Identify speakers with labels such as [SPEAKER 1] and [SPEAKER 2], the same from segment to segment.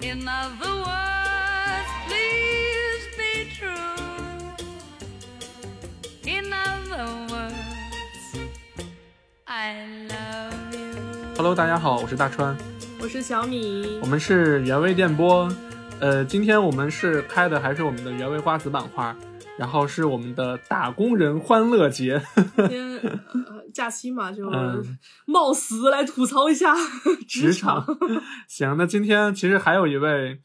[SPEAKER 1] In other words, please be true. In other words, I love you.
[SPEAKER 2] Hello，大家好，我是大川，
[SPEAKER 3] 我是小米
[SPEAKER 2] 我，们是原味电波。呃，今天我们是开的还是我们的原味瓜子板块，然后是我们的打工人欢乐节。
[SPEAKER 3] 因为、呃、假期嘛，就
[SPEAKER 2] 嗯
[SPEAKER 3] 冒死来吐槽一下
[SPEAKER 2] 职
[SPEAKER 3] 职
[SPEAKER 2] 场。行，那今天其实还有一位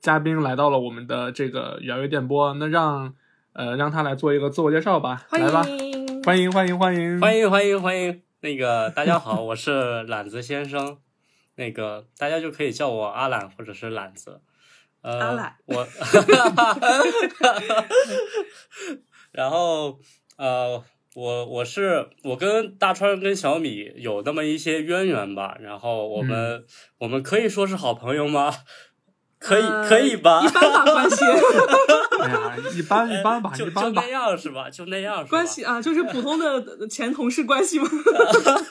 [SPEAKER 2] 嘉宾来到了我们的这个原味电波，那让呃让他来做一个自我介绍吧，
[SPEAKER 3] 欢
[SPEAKER 2] 来吧，
[SPEAKER 3] 迎，
[SPEAKER 2] 欢迎欢迎欢迎
[SPEAKER 4] 欢迎欢迎欢迎，那个大家好，我是懒子 先生，那个大家就可以叫我阿懒或者是懒子。呃，
[SPEAKER 3] 阿懒
[SPEAKER 4] 我，然后呃，我我是我跟大川跟小米有那么一些渊源吧，然后我们、
[SPEAKER 2] 嗯
[SPEAKER 4] 我们可以说是好朋友吗？可以、
[SPEAKER 3] 呃
[SPEAKER 4] 可以吧
[SPEAKER 3] 一？般吧，关系
[SPEAKER 2] 哎呀，一般一般吧，
[SPEAKER 4] 就
[SPEAKER 2] 一
[SPEAKER 4] 就
[SPEAKER 2] 般吧
[SPEAKER 4] 那。样是吧？就那样是吧？
[SPEAKER 3] 关系啊，就是普通的前同事关系吗？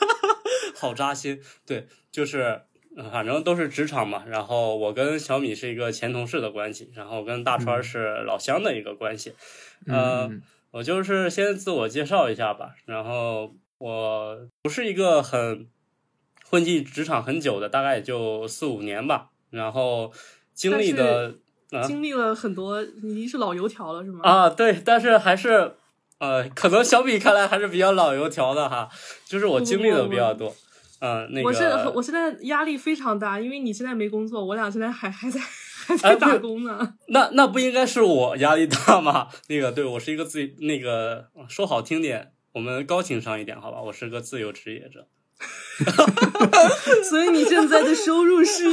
[SPEAKER 4] 好扎心。对，就是呃反正都是职场嘛。然后我跟小米是一个前同事的关系，然后我跟大川是老乡的一个关系。呃
[SPEAKER 2] 嗯，
[SPEAKER 4] 我就是先自我介绍一下吧。然后我不是一个很混迹职场很久的，大概也就四五年吧。然后经历的啊
[SPEAKER 3] 经历了很多，你已经是老油条了是吗？
[SPEAKER 4] 啊，对，但是还是呃，可能小米看来还是比较老油条的哈，就是我经历的比较多。嗯、那个
[SPEAKER 3] 我是我现在压力非常大，因为你现在没工作，我俩现在还还在 还
[SPEAKER 4] 哎
[SPEAKER 3] 在
[SPEAKER 4] 不
[SPEAKER 3] 打工呢。
[SPEAKER 4] 那那不应该是我压力大吗？那个，对我是一个自己那个说好听点，我们高情商一点，好吧？我是个自由职业者。
[SPEAKER 3] 所以你现在的收入是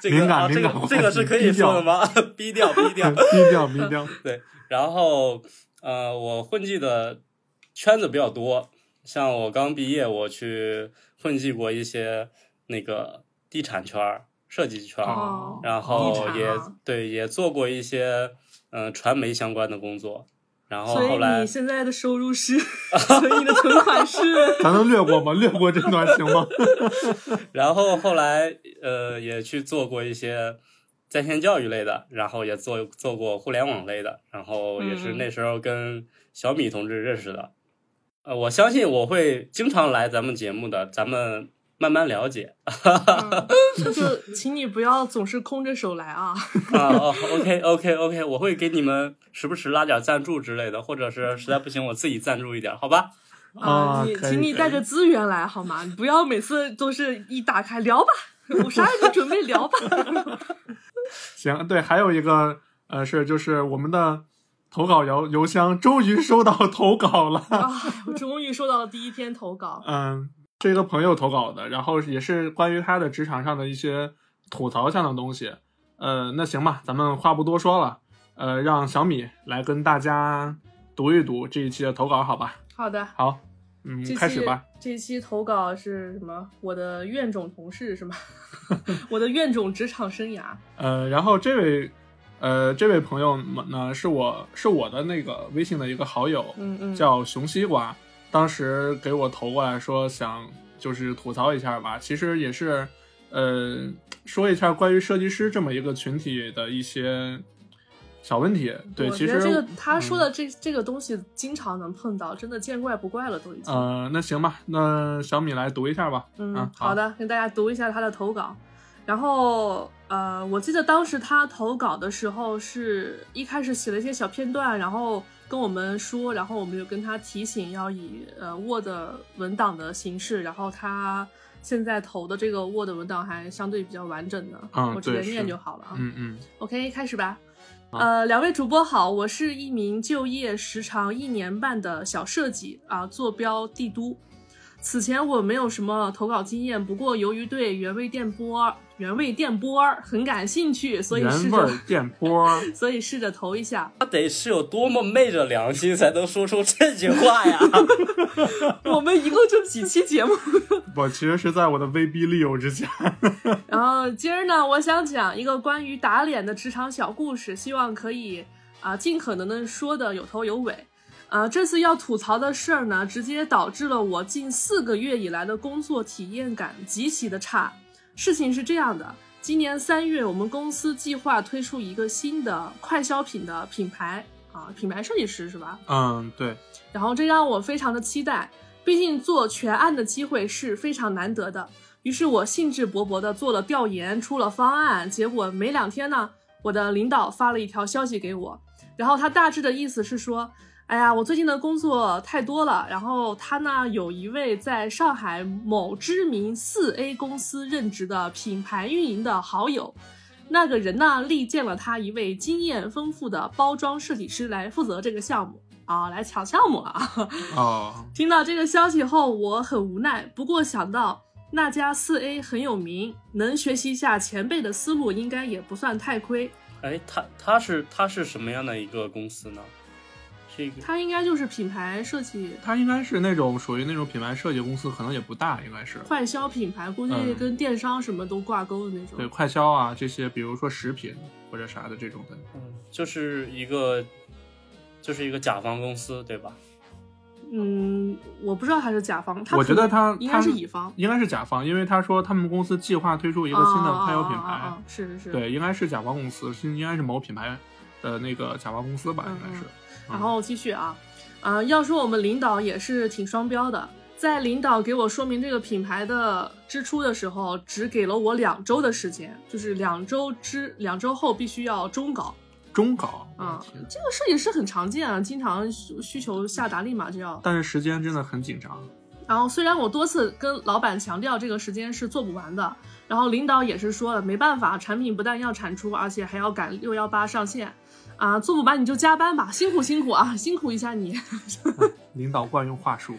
[SPEAKER 4] 这个
[SPEAKER 2] 敏感
[SPEAKER 4] 啊，这
[SPEAKER 2] 敏
[SPEAKER 4] 个
[SPEAKER 2] 感
[SPEAKER 4] 这个是可以说的吗？低调，低调。
[SPEAKER 2] 低调低调。
[SPEAKER 4] 然后呃，我混迹的圈子比较多，像我刚毕业，我去混迹过一些那个地产圈儿、设计圈儿，
[SPEAKER 3] 哦
[SPEAKER 4] 然后
[SPEAKER 3] 地产
[SPEAKER 4] 也、
[SPEAKER 3] 啊
[SPEAKER 4] 对也做过一些嗯、呃传媒相关的工作。然后
[SPEAKER 3] 所
[SPEAKER 4] 后
[SPEAKER 3] 以
[SPEAKER 4] 来
[SPEAKER 3] 你现在的收入是， 所以你的存款是
[SPEAKER 2] 咱能略过吗？略过这段行吗？
[SPEAKER 4] 然后后来呃也去做过一些在线教育类的，然后也做做过互联网类的，然后也是
[SPEAKER 3] 嗯
[SPEAKER 4] 那时候跟小米同志认识的。呃，我相信我会经常来咱们节目的，咱们慢慢了解
[SPEAKER 3] 嗯就请你不要总是空着手来啊！
[SPEAKER 4] 啊。哦，OK OK OK，我会给你们时不时拉点赞助之类的，或者是实在不行我自己赞助一点，好吧？
[SPEAKER 2] 啊
[SPEAKER 3] 你
[SPEAKER 2] 可以
[SPEAKER 3] 请你带着资源来好吗？你不要每次都是一打开聊吧，我啥也没准备聊吧。
[SPEAKER 2] 行，对，还有一个呃是就是我们的投稿邮邮箱终于收到投稿了。
[SPEAKER 3] 哎，我终于收到了第一篇投稿，
[SPEAKER 2] 嗯，这个朋友投稿的，然后也是关于他的职场上的一些吐槽上的东西。呃，那行吧，咱们话不多说了，呃，让小米来跟大家读一读这一期的投稿，好吧？
[SPEAKER 3] 好的，
[SPEAKER 2] 好，嗯
[SPEAKER 3] 这，期
[SPEAKER 2] 开始吧。。
[SPEAKER 3] 这期投稿是什么？我的怨种同事是吗？ 我的怨种职场生涯。
[SPEAKER 2] 呃，然后这位，呃，这位朋友们呢，是我是我的那个微信的一个好友，
[SPEAKER 3] 嗯嗯，
[SPEAKER 2] 叫熊西瓜，当时给我投过来说想就是吐槽一下吧，其实也是，呃，说一下关于设计师这么一个群体的一些小问题。对，
[SPEAKER 3] 我
[SPEAKER 2] 其实
[SPEAKER 3] 觉
[SPEAKER 2] 嗯
[SPEAKER 3] 得这个他说的这这个东西经常能碰到，真的见怪不怪了都已经。
[SPEAKER 2] 呃，那行吧，那小米来读一下吧。
[SPEAKER 3] 嗯
[SPEAKER 2] 啊，好
[SPEAKER 3] 好的，跟大家读一下他的投稿。然后，呃，我记得当时他投稿的时候是一开始写了一些小片段，然后跟我们说，然后我们就跟他提醒要以呃 Word 文档的形式，然后他现在投的这个 Word 文档还相对比较完整的，
[SPEAKER 2] 嗯
[SPEAKER 3] 我直接
[SPEAKER 2] 对
[SPEAKER 3] 念
[SPEAKER 2] 是
[SPEAKER 3] 就好了啊。
[SPEAKER 2] 嗯嗯
[SPEAKER 3] OK，开始吧。
[SPEAKER 2] 好
[SPEAKER 3] 呃，两位主播好，我是一名就业时长一年半的小设计啊，坐标帝都。此前我没有什么投稿经验，不过由于对原味电波、原味电波儿很感兴趣，所以试
[SPEAKER 2] 原味儿
[SPEAKER 3] 着，
[SPEAKER 2] 电波，
[SPEAKER 3] 所以试着投一下。
[SPEAKER 4] 他啊得是有多么昧着良心才能说出这句话呀？
[SPEAKER 3] 我们一共就几期节目，
[SPEAKER 2] 我其实是在我的威逼利诱之下。
[SPEAKER 3] 然后今儿呢，我想讲一个关于打脸的职场小故事，希望可以啊、尽可能的说的有头有尾。啊，这次要吐槽的事儿呢，直接导致了我近四个月以来的工作体验感极其的差。事情是这样的，今年三月，我们公司计划推出一个新的快消品的品牌啊，品牌设计师是吧？
[SPEAKER 2] 嗯，对，
[SPEAKER 3] 然后这让我非常的期待，毕竟做全案的机会是非常难得的。于是我兴致勃勃地做了调研，出了方案，结果没两天呢，我的领导发了一条消息给我，然后他大致的意思是说，哎呀，我最近的工作太多了，然后他呢有一位在上海某知名四 A 公司任职的品牌运营的好友，那个人呢力荐了他一位经验丰富的包装设计师来负责这个项目啊，来抢项目啊。
[SPEAKER 2] 哦，
[SPEAKER 3] 听到这个消息后，我很无奈。不过想到那家四 A 很有名，能学习一下前辈的思路，应该也不算太亏。
[SPEAKER 4] 哎，他他是他是什么样的一个公司呢？是一个
[SPEAKER 3] 它应该就是品牌设计
[SPEAKER 2] 它应该是那种属于那种品牌设计公司，可能也不大，应该是
[SPEAKER 3] 快消品牌，估计
[SPEAKER 2] 嗯
[SPEAKER 3] 跟电商什么都挂钩的那种。
[SPEAKER 2] 对快消啊这些，比如说食品或者啥的这种的。
[SPEAKER 4] 嗯，就是一个就是一个甲方公司对吧？
[SPEAKER 3] 嗯，我不知道他是甲方，他
[SPEAKER 2] 我
[SPEAKER 3] 可
[SPEAKER 2] 觉得
[SPEAKER 3] 能
[SPEAKER 2] 他
[SPEAKER 3] 应
[SPEAKER 2] 他
[SPEAKER 3] 该是乙方。哦
[SPEAKER 2] 应该是甲方，因为他说他们公司计划推出一
[SPEAKER 3] 一
[SPEAKER 2] 个新的快消品牌，
[SPEAKER 3] 是是是。
[SPEAKER 2] 对，应该是甲方公司，是应该是某品牌的那个甲方公司吧，
[SPEAKER 3] 嗯
[SPEAKER 2] 应该是。
[SPEAKER 3] 然后继续啊，啊、要说我们领导也是挺双标的，在领导给我说明这个品牌的支出的时候，只给了我两周的时间，就是两周之两周后必须要终稿。
[SPEAKER 2] 中稿
[SPEAKER 3] 啊
[SPEAKER 2] 我的天
[SPEAKER 3] 这个设计师很常见啊，经常需需求下达立马就要。
[SPEAKER 2] 但是时间真的很紧张。
[SPEAKER 3] 然后虽然我多次跟老板强调这个时间是做不完的，然后领导也是说了没办法，产品不但要产出，而且还要赶六幺八上线，啊，做不完你就加班吧，辛苦辛苦啊，辛苦一下你。
[SPEAKER 2] 领导惯用话术，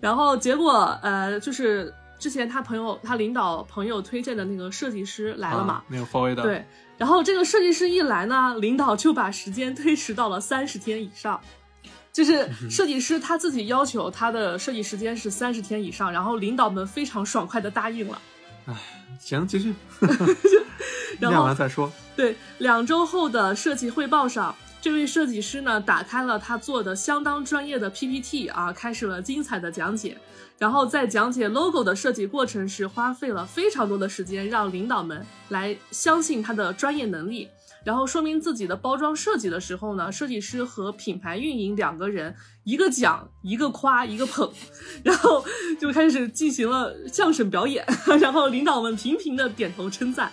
[SPEAKER 3] 然后结果呃，就是之前他朋友他领导朋友推荐的那个设计师来了嘛
[SPEAKER 2] 啊，那个 f o r 的，
[SPEAKER 3] 对，然后这个设计师一来呢，领导就把时间推迟到了三十天以上。
[SPEAKER 2] 嗯
[SPEAKER 3] 就是设计师他自己要求他的设计时间是三十天以上，然后领导们非常爽快的答应了。
[SPEAKER 2] 行， 继续，
[SPEAKER 3] 然后
[SPEAKER 2] 练完再说。
[SPEAKER 3] 对，两周后的设计汇报上，这位设计师呢打开了他做的相当专业的 PPT 啊，开始了精彩的讲解。然后在讲解 logo 的设计过程时，花费了非常多的时间，让领导们来相信他的专业能力。然后说明自己的包装设计的时候呢，设计师和品牌运营两个人，一个讲，一个夸，一个捧，然后就开始进行了相声表演，然后领导们频频的点头称赞。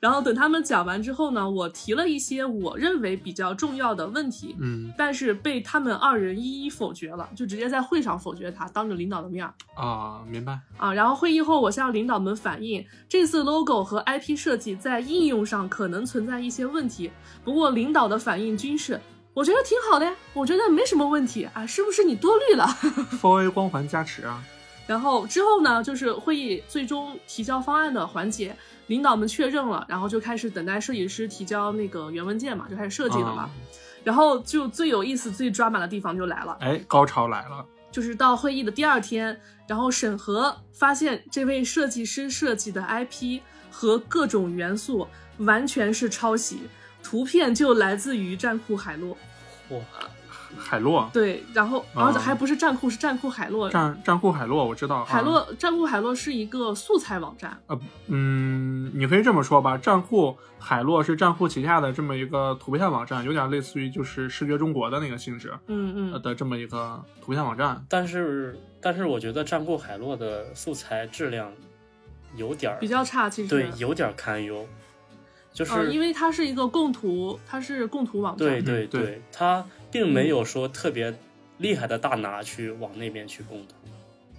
[SPEAKER 3] 然后等他们讲完之后呢，我提了一些我认为比较重要的问题，
[SPEAKER 2] 嗯
[SPEAKER 3] 但是被他们二人一一否决了，就直接在会上否决他，当着领导的面儿
[SPEAKER 2] 啊，明白。
[SPEAKER 3] 啊。然后会议后，我向领导们反映，这次 logo 和 IP 设计在应用上可能存在一些问题，不过领导的反应均是。我觉得挺好的呀，我觉得没什么问题啊，是不是你多虑了？
[SPEAKER 2] f o r 光环加持啊，
[SPEAKER 3] 然后之后呢，就是会议最终提交方案的环节，领导们确认了，然后就开始等待设计师提交那个原文件嘛，就开始设计了嘛。
[SPEAKER 2] 啊
[SPEAKER 3] 然后就最有意思、最抓马的地方就来了，
[SPEAKER 2] 哎，高潮来了，
[SPEAKER 3] 就是到会议的第二天，然后审核发现这位设计师设计的 IP 和各种元素完全是抄袭，图片就来自于战库海洛。
[SPEAKER 2] 海洛，
[SPEAKER 3] 对，然后而且
[SPEAKER 2] 啊
[SPEAKER 3] 还不是战库，是战库海洛。
[SPEAKER 2] 战战库海洛，我知道。
[SPEAKER 3] 海
[SPEAKER 2] 啊
[SPEAKER 3] 洛战库海洛是一个素材网站，
[SPEAKER 2] 呃嗯，你可以这么说吧，站酷海洛是站酷旗下的这么一个图片网站，有点类似于就是视觉中国的那个性质
[SPEAKER 3] 嗯
[SPEAKER 2] 呃
[SPEAKER 3] 嗯，
[SPEAKER 2] 的这么一个图片网站。
[SPEAKER 4] 但是但是我觉得战库海洛的素材质量有点儿
[SPEAKER 3] 比较差，其实
[SPEAKER 4] 对，有点儿堪忧，就是、
[SPEAKER 3] 啊，因为它是一个供图，它是供图网站，
[SPEAKER 4] 对对
[SPEAKER 2] 嗯对
[SPEAKER 4] 对，他并
[SPEAKER 3] 嗯
[SPEAKER 4] 没有说特别厉害的大拿去往那边去供图。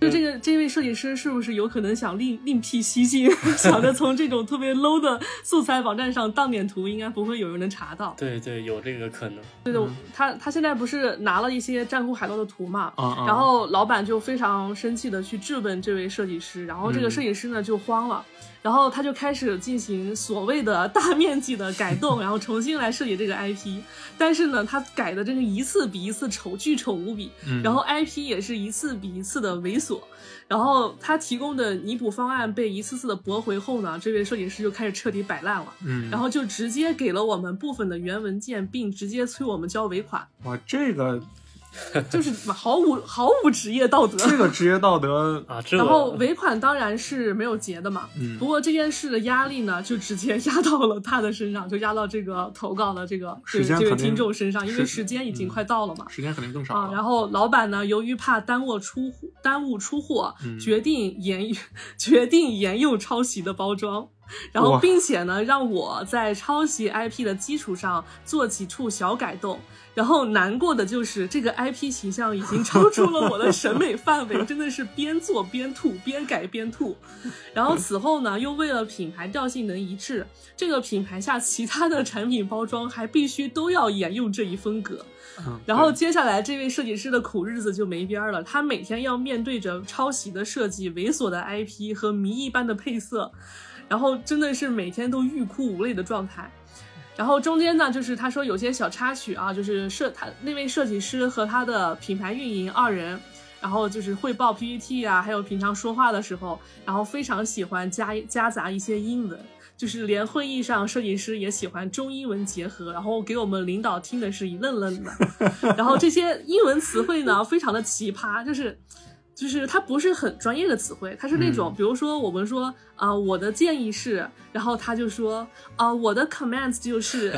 [SPEAKER 3] 就这个这位设计师是不是有可能想另另辟蹊径， 想着从这种特别 low 的素材网站上当点图，应该不会有人能查到。
[SPEAKER 4] 对对，有这个可能。
[SPEAKER 3] 对的，他他现在不是拿了一些战库海盗的图嘛，
[SPEAKER 2] 啊啊！
[SPEAKER 3] 然后老板就非常生气的去质问这位设计师，然后这个
[SPEAKER 2] 嗯
[SPEAKER 3] 设计师呢就慌了，然后他就开始进行所谓的大面积的改动，然后重新来设计这个 IP，但是呢，他改的这个一次比一次丑，巨丑无比，
[SPEAKER 2] 嗯
[SPEAKER 3] 然后 IP 也是一次比一次的猥琐，然后他提供的弥补方案被一次次的驳回后呢，这位设计师就开始彻底摆烂了，
[SPEAKER 2] 嗯，
[SPEAKER 3] 然后就 直接给了我们部分的原文件，并直接催我们交尾款。
[SPEAKER 2] 哇，这个
[SPEAKER 3] 就是毫无毫无职业道德。
[SPEAKER 2] 这个职业道德，
[SPEAKER 4] 啊，这
[SPEAKER 3] 然后尾款当然是没有结的嘛，
[SPEAKER 2] 嗯
[SPEAKER 3] 不过这件事的压力呢，就直接压到了他的身上，就压到这个投稿的这个这
[SPEAKER 2] 时间
[SPEAKER 3] 个这
[SPEAKER 2] 肯
[SPEAKER 3] 个
[SPEAKER 2] 定
[SPEAKER 3] 听众身上，因为
[SPEAKER 2] 是嗯
[SPEAKER 3] 时间已经快到了嘛。
[SPEAKER 2] 时间肯定更少
[SPEAKER 3] 啊，
[SPEAKER 2] 了。
[SPEAKER 3] 然后老板呢，由于怕耽误出货耽误出货，
[SPEAKER 2] 嗯
[SPEAKER 3] 决定沿 决定沿用抄袭的包装，然后
[SPEAKER 2] 哇
[SPEAKER 3] 并且呢，让我在抄袭 IP 的基础上做几处小改动。然后难过的就是这个 IP 形象已经超出了我的审美范围，真的是边做边吐，边改边吐。然后此后呢，又为了品牌调性能一致，这个品牌下其他的产品包装还必须都要沿用这一风格。
[SPEAKER 2] 嗯
[SPEAKER 3] 然后
[SPEAKER 2] 对
[SPEAKER 3] 接下来这位设计师的苦日子就没边儿了，他每天要面对着抄袭的设计、猥琐的 IP 和迷一般的配色，然后真的是每天都欲哭无泪的状态。然后中间呢，就是他说有些小插曲啊，就是设他那位设计师和他的品牌运营二人，然后就是汇报 PPT 啊，还有平常说话的时候，然后非常喜欢加夹杂一些英文，就是连会议上设计师也喜欢中英文结合，然后给我们领导听的是一愣愣的。 然后这些英文词汇呢，非常的奇葩，就是。就是它不是很专业的词汇，它是那种，
[SPEAKER 2] 嗯
[SPEAKER 3] 比如说我们说啊、我的建议是，然后他就说啊、我的 commands 就是，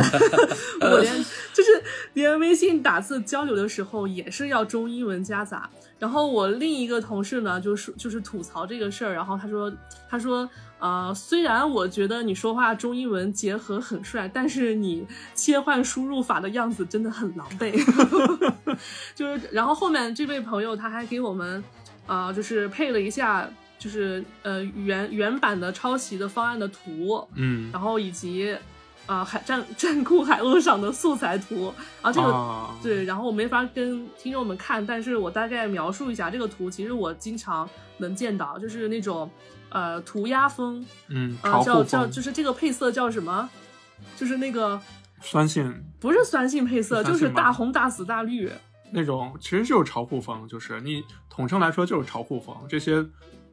[SPEAKER 3] 我连就是连微信打字交流的时候也是要中英文夹杂。然后我另一个同事呢，就是就是吐槽这个事儿，然后他说他说呃，虽然我觉得你说话中英文结合很帅，但是你切换输入法的样子真的很狼狈。 就是，然后后面这位朋友他还给我们啊、就是配了一下。就是呃原原版的抄袭的方案的图，
[SPEAKER 2] 嗯
[SPEAKER 3] 然后以及啊、海战战 库海鸥上的素材图啊，这个、
[SPEAKER 2] 啊，
[SPEAKER 3] 对，然后我没法跟听众们看，但是我大概描述一下这个图，其实我经常能见到，就是那种呃涂鸦风
[SPEAKER 2] 嗯，
[SPEAKER 3] 啊、
[SPEAKER 2] 潮
[SPEAKER 3] 叫
[SPEAKER 2] 护
[SPEAKER 3] 叫
[SPEAKER 2] 风
[SPEAKER 3] 就，是这个配色叫什么？就是那个
[SPEAKER 2] 酸性
[SPEAKER 3] 不是酸性配色，
[SPEAKER 2] 酸
[SPEAKER 3] 就是
[SPEAKER 2] 性吗
[SPEAKER 3] 大红大紫大绿。
[SPEAKER 2] 那种，其实就是潮护风，就是你统称来说就是潮护风这些。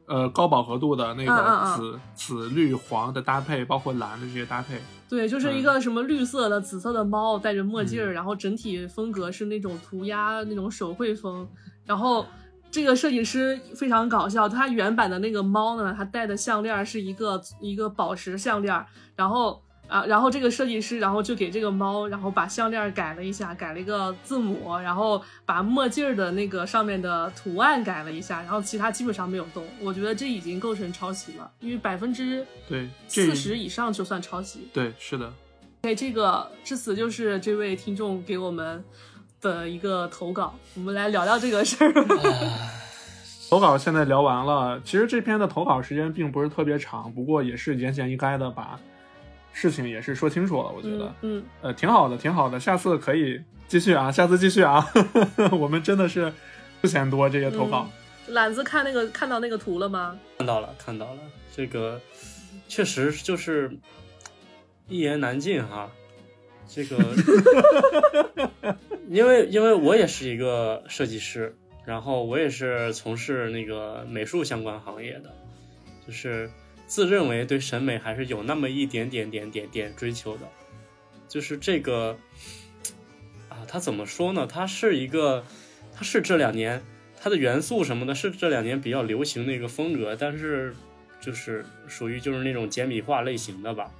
[SPEAKER 2] 呃，高饱和度的那
[SPEAKER 3] 嗯嗯
[SPEAKER 2] 个
[SPEAKER 3] 嗯
[SPEAKER 2] 紫、紫绿黄的搭配，包括蓝的这些搭配，
[SPEAKER 3] 对，就是一
[SPEAKER 2] 嗯
[SPEAKER 3] 个什么绿色的、紫色的猫，戴着墨镜儿，
[SPEAKER 2] 嗯
[SPEAKER 3] 然后整体风格是那种涂鸦那种手绘风。然后这个设计师非常搞笑，他原版的那个猫呢，他戴的项链儿是一个一个宝石项链儿，然后啊，然后这个设计师，然后就给这个猫，然后把项链儿改了一下，改了一个字母，然后把墨镜儿的那个上面的图案改了一下，然后其他基本上没有动。我觉得这已经构成抄袭了，因为百分之
[SPEAKER 2] 对，这
[SPEAKER 3] 四十以上就算抄袭。
[SPEAKER 2] 对，是的，
[SPEAKER 3] 对，这个至此就是这位听众给我们的一个投稿，我们来聊聊这个事儿。
[SPEAKER 4] 嗯
[SPEAKER 2] 投稿现在聊完了，其实这篇的投稿时间并不是特别长，不过也是言简意赅的把事情也是说清楚了，我觉得，
[SPEAKER 3] 嗯，嗯
[SPEAKER 2] 呃，挺好的，挺好的，下次可以继续啊，下次继续啊， 我们真的是不嫌多这些投稿，
[SPEAKER 3] 懒子看那个看到那个图了吗？
[SPEAKER 4] 看到了，看到了，这个确实就是一言难尽哈。这个，因为因为我也是一个设计师，然后我也是从事那个美术相关行业的，就是自认为对审美还是有那么一点点点点点追求的，就是这个啊，它怎么说呢？它是一个，它是这两年它的元素什么的，是这两年比较流行的一个风格，但是就是属于就是那种简笔画类型的吧。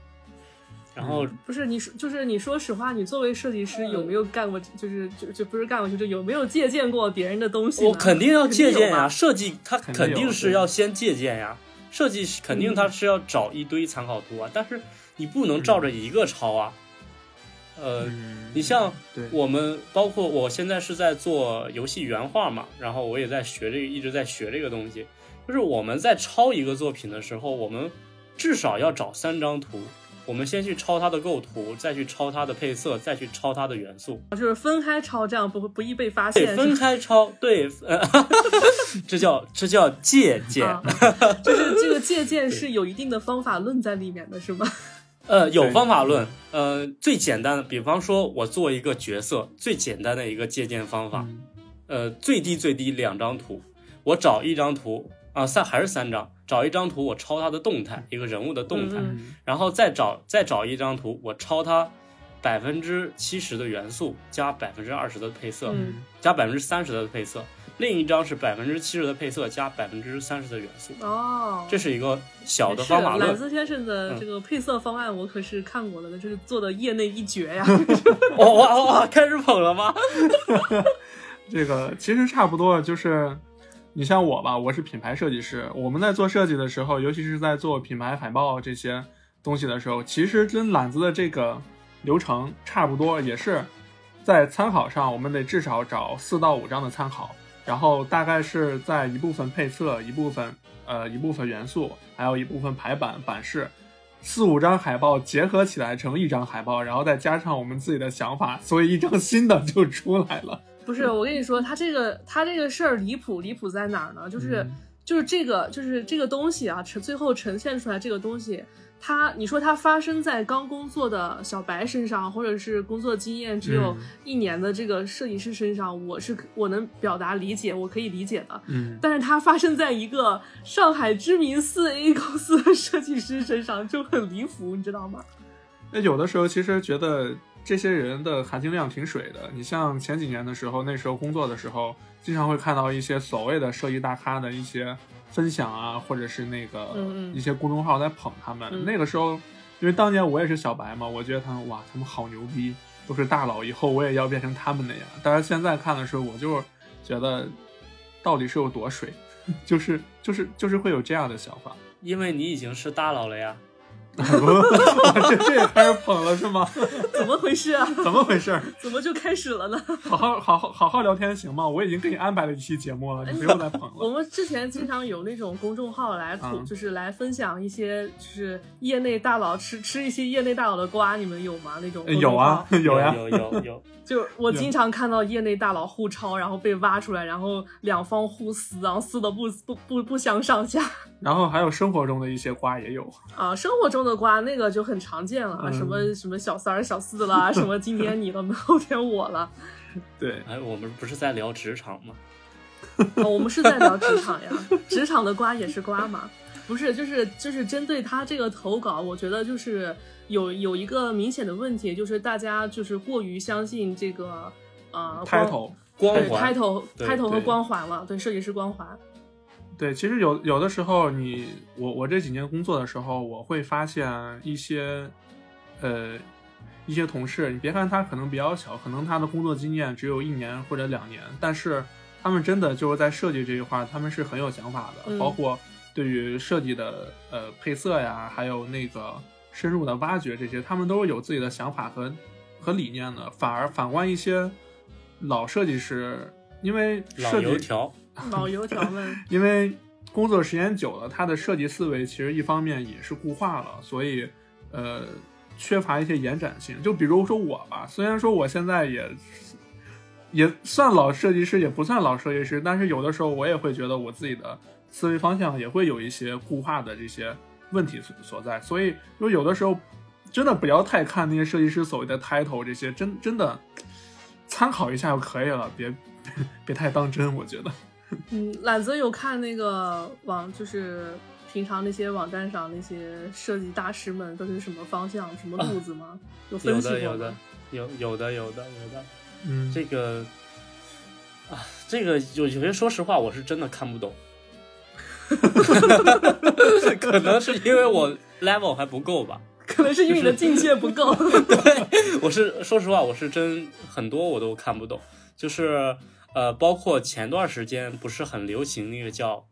[SPEAKER 4] 然后
[SPEAKER 3] 不是，你说就是你说实话，你作为设计师有没有干过？就是就就不是干过，就是有没有借鉴过别人的东西呢？
[SPEAKER 4] 我肯定要借鉴
[SPEAKER 3] 肯定有
[SPEAKER 4] 呀，
[SPEAKER 3] 吧
[SPEAKER 4] 设计它
[SPEAKER 2] 肯定
[SPEAKER 4] 肯定
[SPEAKER 2] 有
[SPEAKER 4] 是要先借鉴呀，设计是肯定
[SPEAKER 3] 嗯
[SPEAKER 4] 它是要找一堆参考图啊，但是你不能照着一个抄啊。呃，
[SPEAKER 2] 嗯
[SPEAKER 4] 你像
[SPEAKER 2] 对，
[SPEAKER 4] 我们包括我现在是在做游戏原画嘛，然后我也在学这个，一直在学这个东西。就是我们在抄一个作品的时候，我们至少要找三张图，我们先去抄它的构图，再去抄它的配色，再去抄它的元素，
[SPEAKER 3] 啊就是分开抄，这样不会不易被发
[SPEAKER 4] 对，
[SPEAKER 3] 现。
[SPEAKER 4] 分开抄，对， 呃、这叫这叫借鉴。
[SPEAKER 3] 啊，就是这个借鉴是有一定的方法论在里面的，是吗？
[SPEAKER 4] 呃，有
[SPEAKER 2] 对
[SPEAKER 4] 方法论。呃，最简单的，比方说我做一个角色，最简单的一个借鉴方法，
[SPEAKER 2] 嗯
[SPEAKER 4] 呃，最低最低两张图，我找一张图啊，三还是三张，找一张图我抄它的动态，一个人物的动态，
[SPEAKER 3] 嗯
[SPEAKER 2] 嗯
[SPEAKER 4] 然后再找再找一张图，我抄它百分之七十的元素加百分之二十的配色，
[SPEAKER 3] 嗯
[SPEAKER 4] 加百分之三十的配色；另一张是百分之七十的配色加百分之三十的元素。
[SPEAKER 3] 哦，
[SPEAKER 4] 这是一个小的
[SPEAKER 3] 是
[SPEAKER 4] 方法
[SPEAKER 3] 揽
[SPEAKER 4] 论
[SPEAKER 3] 子先生的
[SPEAKER 4] 嗯
[SPEAKER 3] 这个配色方案，我可是看过了的，这是做的业内一 绝呀。
[SPEAKER 4] 哇哇哇！哦开始捧了吗？
[SPEAKER 2] 这个其实差不多，就是你像我吧，我是品牌设计师，我们在做设计的时候，尤其是在做品牌海报这些东西的时候，其实跟懒子的这个流程差不多，也是在参考上，我们得至少找四到五张的参考，然后大概是在一部分配色、一部分呃一部分元素，还有一部分排版版式。四五张海报结合起来成一张海报，然后再加上我们自己的想法，所以一张新的就出来了。
[SPEAKER 3] 不是，我跟你说，他这个他这个事儿离谱，离谱在哪儿呢？就是、就是这个就是这个东西啊，呈最后呈现出来这个东西，它你说它发生在刚工作的小白身上，或者是工作经验只
[SPEAKER 2] 嗯
[SPEAKER 3] 有一年的这个设计师身上，我是我能表达理解，我可以理解的。
[SPEAKER 2] 嗯，
[SPEAKER 3] 但是它发生在一个上海知名四 A 公司的设计师身上，就很离谱，你知道吗？
[SPEAKER 2] 那有的时候其实觉得这些人的含金量挺水的。你像前几年的时候，那时候工作的时候，经常会看到一些所谓的设计大咖的一些分享啊，或者是那个
[SPEAKER 3] 嗯嗯
[SPEAKER 2] 一些公众号在捧他们。
[SPEAKER 3] 嗯
[SPEAKER 2] 那个时候，因为当年我也是小白嘛，我觉得他们哇，他们好牛逼，都是大佬，以后我也要变成他们那样。但是现在看的时候，我就觉得到底是有多水， 就是就是就是会有这样的想法。
[SPEAKER 4] 因为你已经是大佬了呀。
[SPEAKER 2] 这这也开始捧了是吗？
[SPEAKER 3] 怎么回事啊？
[SPEAKER 2] 怎么回事儿？
[SPEAKER 3] 怎么就开始了呢？
[SPEAKER 2] 好好好好好好聊天行吗？我已经给你安排了一期节目了，你不用再捧
[SPEAKER 3] 我
[SPEAKER 2] 了。
[SPEAKER 3] 们之前经常有那种公众号来吐，
[SPEAKER 2] 嗯
[SPEAKER 3] 就是来分享一些就是业内大佬吃吃一些业内大佬的瓜，你们有吗？那种公众
[SPEAKER 2] 有啊
[SPEAKER 3] 号，，
[SPEAKER 2] 有呀，
[SPEAKER 4] 有 有有
[SPEAKER 3] 就我经常看到业内大佬互抄，然后被挖出来，然后两方互撕，然后撕的不不不不相上下
[SPEAKER 2] 然后还有生活中的一些瓜也有。
[SPEAKER 3] 啊。生活中的瓜那个就很常见了，啊
[SPEAKER 2] 嗯
[SPEAKER 3] 什么什么小三儿、小四啦，什么今天你了，后天我了、
[SPEAKER 2] 对，
[SPEAKER 4] 哎，我们不是在聊职场吗？
[SPEAKER 3] 啊我们是在聊职场呀，职场的瓜也是瓜嘛。不是，就是就是针对他这个投稿，我觉得就是有有一个明显的问题，就是大家就是过于相信这个呃
[SPEAKER 2] 开头
[SPEAKER 4] 光
[SPEAKER 3] 对
[SPEAKER 4] 环
[SPEAKER 3] title
[SPEAKER 4] 对
[SPEAKER 3] title 和
[SPEAKER 2] 对
[SPEAKER 3] 光环了，对设计师光环，
[SPEAKER 2] 对，其实有有的时候你我我这几年工作的时候，我会发现一些呃一些同事，你别看他可能比较小，可能他的工作经验只有一年或者两年，但是他们真的就是在设计这一块儿，他们是很有想法的，
[SPEAKER 3] 嗯
[SPEAKER 2] 包括对于设计的呃配色呀，还有那个深入的挖掘这些，他们都是有自己的想法和和理念的。反而反观一些老设计师，因为
[SPEAKER 4] 老
[SPEAKER 2] 设计
[SPEAKER 4] 油条，
[SPEAKER 3] 老油条们，
[SPEAKER 2] 因为工作时间久了，他的设计思维其实一方面也是固化了，所以呃缺乏一些延展性。就比如说我吧，虽然说我现在也也算老设计师，也不算老设计师，但是有的时候我也会觉得我自己的思维方向也会有一些固化的这些问题所所在。所以就有的时候真的不要太看那些设计师所谓的 title 这些，真真的参考一下就可以了，别 别太当真，我觉得。
[SPEAKER 3] 嗯，懒子有看那个网，就是平常那些网站上那些设计大师们都是什么方向、什么路子吗？有分
[SPEAKER 4] 有
[SPEAKER 3] 析过
[SPEAKER 4] 的有的
[SPEAKER 3] 吗
[SPEAKER 4] 有有的有的有的
[SPEAKER 2] 嗯
[SPEAKER 4] 这个啊，这个有有些说实话，我是真的 看不懂。可能是因为我 level 还不够吧，
[SPEAKER 3] 可能是因为你的境界不够。
[SPEAKER 4] 我是说实话，我是真很多我都看不懂，就是呃，包括前段时间不是很流行那个叫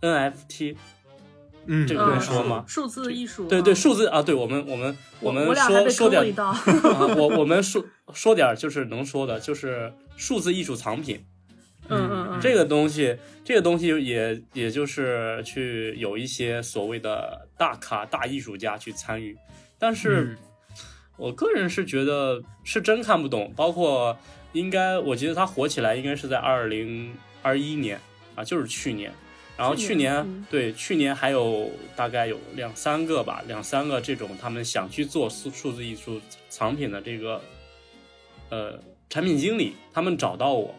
[SPEAKER 4] NFT，
[SPEAKER 2] 嗯，
[SPEAKER 4] 这个
[SPEAKER 3] 嗯，
[SPEAKER 4] 能说吗
[SPEAKER 3] 数数字艺术，
[SPEAKER 4] 对对，
[SPEAKER 3] 嗯
[SPEAKER 4] 数字啊，对我们我们
[SPEAKER 3] 我
[SPEAKER 4] 们
[SPEAKER 3] 我俩还
[SPEAKER 4] 说
[SPEAKER 3] 被坑
[SPEAKER 4] 说点
[SPEAKER 3] 了一刀。
[SPEAKER 4] 啊，我我们说说点儿就是能说的，就是数字艺术藏品
[SPEAKER 3] 嗯嗯嗯，
[SPEAKER 4] 这个东西，这个东西也也就是去有一些所谓的大咖、大艺术家去参与，但
[SPEAKER 3] 嗯
[SPEAKER 4] 是我个人是觉得是真看不懂，包括应该我觉得它火起来应该是在二零二一年啊，就是去年。然后
[SPEAKER 3] 去
[SPEAKER 4] 去
[SPEAKER 3] 年
[SPEAKER 4] 年
[SPEAKER 3] 嗯
[SPEAKER 4] 对去年还有大概有两三个吧，两三个这种他们想去做数数字艺术藏品的这个呃产品经理，他们找到我，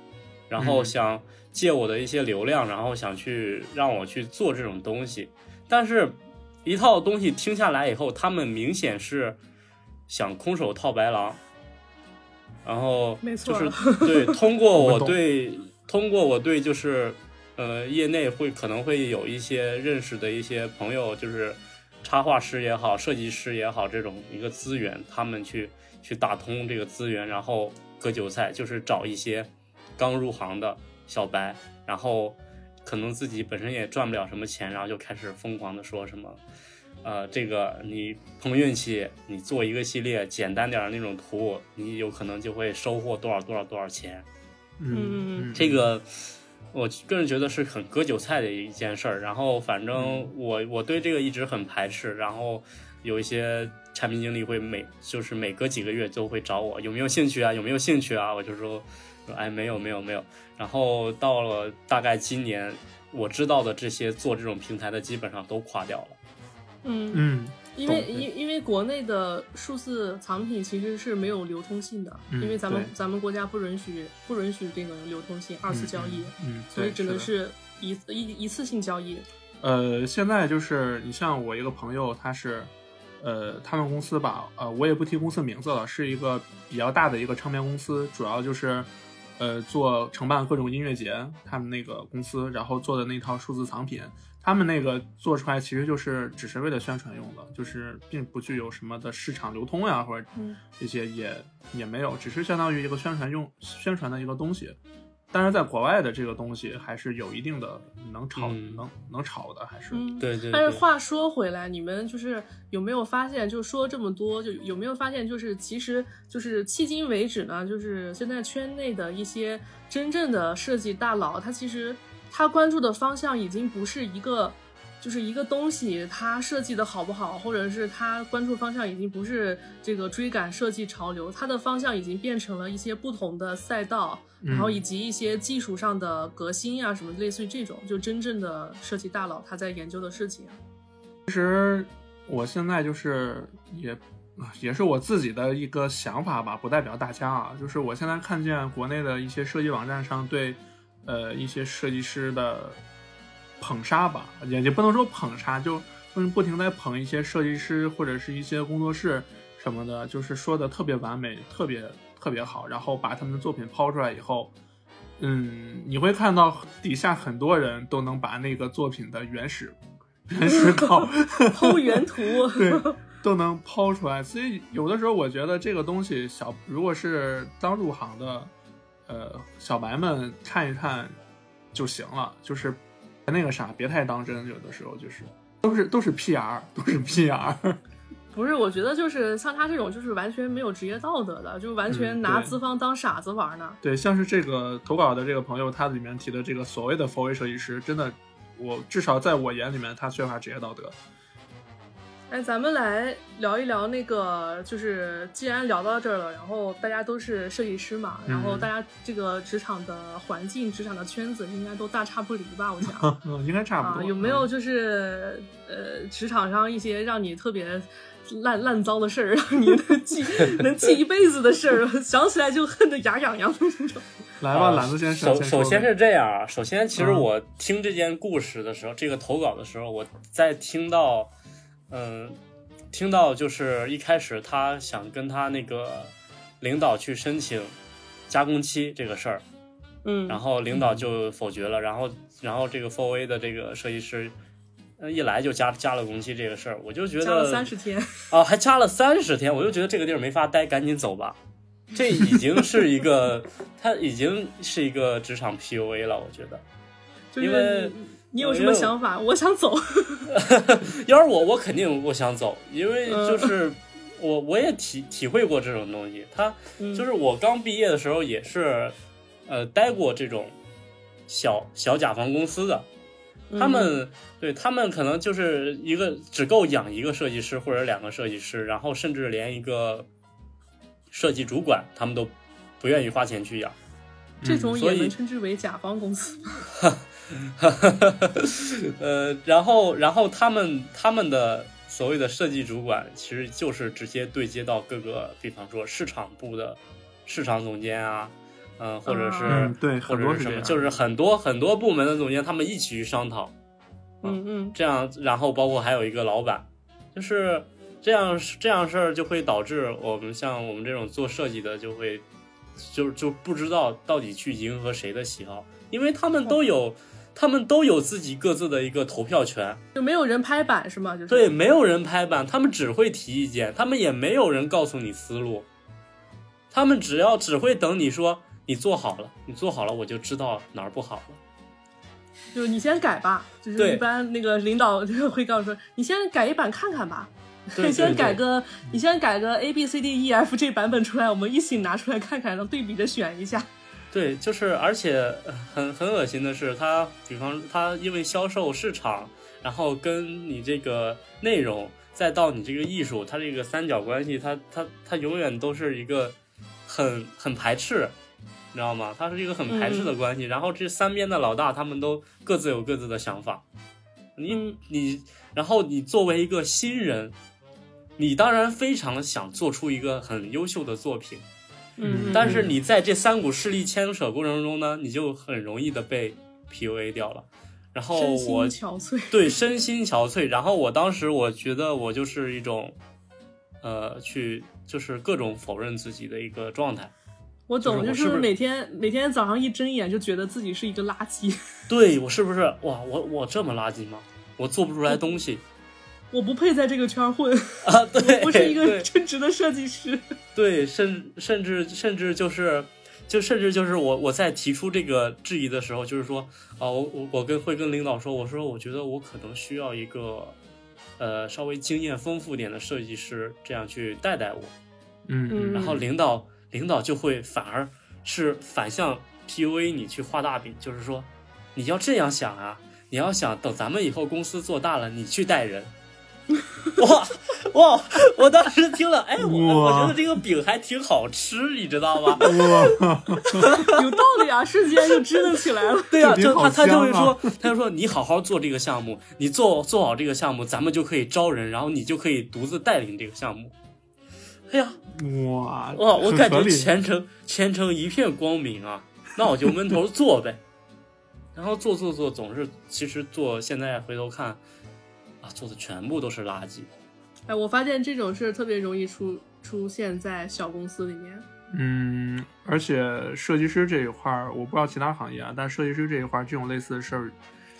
[SPEAKER 4] 然后
[SPEAKER 2] 嗯
[SPEAKER 4] 想借我的一些流量，然后想去让我去做这种东西，但是，一套东西听下来以后，他们明显是想空手套白狼，然后
[SPEAKER 3] 没
[SPEAKER 4] 就
[SPEAKER 3] 错
[SPEAKER 4] 是 对通过
[SPEAKER 2] 我
[SPEAKER 4] 我
[SPEAKER 2] 懂
[SPEAKER 4] 对通过我对就是呃业内会可能会有一些认识的一些朋友，就是插画师也好，设计师也好，这种一个资源，他们去去打通这个资源，然后割韭菜，就是找一些刚入行的小白，然后可能自己本身也赚不了什么钱，然后就开始疯狂的说什么。呃，这个你碰运气，你做一个系列简单点儿的那种图，你有可能就会收获多少多少多少钱。
[SPEAKER 2] 嗯，嗯
[SPEAKER 4] 这个我个人觉得是很割韭菜的一件事儿。然后反正我我对这个一直很排斥。然后有一些产品经理会每就是每隔几个月都会找我有没有兴趣啊，有没有兴趣啊？我就说说哎没有没有没有。然后到了大概今年，我知道的这些做这种平台的基本上都垮掉了。
[SPEAKER 3] 嗯，
[SPEAKER 2] 嗯
[SPEAKER 3] 因为
[SPEAKER 2] 懂
[SPEAKER 3] 因因为国内的数字藏品其实是没有流通性的，
[SPEAKER 2] 嗯
[SPEAKER 3] 因为咱们
[SPEAKER 2] 对
[SPEAKER 3] 咱们国家不允许不允许这个流通性二次交易，
[SPEAKER 2] 嗯，
[SPEAKER 3] 所以只能
[SPEAKER 2] 的
[SPEAKER 3] 是一一一次性交易。
[SPEAKER 2] 呃，现在就是你像我一个朋友，他是，呃，他们公司吧，呃，我也不提公司名字了，是一个比较大的一个唱片公司，主要就是，呃，做承办各种音乐节，他们那个公司，然后做的那套数字藏品，他们那个做出来其实就是只是为了宣传用的，就是并不具有什么的市场流通呀，或者
[SPEAKER 3] 嗯
[SPEAKER 2] 这些也也没有，只是相当于一个宣传用宣传的一个东西。但是在国外的这个东西还是有一定的能炒、
[SPEAKER 4] 嗯
[SPEAKER 2] 能能炒的，还是、
[SPEAKER 3] 嗯，
[SPEAKER 4] 对对对。
[SPEAKER 3] 但是话说回来，你们就是有没有发现，就说这么多，就有没有发现，就是其实就是迄今为止呢，就是现在圈内的一些真正的设计大佬，他其实他关注的方向已经不是一个。就是一个东西，它设计的好不好，或者是它关注方向已经不是这个追赶设计潮流，它的方向已经变成了一些不同的赛道，
[SPEAKER 2] 嗯
[SPEAKER 3] 然后以及一些技术上的革新啊，什么类似于这种，就真正的设计大佬他在研究的事情。啊
[SPEAKER 2] 其实我现在就是也啊也是我自己的一个想法吧，不代表大家啊。就是我现在看见国内的一些设计网站上对呃一些设计师的捧杀吧，也也不能说捧杀，就就是不停在捧一些设计师或者是一些工作室什么的，就是说的特别完美，特别特别好，然后把他们的作品抛出来以后。嗯，你会看到底下很多人都能把那个作品的原始原始稿
[SPEAKER 3] 剖原 图，
[SPEAKER 2] 对，都能抛出来。所以有的时候我觉得这个东西小，如果是刚入行的，呃，小白们看一看就行了，就是那个啥，别太当真。有的时候就是都是都是 PR，都是 PR。
[SPEAKER 3] 不是，我觉得就是像他这种，就是完全没有职业道德的，就完全
[SPEAKER 2] 嗯
[SPEAKER 3] 拿
[SPEAKER 2] 对
[SPEAKER 3] 资方当傻子玩呢。
[SPEAKER 2] 对，像是这个投稿的这个朋友，他里面提的这个所谓的 f o 设计师，真的，我至少在我眼里面，他缺乏职业道德。
[SPEAKER 3] 哎，咱们来聊一聊那个，就是既然聊到这儿了，然后大家都是设计师嘛，然后
[SPEAKER 2] 嗯
[SPEAKER 3] 大家这个职场的环境、职场的圈子应该都大差不离吧， 我想。
[SPEAKER 2] 嗯，应该差不
[SPEAKER 3] 啊
[SPEAKER 2] 多。，嗯
[SPEAKER 3] 有没有就是呃，职场上一些让你特别烂烂糟的事儿，让你能 记能记一辈子的事儿， 想起来就恨得牙痒痒的那种？
[SPEAKER 2] 来吧，
[SPEAKER 4] 呃
[SPEAKER 2] 懒子先生。
[SPEAKER 4] 首
[SPEAKER 2] 说
[SPEAKER 4] 首先
[SPEAKER 2] 呗
[SPEAKER 4] 是这样啊，首先其实
[SPEAKER 2] 嗯
[SPEAKER 4] 我听这件故事的时候，这个投稿的时候，我在听到，嗯、听到就是一开始他想跟他那个领导去申请加工期这个事儿，
[SPEAKER 3] 嗯，
[SPEAKER 4] 然后领导就否决了，然后然后这个 f o A 的这个设计师。呃一来就加加了工期这个事儿，我就觉得
[SPEAKER 3] 加了三十天，
[SPEAKER 4] 啊，还加了三十天，我就觉得这个地儿没法待，赶紧走吧。这已经是一个，他已经是一个职场 PUA 了，我觉得。
[SPEAKER 3] 就
[SPEAKER 4] 因为
[SPEAKER 3] 是你你有什
[SPEAKER 4] 因
[SPEAKER 3] 么
[SPEAKER 4] 为
[SPEAKER 3] 想法？我想走，
[SPEAKER 4] 要是我，我肯定我想走，因为就是 我我也体体会过这种东西。他
[SPEAKER 3] 嗯
[SPEAKER 4] 就是我刚毕业的时候也是，呃，待过这种小小甲方公司的，
[SPEAKER 3] 嗯
[SPEAKER 4] 他们对他们可能就是一个只够养一个设计师或者两个设计师，然后甚至连一个设计主管他们都不愿意花钱去养。
[SPEAKER 3] 这
[SPEAKER 2] 嗯
[SPEAKER 3] 种
[SPEAKER 4] 嗯所
[SPEAKER 3] 也
[SPEAKER 4] 以
[SPEAKER 3] 能称之为甲方公司。
[SPEAKER 4] 呃，然后然后他们他们的所谓的设计主管，其实就是直接对接到各个，比方说市场部的市场总监啊，嗯、或者是、
[SPEAKER 2] 嗯，对，
[SPEAKER 4] 或
[SPEAKER 2] 很
[SPEAKER 4] 者
[SPEAKER 2] 多
[SPEAKER 4] 是什
[SPEAKER 2] 这
[SPEAKER 4] 么，
[SPEAKER 2] 样，
[SPEAKER 4] 就是很多很多部门的总监他们一起去商讨，
[SPEAKER 3] 嗯嗯
[SPEAKER 4] 这样，然后包括还有一个老板，就是这样这样事儿就会导致我们像我们这种做设计的就会就就不知道到底去迎合谁的喜好，因为他们都有他们都有自己各自的一个投票权，
[SPEAKER 3] 就没有人拍板是吗？就是
[SPEAKER 4] 对，没有人拍板，他们只会提意见，他们也没有人告诉你思路，他们只要只会等你说你做好了，你做好了我就知道哪儿不好了。
[SPEAKER 3] 就是你先改吧，就是
[SPEAKER 4] 对
[SPEAKER 3] 一般那个领导 就会告诉说，你先改一版看看吧，
[SPEAKER 4] 对
[SPEAKER 3] 你先
[SPEAKER 4] 对
[SPEAKER 3] 改
[SPEAKER 4] 对
[SPEAKER 3] 个，你先改个 A B C D E F 这版本出来，我们一起拿出来看看，然后对比着选一下。
[SPEAKER 4] 对，就是而且呃很很恶心的是，它比方它因为销售市场，然后跟你这个内容，再到你这个艺术，它这个三角关系，它它它永远都是一个很很排斥，你知道吗？它是一个很排斥的关系。然后这三边的老大，他们都各自有各自的想法。你你，然后你作为一个新人，你当然非常想做出一个很优秀的作品。
[SPEAKER 2] 嗯
[SPEAKER 4] 但是你在这三股势力牵扯过程中呢，你就很容易的被 PUA 掉了。然后
[SPEAKER 3] 身心
[SPEAKER 4] 我
[SPEAKER 3] 憔悴，
[SPEAKER 4] 对身心憔悴，然后我当时我觉得我就是一种，呃，去就是各种否认自己的一个状态。
[SPEAKER 3] 我懂，
[SPEAKER 4] 就
[SPEAKER 3] 就是
[SPEAKER 4] 我是不是
[SPEAKER 3] 每天每天早上一睁眼就觉得自己是一个垃圾，
[SPEAKER 4] 对我是不是哇？我我这么垃圾吗？我做不出来东西
[SPEAKER 3] 我不配在这个圈儿混，
[SPEAKER 4] 啊！对，
[SPEAKER 3] 我是一个
[SPEAKER 4] 对
[SPEAKER 3] 称职的设计师。
[SPEAKER 4] 对，甚甚至甚至就是，就甚至就是我我在提出这个质疑的时候，就是说啊，我我我跟会跟领导说，我说我觉得我可能需要一个，呃，稍微经验丰富点的设计师这样去带带我，
[SPEAKER 2] 嗯
[SPEAKER 4] 然后领导领导就会反而是反向 PUA 你去画大饼，就是说你要这样想啊，你要想等咱们以后公司做大了，你去带 人。哇哇！我当时听了，哎，我我
[SPEAKER 2] 哇
[SPEAKER 4] 觉得这个饼还挺好吃，你知道吗？
[SPEAKER 2] 哇，
[SPEAKER 3] 有道理啊，瞬间就支棱起来了。
[SPEAKER 4] 对啊，
[SPEAKER 2] 这饼
[SPEAKER 4] 就
[SPEAKER 2] 好
[SPEAKER 4] 他他就会
[SPEAKER 2] 香啊
[SPEAKER 4] 说， 他就说你好好做这个项目，你做做好这个项目，咱们就可以招人，然后你就可以独自带领这个项目。哎呀，
[SPEAKER 2] 哇
[SPEAKER 4] 哇，我
[SPEAKER 2] 很
[SPEAKER 4] 感
[SPEAKER 2] 合
[SPEAKER 4] 觉
[SPEAKER 2] 理
[SPEAKER 4] 前程前程一片光明啊！那我就闷头做呗，然后做做做，总是其实做现在回头看啊，做的全部都是垃圾。
[SPEAKER 3] 哎，我发现这种事儿特别容易出出现在小公司里面。
[SPEAKER 2] 嗯，而且设计师这一块儿，我不知道其他行业啊，但设计师这一块儿，这种类似的事儿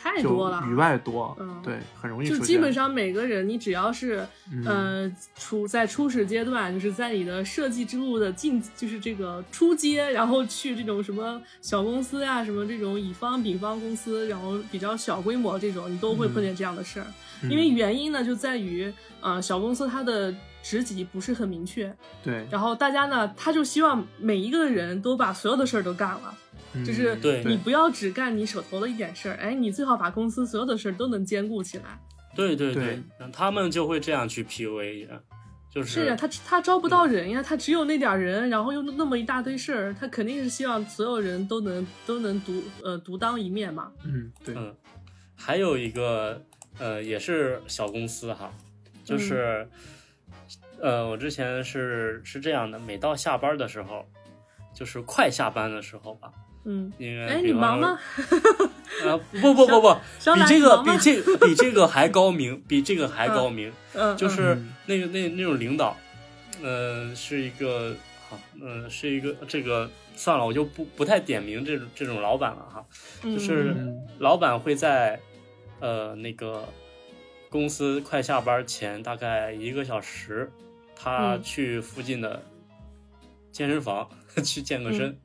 [SPEAKER 3] 太
[SPEAKER 2] 就
[SPEAKER 3] 多了，
[SPEAKER 2] 与外多，
[SPEAKER 3] 嗯
[SPEAKER 2] 对，很容易出
[SPEAKER 3] 就
[SPEAKER 2] 现。嗯
[SPEAKER 3] 基本上每个人，你只要是、呃处在初始阶段，就是在你的设计之路的进，就是这个初阶，然后去这种什么小公司啊，什么这种乙方、丙方公司，然后比较小规模这种，你都会碰见这样的事儿。
[SPEAKER 2] 嗯
[SPEAKER 3] 因为原因呢，就在于呃小公司它的职级不是很明确，
[SPEAKER 2] 对，
[SPEAKER 3] 然后大家呢，他就希望每一个人都把所有的事儿都干了。就是
[SPEAKER 2] 嗯
[SPEAKER 4] 对
[SPEAKER 3] 你不要只干你手头的一点事儿，哎，你最好把公司所有的事儿都能兼顾起来。
[SPEAKER 4] 对对
[SPEAKER 2] 对，
[SPEAKER 4] 他们就会这样去 PUA 人，就是
[SPEAKER 3] 是啊，他他招不到人呀，他只有那点儿人，然后又那么一大堆事儿，他肯定是希望所有人都能都能独呃独当一面嘛。
[SPEAKER 2] 嗯，对，
[SPEAKER 4] 嗯还有一个呃，也是小公司哈，
[SPEAKER 3] 嗯
[SPEAKER 4] 就是、呃，我之前是是这样的，每到下班的时候，就是快下班的时候吧，
[SPEAKER 3] 嗯，
[SPEAKER 4] 因为
[SPEAKER 3] 哎，
[SPEAKER 4] 比
[SPEAKER 3] 你
[SPEAKER 4] 方
[SPEAKER 3] 忙
[SPEAKER 4] 说
[SPEAKER 3] 吗？
[SPEAKER 4] 啊，不不 不不，
[SPEAKER 3] 商
[SPEAKER 4] 比
[SPEAKER 3] 量
[SPEAKER 4] 这
[SPEAKER 3] 你
[SPEAKER 4] 个
[SPEAKER 3] 忙
[SPEAKER 4] 比
[SPEAKER 3] 吗
[SPEAKER 4] 这个比这个还高明，比这个还高明，
[SPEAKER 3] 嗯，
[SPEAKER 4] 就
[SPEAKER 3] 嗯
[SPEAKER 4] 是
[SPEAKER 2] 嗯
[SPEAKER 4] 那个那那种领导，呃，是一个好，呃，是一个这个算了，我就不不太点名这种这种老板了哈，
[SPEAKER 3] 嗯
[SPEAKER 4] 就是
[SPEAKER 2] 嗯
[SPEAKER 4] 老板会在呃那个公司快下班前大概一个小时，他
[SPEAKER 3] 嗯
[SPEAKER 4] 去附近的健身房 去健个身，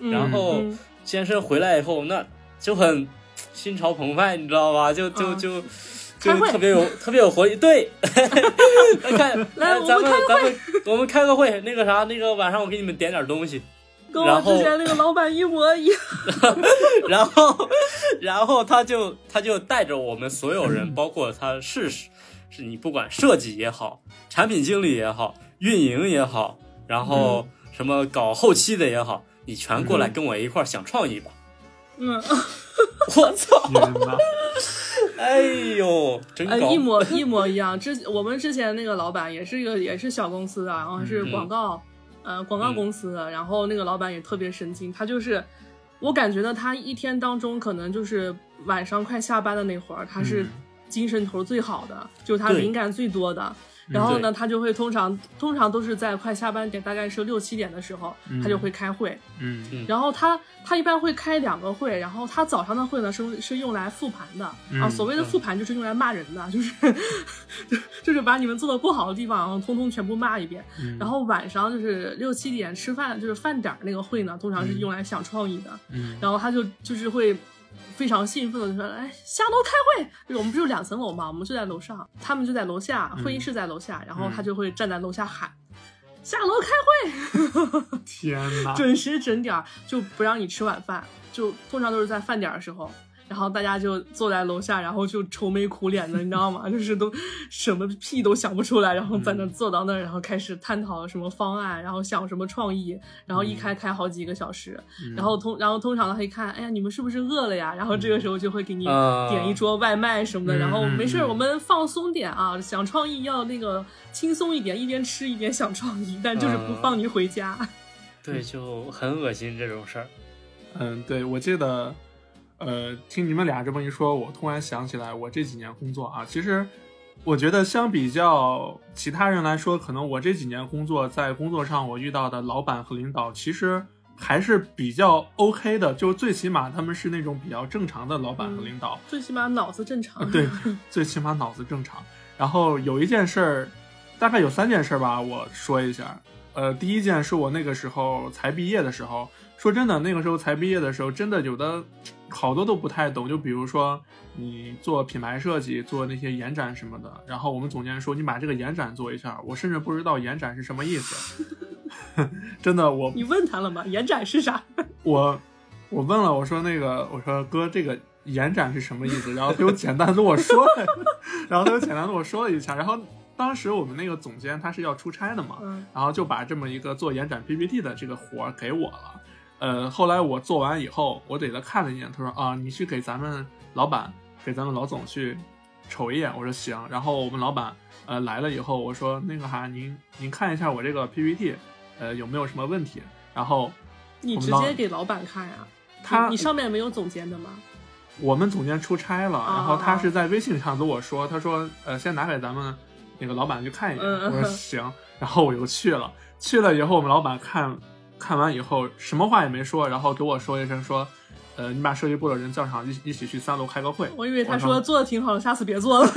[SPEAKER 3] 嗯
[SPEAKER 4] 然后
[SPEAKER 3] 嗯
[SPEAKER 4] 健身回来以后，那就很心潮澎湃，你知道吧？就就
[SPEAKER 3] 啊
[SPEAKER 4] 就、
[SPEAKER 3] 开
[SPEAKER 4] 就
[SPEAKER 3] 会
[SPEAKER 4] 特别有特别有活力。对， 来看，哎
[SPEAKER 3] 来我
[SPEAKER 4] 咱
[SPEAKER 3] 们
[SPEAKER 4] 们
[SPEAKER 3] 开个
[SPEAKER 4] 咱们我们开个会，那个啥，那个晚上我给你们点点东西，
[SPEAKER 3] 跟我
[SPEAKER 4] 然后
[SPEAKER 3] 之前那个老板一模一样。
[SPEAKER 4] 然后 然后他就他就带着我们所有人，包括他是是你不管设计也好，产品经理也好，运营也好，然后
[SPEAKER 3] 嗯
[SPEAKER 4] 什么搞后期的也好，你全过来跟我一块儿想创意吧。
[SPEAKER 3] 嗯，
[SPEAKER 4] 我操！
[SPEAKER 2] 天哪，
[SPEAKER 4] 哎呦，真
[SPEAKER 3] 呃，
[SPEAKER 4] 高！
[SPEAKER 3] 一 模一模一样。之我们之前那个老板也是一个也是小公司的，然后是
[SPEAKER 4] 嗯
[SPEAKER 3] 广告，呃，广告公司的。然后那个老板也特别神经，他就是我感觉到他一天当中可能就是晚上快下班的那会儿，他是
[SPEAKER 2] 嗯
[SPEAKER 3] 精神头最好的，就是他
[SPEAKER 4] 对嗯
[SPEAKER 3] 灵感最多的。然后呢，
[SPEAKER 4] 对
[SPEAKER 3] 他就会通常通常都是在快下班点，大概是六七点的时候，他就会开会。
[SPEAKER 2] 嗯
[SPEAKER 4] 嗯
[SPEAKER 3] 然后他他一般会开两个会，然后他早上的会呢是是用来复盘的、
[SPEAKER 2] 嗯
[SPEAKER 3] 啊，所谓的复盘就是用来骂人的，就是 就是把你们做的不好的地方，然后通通全部骂一遍。
[SPEAKER 2] 嗯，
[SPEAKER 3] 然后晚上就是六七点吃饭，就是饭点儿那个会呢，通常是用来想创意的。
[SPEAKER 2] 嗯
[SPEAKER 3] 然后他就就是会非常兴奋的说：“哎，下楼开会！就是我们不是有两层楼嘛，我们就在楼上，他们就在楼下，
[SPEAKER 2] 嗯
[SPEAKER 3] 会议室在楼下，然后
[SPEAKER 2] 嗯
[SPEAKER 3] 他就会站在楼下喊。”下楼开会，
[SPEAKER 2] 天哪，
[SPEAKER 3] 准时准点儿，就不让你吃晚饭，就通常都是在饭点儿的时候，然后大家就坐在楼下，然后就愁眉苦脸的，你知道吗？ 就是都什么屁都想不出来，然后在那坐到那儿，然后开始探讨什么方案，然后想什么创意，然后一开开好几个小时，
[SPEAKER 2] 嗯
[SPEAKER 3] 然后通然后通常他一看，哎呀，你们是不是饿了呀？然后这个时候就会给你
[SPEAKER 4] 啊
[SPEAKER 3] 点一桌外卖什么的，
[SPEAKER 2] 嗯
[SPEAKER 3] 然后没事儿，
[SPEAKER 2] 嗯嗯
[SPEAKER 3] 我们放松点啊，想创意要那个轻松一点，一边吃一边想创意，但就是不
[SPEAKER 2] 嗯
[SPEAKER 4] 啊
[SPEAKER 3] 放你回家。
[SPEAKER 4] 对，就很恶心这种事儿。
[SPEAKER 2] 嗯，对，我记得，呃，听你们俩这么一说，我突然想起来，我这几年工作啊，其实我觉得相比较其他人来说，可能我这几年工作在工作上我遇到的老板和领导，其实还是比较 OK 的，就最起码他们是那种比较正常的老板和领导，
[SPEAKER 3] 最起码脑子正常。
[SPEAKER 2] 啊对，最起码脑子正常。然后有一件事儿，大概有三件事儿吧，我说一下。呃，第一件是我那个时候才毕业的时候，说真的，那个时候才毕业的时候，真的有的好多都不太懂。就比如说你做品牌设计，做那些延展什么的，然后我们总监说你把这个延展做一下，我甚至不知道延展是什么意思。 真的，我
[SPEAKER 3] 你问他了吗？延展是啥？
[SPEAKER 2] 我我问了，我说那个，我说哥，这个延展是什么意思？然后他又简单地跟我说了，然后他又简单地跟我说了一下。然后当时我们那个总监他是要出差的嘛，
[SPEAKER 3] 嗯
[SPEAKER 2] 然后就把这么一个做延展 PPT 的这个活儿给我了。呃，后来我做完以后，我给他看了一眼，他说啊，你去给咱们老板，给咱们老总去瞅一眼。我说行。然后我们老板呃来了以后，我说那个哈，您您看一下我这个 PPT，呃有没有什么问题？然后
[SPEAKER 3] 你直接给老板看呀、
[SPEAKER 2] 他
[SPEAKER 3] 你你上面没有总监的吗？
[SPEAKER 2] 我们总监出差了，然后他
[SPEAKER 3] 哦
[SPEAKER 2] 是在微信上跟我说，他说呃，先拿给咱们那个老板去看一眼。
[SPEAKER 3] 啊嗯嗯
[SPEAKER 2] 我说行， 然后我就去了。去了以后，我们老板看看完以后，什么话也没说，然后给我说一声说，呃，你把设计部的人叫上，一一起去三楼开个会。
[SPEAKER 3] 我以为他
[SPEAKER 2] 我
[SPEAKER 3] 说
[SPEAKER 2] 说
[SPEAKER 3] 做的挺好的，下次别 做了。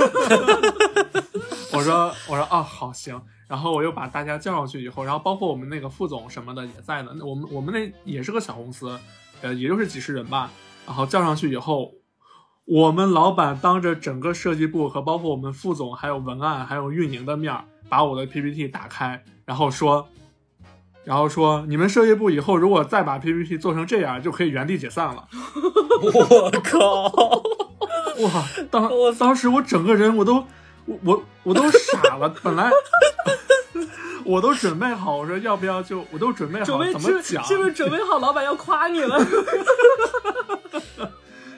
[SPEAKER 2] 我说我说啊好行，然后我又把大家叫上去以后，然后包括我们那个副总什么的也在的，那我们我们那也是个小公司，呃，也就是几十人吧。然后叫上去以后，我们老板当着整个设计部和包括我们副总还有文案还有运营的面儿，把我的 PPT 打开，然后说。然后说，你们设计部以后如果再把 PPT 做成这样，就可以原地解散了。
[SPEAKER 4] 我靠！
[SPEAKER 2] 哇，当
[SPEAKER 4] 我
[SPEAKER 2] 当时我整个人我都我我我都傻了，本 来我都准备好，我说要不要就我都准备
[SPEAKER 3] 准
[SPEAKER 2] 好
[SPEAKER 3] 备
[SPEAKER 2] 怎
[SPEAKER 3] 是
[SPEAKER 2] 么
[SPEAKER 3] 不
[SPEAKER 2] 讲，
[SPEAKER 3] 是不是准备好老板要夸你了？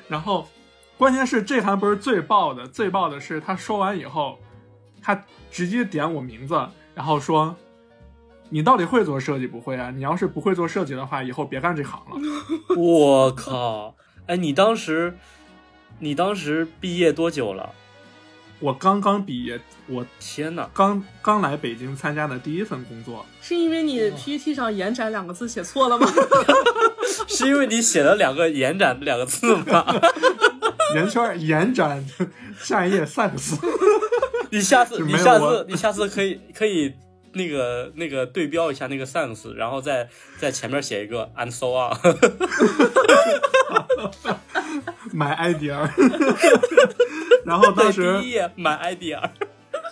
[SPEAKER 2] 然后关键是这还不是最爆的，最爆的是他说完以后，他直接点我名字，然后说。你到底会做设计不会啊？你要是不会做设计的话，以后别干这行了。
[SPEAKER 4] 我靠！哎，你当时，你当时毕业多久了？
[SPEAKER 2] 我刚刚毕业，我
[SPEAKER 4] 天哪！
[SPEAKER 2] 刚刚来北京参加的第一份工作，
[SPEAKER 3] 是因为你 PPT 上“延展”两个字写错了吗？
[SPEAKER 4] 是因为你写了两个“延展”两个字吗？
[SPEAKER 2] 圆圈儿延展， 下一页赛普斯。
[SPEAKER 4] 你下次，
[SPEAKER 2] 就没
[SPEAKER 4] 你
[SPEAKER 2] 有啊
[SPEAKER 4] 下
[SPEAKER 2] 我
[SPEAKER 4] 次，你下次可以可以那个那个对标一下那个 “sans”，然后再在前面写一个 “and so on”。
[SPEAKER 2] 买 idea，然后当
[SPEAKER 4] 在第一
[SPEAKER 2] 时
[SPEAKER 4] 页买 idea，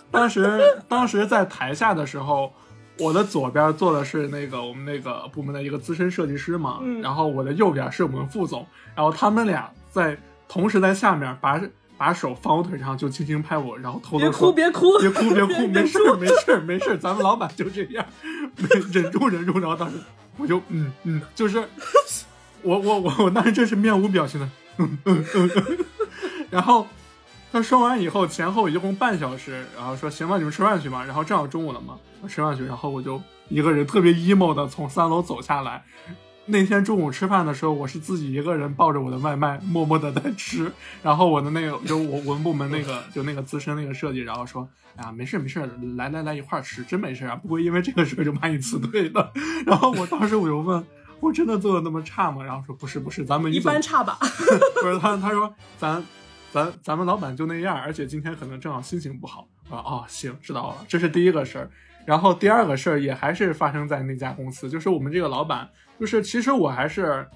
[SPEAKER 2] 当时当时在台下的时候，我的左边坐的是那个我们那个部门的一个资深设计师嘛，
[SPEAKER 3] 嗯
[SPEAKER 2] 然后我的右边是我们副总，然后他们俩在同时在下面把把手放我腿上就轻轻拍我，然后偷
[SPEAKER 3] 别
[SPEAKER 2] 偷
[SPEAKER 3] 哭
[SPEAKER 2] 说
[SPEAKER 3] 别哭，
[SPEAKER 2] 别哭别哭， 没
[SPEAKER 3] 忍
[SPEAKER 2] 事儿没事儿没事儿，咱们老板就这样，忍住忍住。然后当时我就嗯嗯，就是我我我我当时真是面无表情的，嗯嗯嗯嗯。 然后他说完以后，前后一共半小时，然后说行吧，你们吃饭去吧。然后正好中午了嘛，我吃饭去，然后我就一个人特别 emo 的从三楼走下来，那天中午吃饭的时候，我是自己一个人抱着我的外卖，默默的在吃。然后我的那个，就我我们部门那个，就那个资深那个设计，然后说，哎呀，没事没事，来来来，一块儿吃，真没事啊，不会因为这个事儿就把你辞退了。然后我当时我就问，我真的做的那么差吗？然后说不是不是，咱们
[SPEAKER 3] 一
[SPEAKER 2] 总
[SPEAKER 3] 般差吧。
[SPEAKER 2] 不是他，他说咱咱咱们老板就那样，而且今天可能正好心情不好。我说哦，行，知道了，这是第一个事儿。然后第二个事儿也还是发生在那家公司，就是我们这个老板，就是其实我还是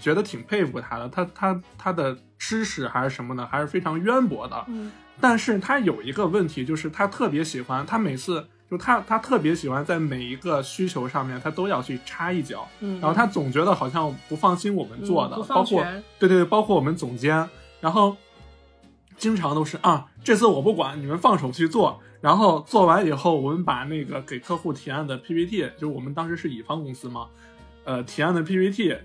[SPEAKER 2] 觉得挺佩服他的，他他他的知识还是什么呢，还是非常渊博的。
[SPEAKER 3] 嗯
[SPEAKER 2] 但是他有一个问题，就是他特别喜欢，他每次就他他特别喜欢在每一个需求上面，他都要去插一脚。
[SPEAKER 3] 嗯，
[SPEAKER 2] 然后他总觉得好像不放心我们做的，
[SPEAKER 3] 嗯不放
[SPEAKER 2] 包括
[SPEAKER 3] 权
[SPEAKER 2] 对对对，包括我们总监，然后经常都是啊，这次我不管，你们放手去做。然后做完以后，我们把那个给客户提案的 PPT，就是我们当时是乙方公司嘛，呃，提案的 PPT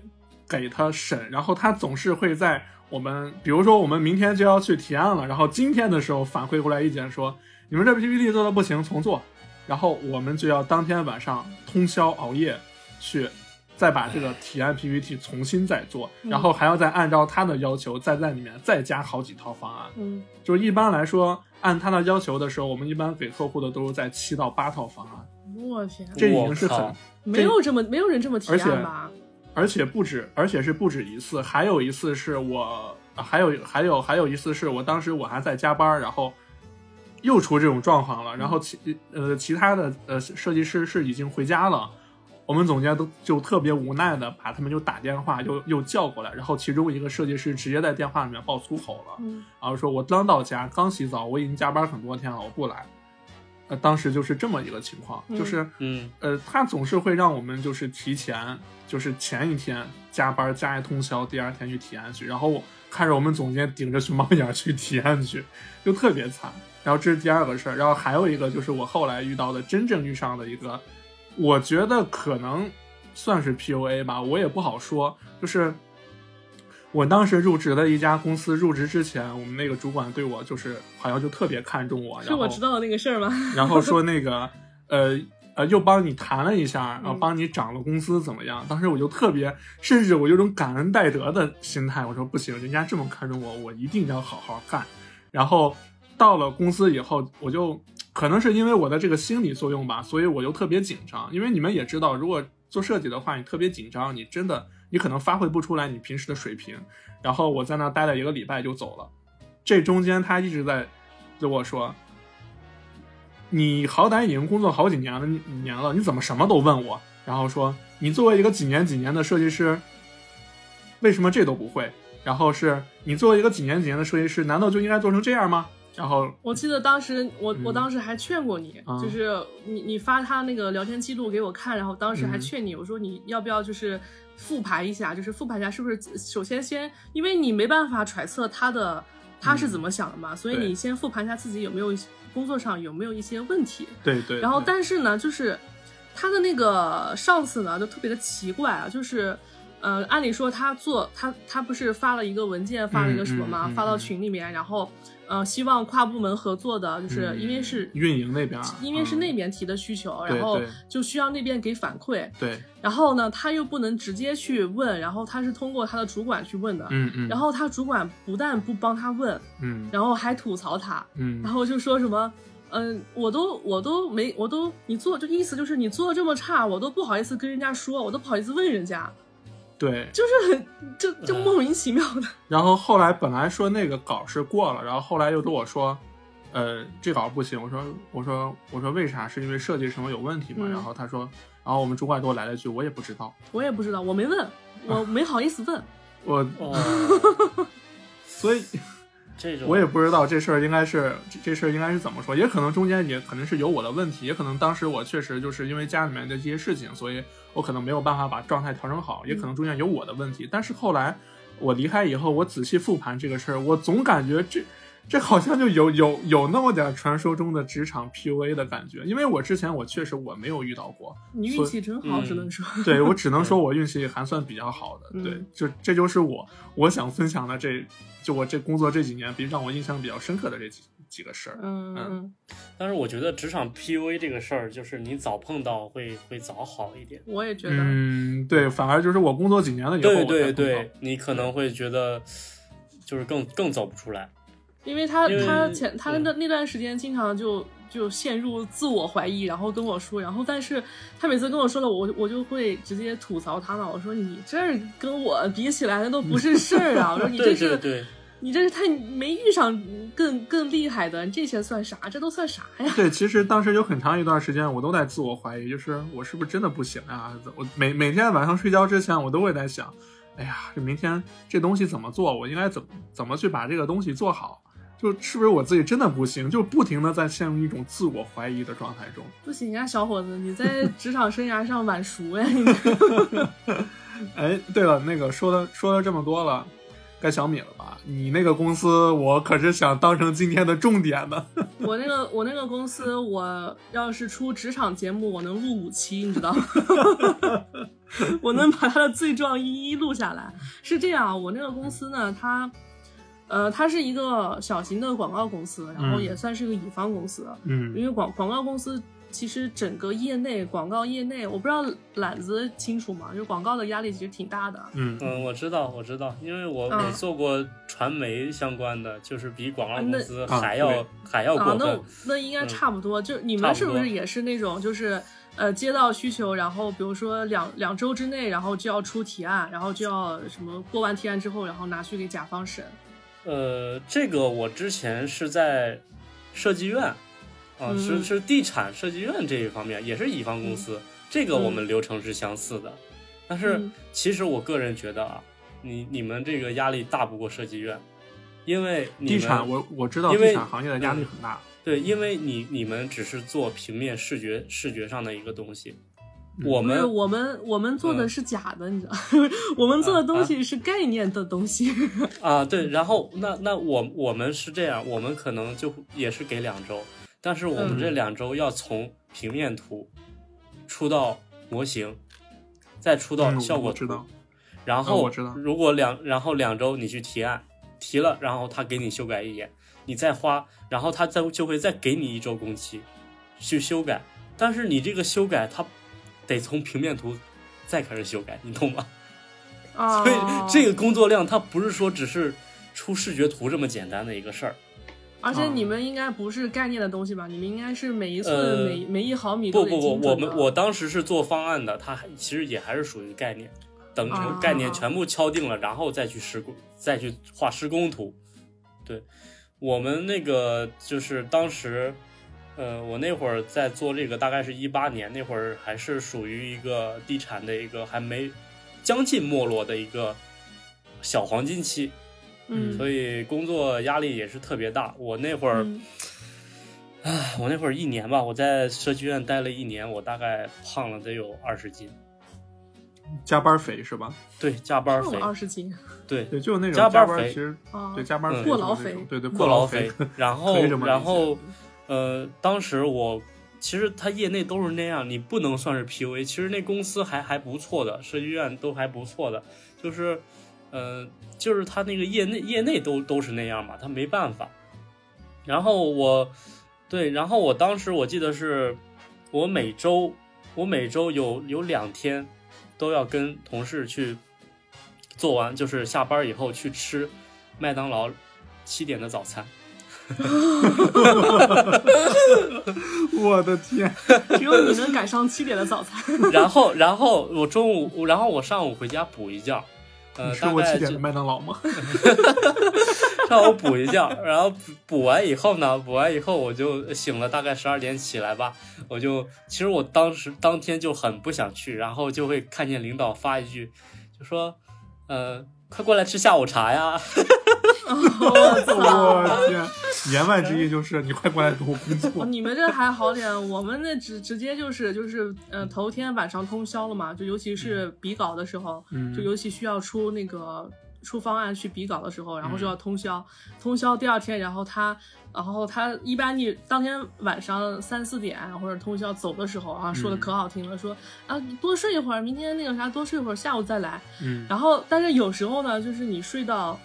[SPEAKER 2] 给他审，然后他总是会在我们，比如说我们明天就要去提案了，然后今天的时候反馈过来意见说，你们这 PPT 做的不行，重做。然后我们就要当天晚上通宵熬夜去再把这个提案 PPT 重新再做，
[SPEAKER 3] 嗯
[SPEAKER 2] 然后还要再按照他的要求再在里面再加好几套方案。
[SPEAKER 3] 嗯
[SPEAKER 2] 就是一般来说，按他的要求的时候，我们一般给客户的都是在七到八套方案，
[SPEAKER 3] 我天，
[SPEAKER 2] 这已经是
[SPEAKER 4] 我
[SPEAKER 2] 很
[SPEAKER 4] 靠，
[SPEAKER 3] 没有这么没有人这么提
[SPEAKER 2] 而且
[SPEAKER 3] 案吧？
[SPEAKER 2] 而且不止，而且是不止一次，还有一次是我，啊还有还有还有一次是我当时我还在加班，然后又出这种状况了，然后其呃其他的呃设计师是已经回家了。我们总监都就特别无奈的把他们就打电话又又叫过来，然后其中一个设计师直接在电话里面爆粗口了，
[SPEAKER 3] 嗯
[SPEAKER 2] 然后说我刚到家，刚洗澡，我已经加班很多天了，我不来。呃，当时就是这么一个情况，
[SPEAKER 3] 嗯
[SPEAKER 2] 就是
[SPEAKER 4] 嗯
[SPEAKER 2] 呃，他总是会让我们就是提前，就是前一天加班加一通宵，第二天去提案去，然后我看着我们总监顶着熊猫眼儿去提案去，就特别惨。然后这是第二个事儿，然后还有一个就是我后来遇到的真正遇上的一个，我觉得可能算是 PUA 吧，我也不好说，就是。我当时入职的一家公司，入职之前，我们那个主管对我就是好像就特别看重我，
[SPEAKER 3] 是
[SPEAKER 2] 然后
[SPEAKER 3] 我知道的那个事儿吗？
[SPEAKER 2] 然后说那个，呃呃，又帮你谈了一下，然后
[SPEAKER 3] 嗯
[SPEAKER 2] 帮你涨了工资怎么样？当时我就特别，甚至我有种感恩戴德的心态，我说不行，人家这么看重我，我一定要好好干。然后到了公司以后，我就可能是因为我的这个心理作用吧，所以我就特别紧张。因为你们也知道，如果做设计的话，你特别紧张，你真的你可能发挥不出来你平时的水平。然后我在那待了一个礼拜就走了，这中间他一直在对我说：“你好歹已经工作好几年了，你年了，你怎么什么都问我？”然后说：“你作为一个几年几年的设计师，为什么这都不会？”然后是你作为一个几年几年的设计师，难道就应该做成这样吗？然后
[SPEAKER 3] 我记得当时我、
[SPEAKER 2] 嗯
[SPEAKER 3] 我当时还劝过你，
[SPEAKER 2] 啊
[SPEAKER 3] 就是你你发他那个聊天记录给我看，然后当时
[SPEAKER 2] 嗯
[SPEAKER 3] 还劝你，我说你要不要就是复盘一下，就是复盘一下是不是首先先，因为你没办法揣测他的他是怎么想的嘛，所以
[SPEAKER 2] 嗯对
[SPEAKER 3] 你先复盘一下自己有没有一些工作上有没有一些问题。
[SPEAKER 2] 对对，
[SPEAKER 3] 然后
[SPEAKER 2] 对
[SPEAKER 3] 但是呢，就是他的那个上司呢，就特别的奇怪啊，就是。呃，按理说他做他他不是发了一个文件，发了一个什么嘛，
[SPEAKER 2] 嗯嗯嗯
[SPEAKER 3] 发到
[SPEAKER 2] 嗯
[SPEAKER 3] 群里面，然后呃，希望跨部门合作的，就是
[SPEAKER 2] 嗯
[SPEAKER 3] 因为是、
[SPEAKER 2] 运营那边儿，
[SPEAKER 3] 因为是
[SPEAKER 2] 嗯
[SPEAKER 3] 那边提的需求，
[SPEAKER 2] 对
[SPEAKER 3] 然后
[SPEAKER 2] 对
[SPEAKER 3] 就需要那边给反馈，
[SPEAKER 2] 对，
[SPEAKER 3] 然后呢，他又不能直接去问，然后他是通过他的主管去问的，
[SPEAKER 2] 嗯嗯，
[SPEAKER 3] 然后他主管不但不帮他问，
[SPEAKER 2] 嗯
[SPEAKER 3] 然后还吐槽他，
[SPEAKER 2] 嗯
[SPEAKER 3] 然后就说什么，嗯、我都我都没我都你做就意思就是你做的这么差，我都不好意思跟人家说，我都不好意思问人家，
[SPEAKER 2] 对，
[SPEAKER 3] 就是很就就
[SPEAKER 2] 哎
[SPEAKER 4] 嗯
[SPEAKER 3] 莫名其妙的，
[SPEAKER 2] 然后后来本来说那个稿是过了，然后后来又跟我说，呃，这稿不行。我说我说我说为啥？是因为设计什么有问题吗？
[SPEAKER 3] 嗯
[SPEAKER 2] 然后他说，然后我们主管给我来了一句，我也不知道。
[SPEAKER 3] 我也不知道，我没
[SPEAKER 2] 啊
[SPEAKER 3] 问，我没好意思问，
[SPEAKER 2] 我
[SPEAKER 4] 哦，
[SPEAKER 2] 所以
[SPEAKER 4] 这种
[SPEAKER 2] 我也不知道这事儿应该是这这事儿应该是怎么说，也可能中间也可能是有我的问题，也可能当时我确实就是因为家里面的这些事情，所以我可能没有办法把状态调整好，也可能中间有我的问题。但是后来我离开以后，我仔细复盘这个事儿，我总感觉这这好像就有有有那么点儿传说中的职场 PUA 的感觉，因为我之前我确实我没有遇到过，
[SPEAKER 3] 你运
[SPEAKER 2] 所以
[SPEAKER 3] 气真好，
[SPEAKER 4] 嗯
[SPEAKER 3] 只能说，
[SPEAKER 2] 对我只能说我运气还算比较好的，
[SPEAKER 3] 嗯
[SPEAKER 2] 对，就这就是我我想分享的这就我这工作这几年比让我印象比较深刻的这几几个事儿。
[SPEAKER 3] 嗯
[SPEAKER 2] 嗯
[SPEAKER 3] 嗯，
[SPEAKER 4] 但是我觉得职场 PUA 这个事儿，就是你早碰到会会早好一点。
[SPEAKER 3] 我也觉得，
[SPEAKER 2] 嗯，对，反而就是我工作几年了以后，
[SPEAKER 4] 对
[SPEAKER 2] 我才
[SPEAKER 4] 对
[SPEAKER 2] 碰到
[SPEAKER 4] 对，你可能会觉得就是更更走不出来。
[SPEAKER 3] 因为他
[SPEAKER 4] 因为
[SPEAKER 3] 他前他
[SPEAKER 4] 嗯
[SPEAKER 3] 那那段时间经常就就陷入自我怀疑，然后跟我说，然后但是他每次跟我说了，我我就会直接吐槽他嘛，我说你这儿跟我比起来那都不 是事儿啊，我说你这
[SPEAKER 4] 对
[SPEAKER 3] 是
[SPEAKER 4] 对对，
[SPEAKER 3] 你这是太没遇上更更厉害的，这些算啥？这都算啥呀？
[SPEAKER 2] 对，其实当时有很长一段时间，我都在自我怀疑，就是我是不是真的不行啊？我每每天晚上睡觉之前，我都会在想，哎呀，这明天这东西怎么做？我应该怎么怎么去把这个东西做好？就是不是我自己真的不行？就不停的在陷入一种自我怀疑的状态中。
[SPEAKER 3] 不行呀，小伙子，你在职场生涯上晚熟呀！你
[SPEAKER 2] 哎，对了，那个说了说了这么多了，该小米了吧？你那个公司，我可是想当成今天的重点的。
[SPEAKER 3] 我那个我那个公司，我要是出职场节目，我能录五期，你知道吗？ 我能把它的罪状一一录下来。是这样啊，我那个公司呢，它，呃，它是一个小型的广告公司，然后
[SPEAKER 2] 嗯
[SPEAKER 3] 也算是个乙方公司，因
[SPEAKER 2] 嗯
[SPEAKER 3] 为广广告公司其实整个业内广告业内，我不知道懒子清楚吗？就广告的压力其实挺大的。
[SPEAKER 2] 嗯
[SPEAKER 4] 嗯，我知道我知道，因为我
[SPEAKER 3] 嗯
[SPEAKER 4] 我做过传媒相关的，就是比广告
[SPEAKER 3] 啊
[SPEAKER 4] 公
[SPEAKER 3] 那
[SPEAKER 4] 司
[SPEAKER 2] 啊
[SPEAKER 4] 还要
[SPEAKER 2] 对
[SPEAKER 4] 还要
[SPEAKER 3] 啊
[SPEAKER 4] 过，
[SPEAKER 3] 那
[SPEAKER 4] 分。
[SPEAKER 3] 那应该
[SPEAKER 4] 嗯
[SPEAKER 3] 差不多。就你
[SPEAKER 4] 差
[SPEAKER 3] 们
[SPEAKER 4] 不
[SPEAKER 3] 是不
[SPEAKER 4] 多
[SPEAKER 3] 是也是那种，就是呃，接到需求，然后比如说两两周之内，然后就要出提案，然后就要什么过完提案之后，然后拿去给甲方审。
[SPEAKER 4] 呃，这个我之前是在设计院，啊、
[SPEAKER 3] 嗯
[SPEAKER 4] 是是地产设计院这一方面，也是乙方公司，这个我们流程是相似的。但是
[SPEAKER 3] 嗯
[SPEAKER 4] 其实我个人觉得啊，你你们这个压力大不过设计院，因为你
[SPEAKER 2] 地
[SPEAKER 4] 们
[SPEAKER 2] 产，我我知道
[SPEAKER 4] 因为嗯
[SPEAKER 2] 地产行业的压力很大。
[SPEAKER 4] 对，因为你你们只是做平面视觉视觉上的一个东西，
[SPEAKER 2] 嗯
[SPEAKER 4] 我
[SPEAKER 3] 不是
[SPEAKER 4] 们
[SPEAKER 3] 我们我们做的
[SPEAKER 4] 嗯
[SPEAKER 3] 是假的，你知道， 我们做的
[SPEAKER 4] 啊
[SPEAKER 3] 东西是概念的东西。
[SPEAKER 4] 啊，对，然后那那我我们是这样，我们可能就也是给两周，但是我们
[SPEAKER 3] 嗯
[SPEAKER 4] 这两周要从平面图出到模型，再出到
[SPEAKER 2] 嗯
[SPEAKER 4] 效
[SPEAKER 2] 我
[SPEAKER 4] 果
[SPEAKER 2] 我知
[SPEAKER 4] 图，
[SPEAKER 2] 道。嗯
[SPEAKER 4] 然后、
[SPEAKER 2] 我知道
[SPEAKER 4] 如果两然后两周你去提案，提了，然后他给你修改一眼，你再花，然后他再就会再给你一周工期去修改，但是你这个修改他得从平面图再开始修改，你懂吗？
[SPEAKER 3] 啊，
[SPEAKER 4] 所以这个工作量它不是说只是出视觉图这么简单的一个事儿，
[SPEAKER 3] 而且
[SPEAKER 2] 啊
[SPEAKER 3] 你们应该不是概念的东西吧？你们应该是每一寸、
[SPEAKER 4] 呃
[SPEAKER 3] 每每一毫米
[SPEAKER 4] 不
[SPEAKER 3] 都得
[SPEAKER 4] 不
[SPEAKER 3] 精
[SPEAKER 4] 不，
[SPEAKER 3] 准
[SPEAKER 4] 我们
[SPEAKER 3] 的
[SPEAKER 4] 我当时是做方案的，它还其实也还是属于概念，等成
[SPEAKER 3] 啊
[SPEAKER 4] 概念全部敲定了，然后再去施工，再去画施工图。对，我们那个就是当时，呃，我那会儿在做这个，大概是一八年那会儿，还是属于一个地产的一个还没将近没落的一个小黄金期，
[SPEAKER 3] 嗯
[SPEAKER 4] 所以工作压力也是特别大。我那会儿。
[SPEAKER 3] 嗯
[SPEAKER 4] 唉 我那会儿一年吧，我在设计院待了一年，我大概胖了得有二十斤。
[SPEAKER 2] 加班肥是吧？
[SPEAKER 4] 对，加班
[SPEAKER 3] 胖
[SPEAKER 4] 肥
[SPEAKER 3] 了，二十斤
[SPEAKER 4] 对，
[SPEAKER 2] 对，就是那种
[SPEAKER 4] 加班
[SPEAKER 2] 班
[SPEAKER 4] 肥
[SPEAKER 2] 其实
[SPEAKER 3] 啊
[SPEAKER 2] 对，加班
[SPEAKER 4] 嗯
[SPEAKER 2] 肥
[SPEAKER 3] 过
[SPEAKER 2] 就是那种
[SPEAKER 3] 劳肥
[SPEAKER 2] 对对，
[SPEAKER 4] 过
[SPEAKER 2] 劳
[SPEAKER 4] 劳
[SPEAKER 2] 肥
[SPEAKER 4] 肥。。然后
[SPEAKER 2] 可以这么理解
[SPEAKER 4] 然后呃，当时我其实他业内都是那样，你不能算是 PUA。其实那公司还还不错的，设计院都还不错的，就是呃，就是他那个业内业内都都是那样嘛，他没办法。然后我对，然后我当时我记得是我每周我每周有有两天都要跟同事去做完，就是下班以后去吃麦当劳七点的早餐。
[SPEAKER 2] 我的天，
[SPEAKER 3] 只有 你能赶上七点的早餐。
[SPEAKER 4] 然后，然后我中午，然后我上午回家补一觉，呃
[SPEAKER 2] 你，吃
[SPEAKER 4] 大
[SPEAKER 2] 过
[SPEAKER 4] 概
[SPEAKER 2] 七
[SPEAKER 4] 就
[SPEAKER 2] 点的麦当劳 吗？
[SPEAKER 4] 上午补一觉，然后补补完以后呢，补完以后我就醒了，大概十二点起来吧，我就其实我当时当天就很不想去，然后就会看见领导发一句，就说，呃，快过来吃下午茶呀，
[SPEAKER 3] 我操！
[SPEAKER 2] 我天，言外之意就是你快过来给我工 作。
[SPEAKER 3] 哦你们这还好点，我们那直直接就是就是呃头天晚上通宵了嘛，就尤其是比稿的时候，
[SPEAKER 2] 嗯
[SPEAKER 3] 就尤其需要出那个出方案去比稿的时候，然后就要通宵，通宵第二天，然后他然后他一般你当天晚上三四点或者通宵走的时候啊，说的可好听了，说啊多睡一会儿，明天那个啥多睡一会儿，下午再来，
[SPEAKER 2] 嗯
[SPEAKER 3] 然后，但是有时候呢，就是你睡到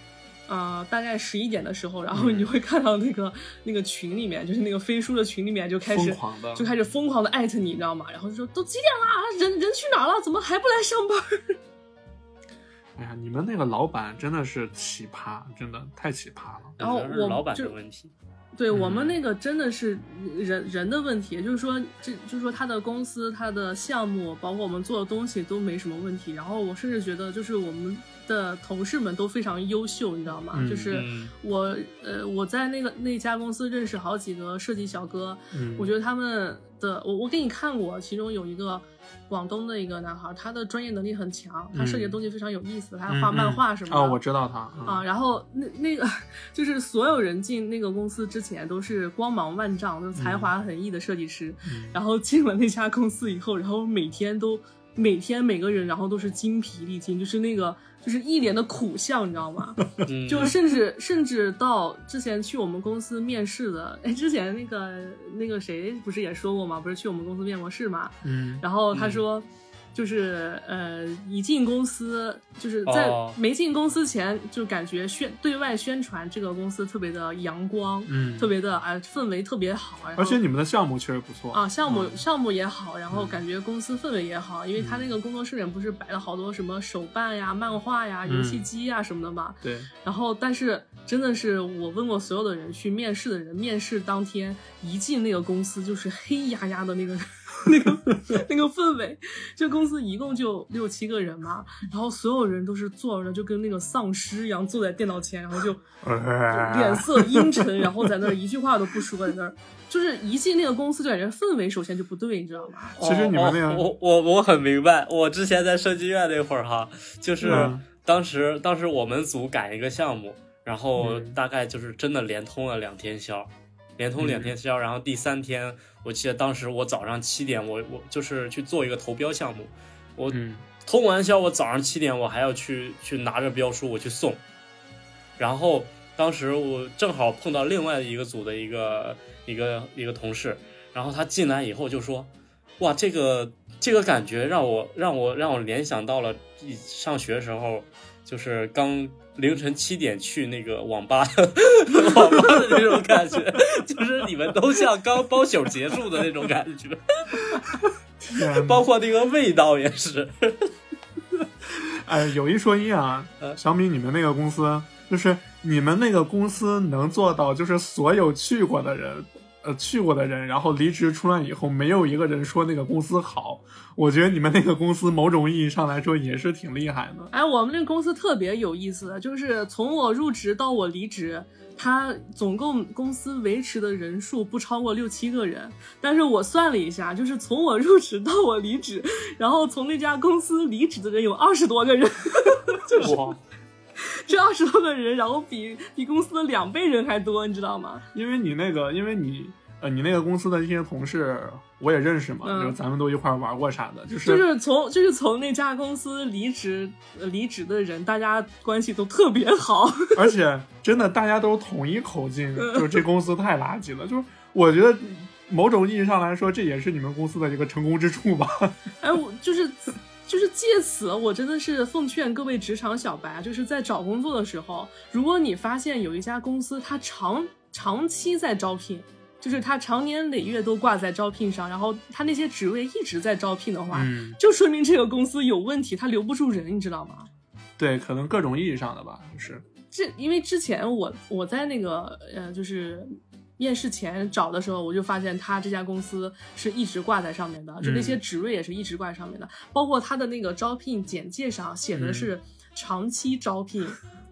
[SPEAKER 3] 呃，大概十一点的时候，然后你就会看到那个那个群里面，就是那个飞书的群里面就开
[SPEAKER 2] 嗯疯
[SPEAKER 3] 始
[SPEAKER 2] 狂的，
[SPEAKER 3] 就开始疯狂的艾特你，你知道吗？然后就说都几点啦，人人去哪儿了？怎么还不来上班？
[SPEAKER 2] 哎呀，你们那个老板真的是奇葩，真的太奇葩了。
[SPEAKER 3] 然 后
[SPEAKER 4] 我觉得是
[SPEAKER 3] 我
[SPEAKER 4] 老板
[SPEAKER 3] 就
[SPEAKER 4] 的问 题，
[SPEAKER 3] 对我们
[SPEAKER 2] 嗯
[SPEAKER 3] 那个真的是人人的问题，就是说这就是说他的公司、他的项目，包括我们做的东西都没什么问题。然后我甚至觉得，就是我们的同事们都非常优秀，你知道吗？
[SPEAKER 2] 嗯
[SPEAKER 3] 就是
[SPEAKER 4] 嗯
[SPEAKER 3] 我呃我在那个那家公司认识好几个设计小哥，
[SPEAKER 2] 嗯，
[SPEAKER 3] 我觉得他们的，我我给你看过，其中有一个广东的一个男孩，他的专业能力很强，他设计的
[SPEAKER 2] 嗯
[SPEAKER 3] 东西非常有意思，他
[SPEAKER 2] 嗯
[SPEAKER 3] 还画漫画什么的。
[SPEAKER 2] 哦，我知道他
[SPEAKER 3] 啊，，然后那那个就是所有人进那个公司之前都是光芒万丈，就是才华横溢的设计师。
[SPEAKER 2] 嗯
[SPEAKER 3] 然后进了那家公司以后，然后每天都每天每个人，然后都是精疲力尽，就是那个就是一脸的苦相，你知道吗？
[SPEAKER 4] 嗯
[SPEAKER 3] 就甚至甚至到之前去我们公司面试的，哎，之前那个那个谁不是也说过吗？不是去我们公司面过试吗？
[SPEAKER 2] 嗯
[SPEAKER 3] 然后他说，就是呃，一进公司，就是在
[SPEAKER 4] 哦
[SPEAKER 3] 没进公司前，就感觉宣对外宣传这个公司特别的阳光，
[SPEAKER 2] 嗯，
[SPEAKER 3] 特别的啊、氛围特别好，然后
[SPEAKER 2] 而且你们的项目确实不错
[SPEAKER 3] 啊，项目、
[SPEAKER 2] 嗯
[SPEAKER 3] 项目也好，然后感觉公司氛围也好，因为他那个工作室里面不是摆了好多什么手办呀、漫画呀、游戏
[SPEAKER 2] 嗯
[SPEAKER 3] 机呀什么的嘛，
[SPEAKER 2] 对，
[SPEAKER 3] 然后，但是真的是我问过所有的人，去面试的人，面试当天一进那个公司就是黑压压的那个那个那个氛围。这公司一共就六七个人嘛，然后所有人都是坐着就跟那个丧尸一样坐在电脑前，然后就
[SPEAKER 4] 哎
[SPEAKER 2] 啊
[SPEAKER 3] 脸色阴沉，然后在那儿一句话都不说，在那儿就是一进那个公司就感觉氛围首先就不对，你知道吗？
[SPEAKER 2] 其实你们那样
[SPEAKER 4] 哦我我我我很明白，我之前在设计院那会儿哈，就是
[SPEAKER 2] 嗯
[SPEAKER 4] 当时、当时我们组赶一个项目，然后
[SPEAKER 2] 嗯
[SPEAKER 4] 大概就是真的连通了两天宵，连通两天
[SPEAKER 2] 嗯
[SPEAKER 4] 宵，然后第三天我记得当时我早上七点，我我就是去做一个投标项目，我
[SPEAKER 2] 嗯
[SPEAKER 4] 通完宵，我早上七点我还要去去拿着标书我去送，然后当时我正好碰到另外一个组的一个一个一个同事，然后他进来以后就说，哇，这个这个感觉让我让我让我联想到了以上学时候，就是刚凌晨七点去那个网吧 网吧的那种感觉，就是你们都像刚包宿结束的那种感觉，
[SPEAKER 2] 天哪
[SPEAKER 4] 包括那个味道也是，
[SPEAKER 2] 哎，有一说一啊，
[SPEAKER 4] 呃
[SPEAKER 2] 小米，你们那个公司就是你们那个公司能做到，就是所有去过的人，呃，去过的人，然后离职出来以后，没有一个人说那个公司好。我觉得你们那个公司某种意义上来说也是挺厉害的。
[SPEAKER 3] 哎，我们这个公司特别有意思，就是从我入职到我离职，它总共公司维持的人数不超过六七个人。但是我算了一下，就是从我入职到我离职，然后从那家公司离职的人有二十多个人，
[SPEAKER 4] 哇。
[SPEAKER 3] 这二十多个人，然后比比公司的两倍人还多，你知道吗？
[SPEAKER 2] 因为你那个，因为你呃，你那个公司的一些同事我也认识嘛，
[SPEAKER 3] 嗯
[SPEAKER 2] 就是咱们都一块儿玩过啥的，就是、
[SPEAKER 3] 就是从就是从那家公司离职呃离职的人，大家关系都特别好。
[SPEAKER 2] 而且真的大家都统一口径，
[SPEAKER 3] 嗯
[SPEAKER 2] 就是这公司太垃圾了。就是我觉得某种意义上来说，这也是你们公司的一个成功之处吧。
[SPEAKER 3] 哎，我就是就是借此，我真的是奉劝各位职场小白，啊就是在找工作的时候，如果你发现有一家公司它长长期在招聘。就是它长年累月都挂在招聘上，然后它那些职位一直在招聘的话，
[SPEAKER 2] 嗯，
[SPEAKER 3] 就说明这个公司有问题，它留不住人，你知道吗？
[SPEAKER 2] 对，可能各种意义上的吧，就是
[SPEAKER 3] 这因为之前我我在那个呃就是面试前找的时候，我就发现他这家公司是一直挂在上面的，就那些
[SPEAKER 2] 嗯
[SPEAKER 3] 职位也是一直挂在上面的，包括他的那个招聘简介上写
[SPEAKER 2] 嗯
[SPEAKER 3] 的是长期招聘。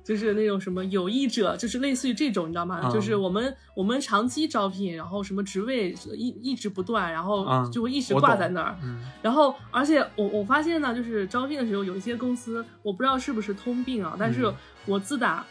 [SPEAKER 3] 就是那种什么有意者，就是类似于这种，你知道吗？
[SPEAKER 2] 嗯
[SPEAKER 3] 就是我们我们长期招聘，然后什么职位一一直不断，然后
[SPEAKER 2] 嗯
[SPEAKER 3] 就会一直
[SPEAKER 2] 我
[SPEAKER 3] 挂
[SPEAKER 2] 懂
[SPEAKER 3] 在那儿。
[SPEAKER 2] 嗯
[SPEAKER 3] 然后，而且我我发现呢，就是招聘的时候，有一些公司，我不知道是不是通病啊，但是
[SPEAKER 2] 嗯
[SPEAKER 3] 我自打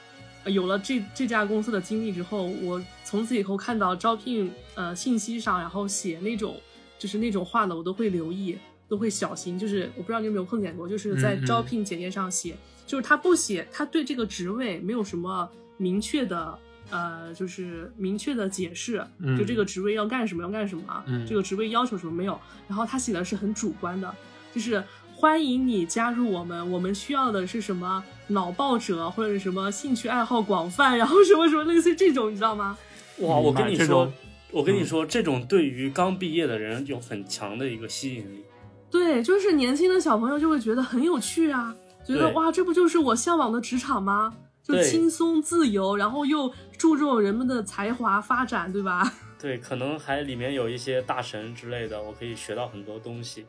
[SPEAKER 3] 呃有了这这家公司的经历之后，我从此以后看到招聘呃信息上，然后写那种就是那种话呢，我都会留意，都会小心。就是我不知道你有没有碰见过，就是在
[SPEAKER 2] 嗯嗯
[SPEAKER 3] 招聘简介上写，就是他不写，他对这个职位没有什么明确的。呃，就是明确的解释，
[SPEAKER 2] 嗯
[SPEAKER 3] 就这个职位要干什么，要干什么啊，
[SPEAKER 2] 嗯
[SPEAKER 3] 这个职位要求什么没有，然后他写的是很主观的，就是欢迎你加入我们，我们需要的是什么脑暴者或者是什么兴趣爱好广泛，然后什么什么类似于这种，你知道吗？
[SPEAKER 4] 哇，我跟你
[SPEAKER 2] 明白这
[SPEAKER 4] 说
[SPEAKER 2] 种，嗯
[SPEAKER 4] 我跟你说，这种对于刚毕业的人有很强的一个吸引力。
[SPEAKER 3] 对，就是年轻的小朋友就会觉得很有趣啊，觉得
[SPEAKER 4] 对
[SPEAKER 3] 哇，这不就是我向往的职场吗？就
[SPEAKER 4] 对
[SPEAKER 3] 轻松自由，然后又注重人们的才华发展，对吧？
[SPEAKER 4] 对，可能还里面有一些大神之类的，我可以学到很多东西。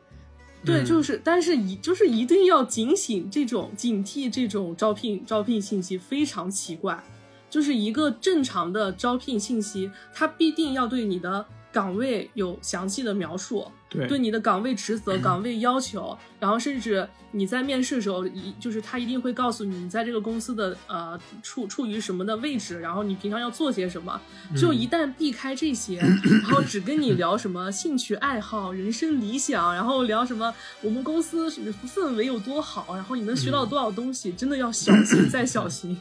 [SPEAKER 3] 对，
[SPEAKER 2] 嗯
[SPEAKER 3] 就是是，但是一就是一定要警醒这种警惕这种招聘招聘信息非常奇怪，就是一个正常的招聘信息，它必定要对你的岗位有详细的描述，
[SPEAKER 2] 嗯对
[SPEAKER 3] 对你的岗位职 责、岗位要求，然后甚至你在面试的时候，一就是他一定会告诉你你在这个公司的呃处处于什么的位置，然后你平常要做些什么。
[SPEAKER 2] 嗯
[SPEAKER 3] 就一旦避开这些，然后只跟你聊什么兴趣爱好、人生理想，然后聊什么我们公司什么氛围有多好，然后你能学
[SPEAKER 2] 嗯
[SPEAKER 3] 到多少东西，真的要小心再小 心。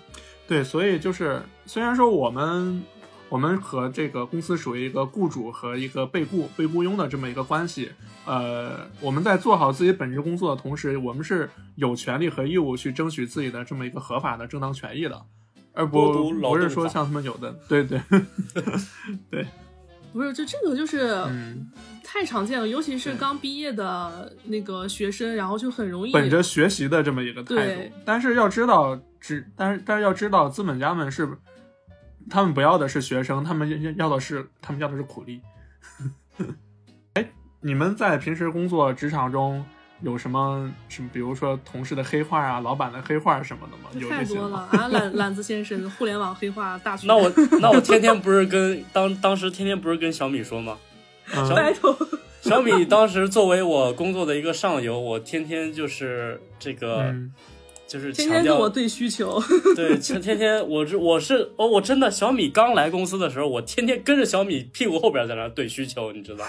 [SPEAKER 2] 对，所以就是虽然说我们我们和这个公司属于一个雇主和一个被雇被雇佣的这么一个关系，呃，我们在做好自己本职工作的同时，我们是有权利和义务去争取自己的这么一个合法的正当权益的，而
[SPEAKER 4] 剥
[SPEAKER 2] 不
[SPEAKER 4] 夺劳
[SPEAKER 2] 不是
[SPEAKER 4] 动
[SPEAKER 2] 说
[SPEAKER 4] 法
[SPEAKER 2] 像他们有的，对 对，
[SPEAKER 3] 不是，就这个就是
[SPEAKER 2] 嗯，
[SPEAKER 3] 太常见了，尤其是
[SPEAKER 2] 对
[SPEAKER 3] 刚毕业的那个学生，然后就很容易
[SPEAKER 2] 本着学习的这么一个态
[SPEAKER 3] 对
[SPEAKER 2] 度，但是要知道，只但是但是要知道，资本家们是他们不要的是学生，他们要要的是他们要的是苦力。 哎，你们在平时工作职场中有什么什么，比如说同事的黑话啊，老板的黑话什么的吗？有
[SPEAKER 3] 太
[SPEAKER 2] 这些
[SPEAKER 3] 多了
[SPEAKER 2] 吗？
[SPEAKER 3] 啊！懒懒子先生，互联网黑化大全。
[SPEAKER 4] 那我那我天天不是跟当当时天天不是跟小米说吗？
[SPEAKER 2] 嗯
[SPEAKER 3] 白头，
[SPEAKER 4] 小米当时作为我工作的一个上游，我天天就是这个、
[SPEAKER 2] 嗯，
[SPEAKER 4] 就是
[SPEAKER 3] 天
[SPEAKER 4] 强
[SPEAKER 3] 天跟
[SPEAKER 4] 调
[SPEAKER 3] 我对需 求，
[SPEAKER 4] 对，天天天我是我是哦，我真的小米刚来公司的时候，我天天跟着小米屁股后边在那对需求，你知道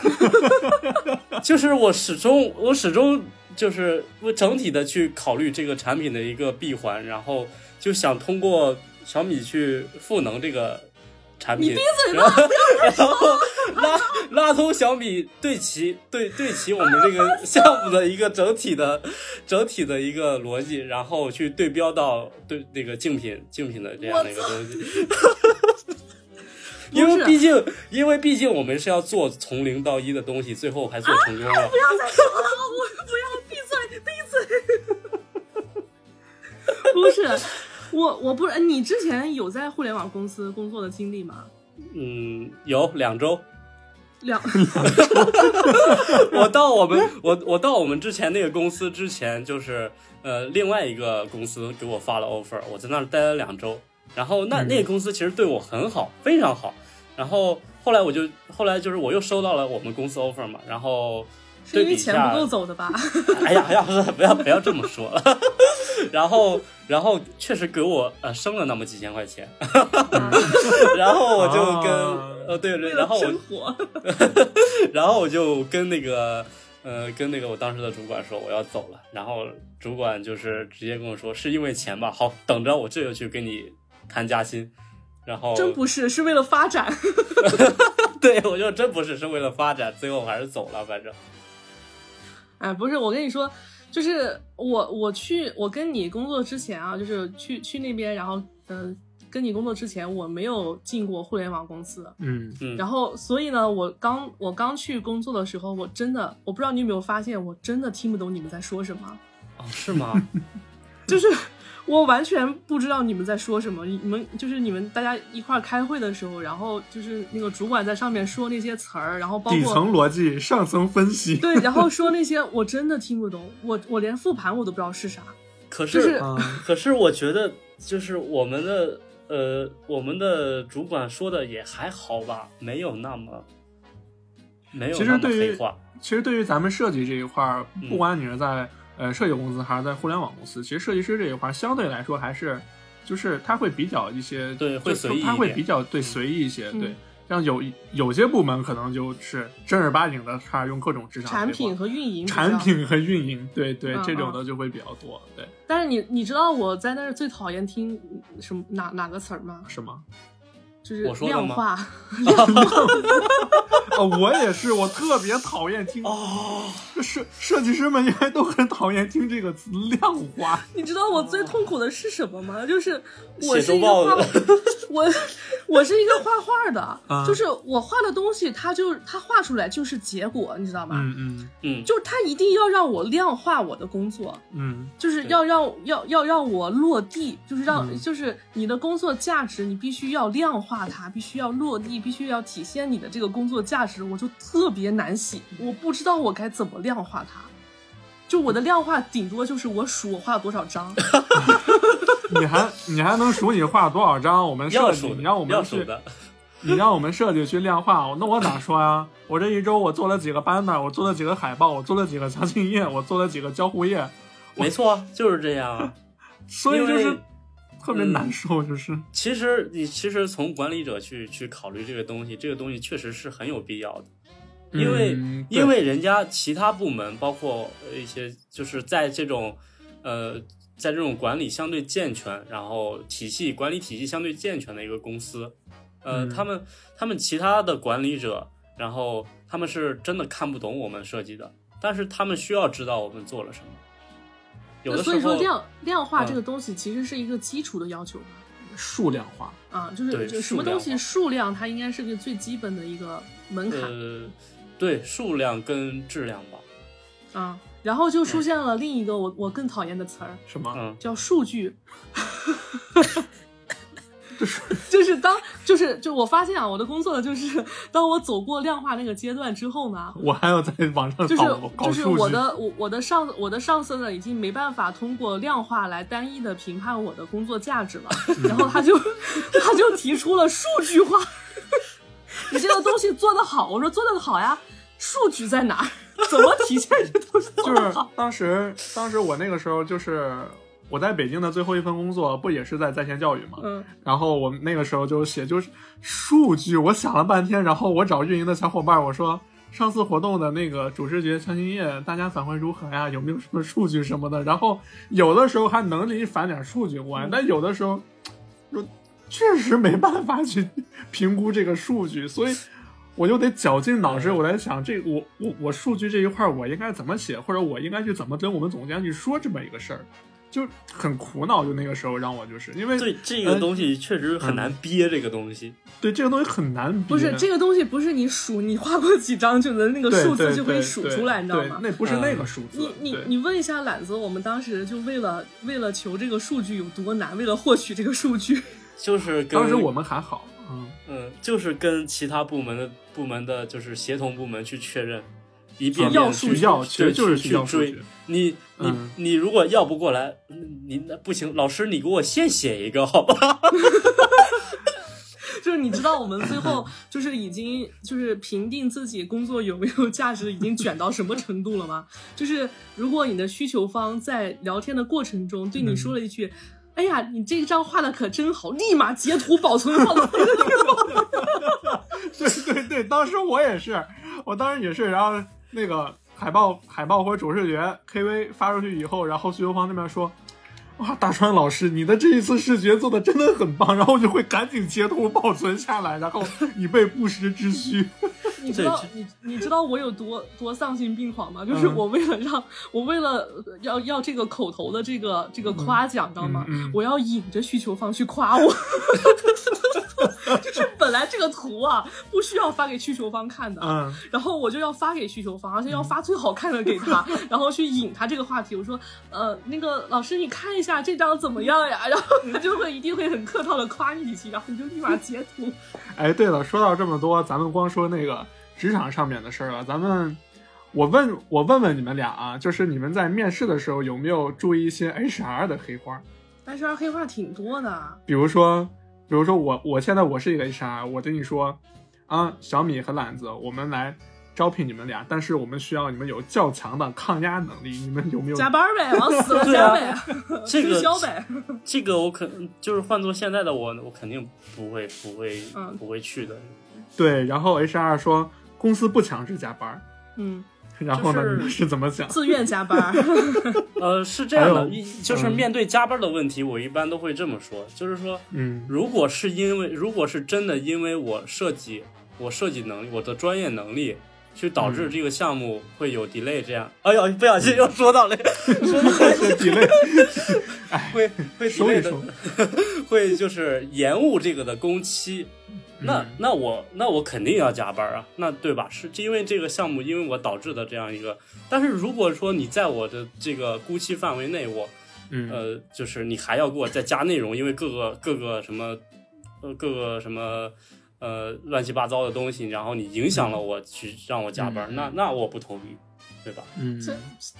[SPEAKER 4] 吗？就是我始终我始终就是我整体的去考虑这个产品的一个闭环，然后就想通过小米去赋能这个产品。你闭嘴吧！然后拉拉通小米对齐对对齐我们这个项目的一个整体的整体的一个逻辑，然后去对标到对那个竞品竞品的这样的一个东西。因
[SPEAKER 3] 不
[SPEAKER 4] 为
[SPEAKER 3] 是
[SPEAKER 4] 毕竟，因为毕竟我们是要做从零到一的东西，最后还做成功了。
[SPEAKER 3] 不是我，我不是你之前有在互联网公司工作的经历吗？
[SPEAKER 4] 嗯，有 两周，
[SPEAKER 3] 两
[SPEAKER 4] 我到我们我我到我们之前那个公司之前，就是呃另外一个公司给我发了 offer，我在那儿待了两周，然后那
[SPEAKER 2] 嗯
[SPEAKER 4] 那个公司其实对我很好，非常好，然后后来我就后来就是我又收到了我们公司 offer 嘛，然后
[SPEAKER 3] 是
[SPEAKER 4] 对
[SPEAKER 3] 因
[SPEAKER 4] 比
[SPEAKER 3] 为
[SPEAKER 4] 一
[SPEAKER 3] 钱
[SPEAKER 4] 下
[SPEAKER 3] 不够走的吧？
[SPEAKER 4] 哎呀，哎 呀，不是不要不要这么说。 然后，然后确实给我呃升了那么几千块钱， 然后我就跟、
[SPEAKER 2] 啊
[SPEAKER 4] 呃对对，
[SPEAKER 3] 为
[SPEAKER 4] 然
[SPEAKER 3] 了
[SPEAKER 4] 后我哦
[SPEAKER 3] 生活，
[SPEAKER 4] 然后我就跟那个呃跟那个我当时的主管说我要走了，然后主管就是直接跟我说是因为钱吧，好，等着我这就去跟你谈加薪。然后
[SPEAKER 3] 真不是，是为了发展。
[SPEAKER 4] 对我就真不是是为了发展，最后我还是走了，反正
[SPEAKER 3] 哎，不是，我跟你说，就是我我去我跟你工作之前啊，就是去去那边，然后嗯、呃跟你工作之前，我没有进过互联网公司。
[SPEAKER 2] 嗯
[SPEAKER 4] 嗯
[SPEAKER 3] 然后，所以呢，我刚我刚去工作的时候，我真的我不知道你有没有发现，我真的听不懂你们在说什么。
[SPEAKER 4] 哦是吗？
[SPEAKER 3] 就是我完全不知道你们在说什么。你们就是你们大家一块儿开会的时候，然后就是那个主管在上面说那些词儿，然后包
[SPEAKER 2] 底
[SPEAKER 3] 括
[SPEAKER 2] 层逻辑，上层分析，
[SPEAKER 3] 对，然后说那些我真的听不懂，我我连复盘我都不知道是啥。
[SPEAKER 4] 可是、
[SPEAKER 3] 就是
[SPEAKER 2] 嗯，
[SPEAKER 4] 可是我觉得，就是我们的呃，我们的主管说的也还好吧，没有那么没有
[SPEAKER 2] 其
[SPEAKER 4] 那
[SPEAKER 2] 实
[SPEAKER 4] 么
[SPEAKER 2] 对于
[SPEAKER 4] 黑化。
[SPEAKER 2] 其实对于咱们设计这一块儿，
[SPEAKER 4] 嗯
[SPEAKER 2] 不管你是在呃设计公司还是在互联网公司，其实设计师这一块儿相对来说还是就是他会比较一些
[SPEAKER 4] 对
[SPEAKER 2] 就
[SPEAKER 4] 会随意一点
[SPEAKER 2] 他会比较对随意一些，
[SPEAKER 3] 嗯
[SPEAKER 2] 对。像有有些部门可能就是正儿八经的开始用各种职场
[SPEAKER 3] 产
[SPEAKER 2] 规划
[SPEAKER 3] 品和运营比较，
[SPEAKER 2] 产品和运营，对对，
[SPEAKER 3] 嗯
[SPEAKER 2] 这种
[SPEAKER 3] 嗯
[SPEAKER 2] 的就会比较多， 对，
[SPEAKER 3] 但是你你知道我在那儿最讨厌听什么哪哪个词儿吗？
[SPEAKER 2] 是吗？
[SPEAKER 3] 就是
[SPEAKER 4] 我说的
[SPEAKER 3] 量
[SPEAKER 4] 吗
[SPEAKER 3] 化。
[SPEAKER 2] 哦，我也是，我特别讨厌听
[SPEAKER 4] 哦，
[SPEAKER 2] 设设计师们应该都很讨厌听这个词“量化
[SPEAKER 3] 你知道我最痛苦的是什么吗？就是我
[SPEAKER 4] 写
[SPEAKER 3] 是一
[SPEAKER 4] 周
[SPEAKER 3] 个
[SPEAKER 4] 报
[SPEAKER 3] 画
[SPEAKER 4] 的，
[SPEAKER 3] 我我是一个画画
[SPEAKER 2] 啊
[SPEAKER 3] 的，就是我画的东西，它就它画出来就是结果，你知道”吗？
[SPEAKER 2] 嗯。嗯
[SPEAKER 4] 嗯，
[SPEAKER 3] 就是它一定要让我量化我的工作，
[SPEAKER 2] 嗯
[SPEAKER 3] 就是
[SPEAKER 4] 对
[SPEAKER 3] 要让要要让我落地，就是让、
[SPEAKER 2] 嗯
[SPEAKER 3] 就是你的工作价值，你必须要量化它，必须要落地，必须要体现你的这个工作价值，我就特别难写，我不知道我该怎么量化它。就我的量化顶多就是我数我画了多少张，
[SPEAKER 2] 嗯，你还你还能数你画了多少张？我们设
[SPEAKER 4] 要
[SPEAKER 2] 计，
[SPEAKER 4] 数
[SPEAKER 2] 你
[SPEAKER 4] 的，
[SPEAKER 2] 让我
[SPEAKER 4] 要
[SPEAKER 2] 们
[SPEAKER 4] 数
[SPEAKER 2] 去，
[SPEAKER 4] 的，
[SPEAKER 2] 你让我们设计去量化，那我哪说啊？我这一周我做了几个 banner，我做了几个海报，我做了几个详情页，我做了几个交互页，
[SPEAKER 4] 没错啊，就是这样啊。
[SPEAKER 2] 所以
[SPEAKER 4] 因
[SPEAKER 2] 就
[SPEAKER 4] 为
[SPEAKER 2] 是特别
[SPEAKER 4] 嗯
[SPEAKER 2] 难受，就是
[SPEAKER 4] 其实你其实从管理者去去考虑这个东西，这个东西确实是很有必要的，因为、
[SPEAKER 2] 嗯对
[SPEAKER 4] 因为人家其他部门，包括呃一些就是在这种呃在这种管理相对健全，然后体系管理体系相对健全的一个公司，呃，
[SPEAKER 2] 嗯
[SPEAKER 4] 他们他们其他的管理者，然后他们是真的看不懂我们设计的，但是他们需要知道我们做了什么。有的时
[SPEAKER 3] 所
[SPEAKER 4] 候
[SPEAKER 3] 以说量量化这
[SPEAKER 4] 嗯
[SPEAKER 3] 个东西其实是一个基础的要求吧。
[SPEAKER 2] 数量化，
[SPEAKER 3] 啊，就是
[SPEAKER 4] 对
[SPEAKER 3] 就什
[SPEAKER 4] 数
[SPEAKER 3] 么东
[SPEAKER 4] 量
[SPEAKER 3] 西
[SPEAKER 4] 化
[SPEAKER 3] 数量，它应该是个最基本的一个门槛、
[SPEAKER 4] 呃，对数量跟质量吧，
[SPEAKER 3] 啊。然后就出现了另一个我我更讨厌的词儿，
[SPEAKER 2] 什么？
[SPEAKER 4] 嗯。
[SPEAKER 3] 叫数据。
[SPEAKER 2] 就是
[SPEAKER 3] 就是当就是就我发现啊，我的工作就是当我走过量化那个阶段之后呢，
[SPEAKER 2] 我还要在网上
[SPEAKER 3] 就是
[SPEAKER 2] 搞搞
[SPEAKER 3] 就是
[SPEAKER 2] 数
[SPEAKER 3] 我
[SPEAKER 2] 据，
[SPEAKER 3] 的我我的上我的上司呢，已经没办法通过量化来单一的评判我的工作价值 了，然后他就 他就提出了数据化， 你这个东西做得好，我说做得好呀，数据在哪儿？ 怎么体现这东西 做
[SPEAKER 2] 就
[SPEAKER 3] 得
[SPEAKER 2] 是
[SPEAKER 3] 好？
[SPEAKER 2] 当时当时我那个时候就是我在北京的最后一份工作，不也是在在线教育吗？
[SPEAKER 3] 嗯，
[SPEAKER 2] 然后我们那个时候就写就是数据，我想了半天，然后我找运营的小伙伴，我说上次活动的那个主视觉详情页，大家反馈如何呀？有没有什么数据什么的？然后有的时候还能力反点数据 过来，但有的时候我确实没办法去评估这个数据，所以。我就得绞尽脑汁，我在想这我我我数据这一块儿我应该怎么写，或者我应该去怎么跟我们总监去说这么一个事儿，就很苦恼。就那个时候让我就是因为
[SPEAKER 4] 对这
[SPEAKER 2] 嗯
[SPEAKER 4] 个东西确实很难憋，这个东西，
[SPEAKER 2] 对，这个东西很难比。
[SPEAKER 3] 不是这个东西，不是你数你画过几张就能那个
[SPEAKER 2] 对
[SPEAKER 3] 数字
[SPEAKER 2] 对
[SPEAKER 3] 就可以
[SPEAKER 2] 对
[SPEAKER 3] 数
[SPEAKER 2] 对
[SPEAKER 3] 出来，你知道
[SPEAKER 2] 对
[SPEAKER 3] 吗？
[SPEAKER 2] 那不是那个
[SPEAKER 4] 嗯
[SPEAKER 2] 数字。
[SPEAKER 3] 你你
[SPEAKER 2] 对
[SPEAKER 3] 你问一下懒子，我们当时就为了为了求这个数据有多难，为了获取这个数据，
[SPEAKER 4] 就是跟
[SPEAKER 2] 当时我们还好，嗯，
[SPEAKER 4] 嗯，就是跟其他部门的部门的，就是协同部门去确认，一遍
[SPEAKER 2] 啊
[SPEAKER 3] 要
[SPEAKER 4] 遍
[SPEAKER 3] 数
[SPEAKER 4] 去
[SPEAKER 2] 据要
[SPEAKER 4] 对
[SPEAKER 2] 其实就是
[SPEAKER 4] 去
[SPEAKER 2] 去要数
[SPEAKER 4] 追
[SPEAKER 2] 据。
[SPEAKER 4] 你你
[SPEAKER 2] 嗯
[SPEAKER 4] 你如果要不过来，嗯你那不行，老师你给我现写一个好吧？
[SPEAKER 3] 就是你知道，我们最后就是已经就是评定自己工作有没有价值，已经卷到什么程度了吗？就是如果你的需求方在聊天的过程中对你
[SPEAKER 2] 嗯
[SPEAKER 3] 说了一句：“哎呀，你这张画的可真好！”立马截图保存放到那个地方。
[SPEAKER 2] 对对对，当时我也是，我当时也是，然后那个海报海报或者主视觉 KV 发出去以后，然后需求方那边说。哇，大川老师，你的这一次视觉做的真的很棒，然后我就会赶紧截图保存下来，然后以备不时之需。
[SPEAKER 3] 你知道
[SPEAKER 4] 对
[SPEAKER 3] 你你知道我有多多丧心病狂吗？就是
[SPEAKER 2] 嗯
[SPEAKER 3] 我为了让我为了呃要要这个口头的这个这个夸奖，知道吗
[SPEAKER 2] 嗯嗯？
[SPEAKER 3] 我要引着需求方去夸我。 就是本来这个图啊不需要发给需求方看的，
[SPEAKER 2] 嗯，
[SPEAKER 3] 然后我就要发给需求方，而且要发最好看的给他，然后去引他这个话题。我说，呃，那个老师，你看一下这张怎么样呀？ 然后他就会一定会很客套的夸你几句，然后你就立马截图。
[SPEAKER 2] 哎，对了，说到这么多，咱们光说那个职场上面的事儿了。咱们，我问，我问问你们俩啊，就是你们在面试的时候有没有注意一些 HR 的黑话？
[SPEAKER 3] 但是黑话挺多的，啊
[SPEAKER 2] 比如说，比如说我，我现在我是一个 HR，我跟你说，啊，小米和懒子，我们来招聘你们俩，但是我们需要你们有较强的抗压能力。你们有没有？
[SPEAKER 3] 加班呗，往死了
[SPEAKER 4] 对
[SPEAKER 3] 加
[SPEAKER 4] 啊
[SPEAKER 3] 呗，
[SPEAKER 4] 这个
[SPEAKER 3] 吃宵嗯呗。
[SPEAKER 4] 这个我肯就是换做现在的我，我肯定不会不会
[SPEAKER 3] 嗯
[SPEAKER 4] 不会去的。
[SPEAKER 2] 对，然后 HR 说公司不强制加班，
[SPEAKER 3] 嗯，
[SPEAKER 2] 然后呢，
[SPEAKER 3] 就是
[SPEAKER 2] 你们是怎么想？
[SPEAKER 3] 自愿加班儿。
[SPEAKER 4] 呃，是这样
[SPEAKER 2] 还
[SPEAKER 4] 的，
[SPEAKER 2] 有
[SPEAKER 4] 一就是
[SPEAKER 2] 嗯
[SPEAKER 4] 面对加班的问题，我一般都会这么说，就是说，
[SPEAKER 2] 嗯
[SPEAKER 4] 如果是因为，如果是真的因为我设计，我设计能力，我的专业能力，去导
[SPEAKER 2] 嗯
[SPEAKER 4] 致这个项目会有 delay，这样，哎呦，不小心又说到了，
[SPEAKER 2] 嗯几类，
[SPEAKER 4] 会会
[SPEAKER 2] 收
[SPEAKER 4] delay
[SPEAKER 2] 一
[SPEAKER 4] 的
[SPEAKER 2] 收，
[SPEAKER 4] 会就是延误这个的工期。那
[SPEAKER 2] 嗯
[SPEAKER 4] 那我那我肯定要加班啊，那对吧？是因为这个项目，因为我导致的这样一个。但是如果说你在我的这个估期范围内，我
[SPEAKER 2] 嗯
[SPEAKER 4] 呃，就是你还要给我再加内容，因为各个各个什么，呃，各个什么，呃，乱七八糟的东西，然后你影响了我去让我加班，
[SPEAKER 2] 嗯
[SPEAKER 4] 那那我不同意，对吧？
[SPEAKER 2] 嗯，
[SPEAKER 3] 这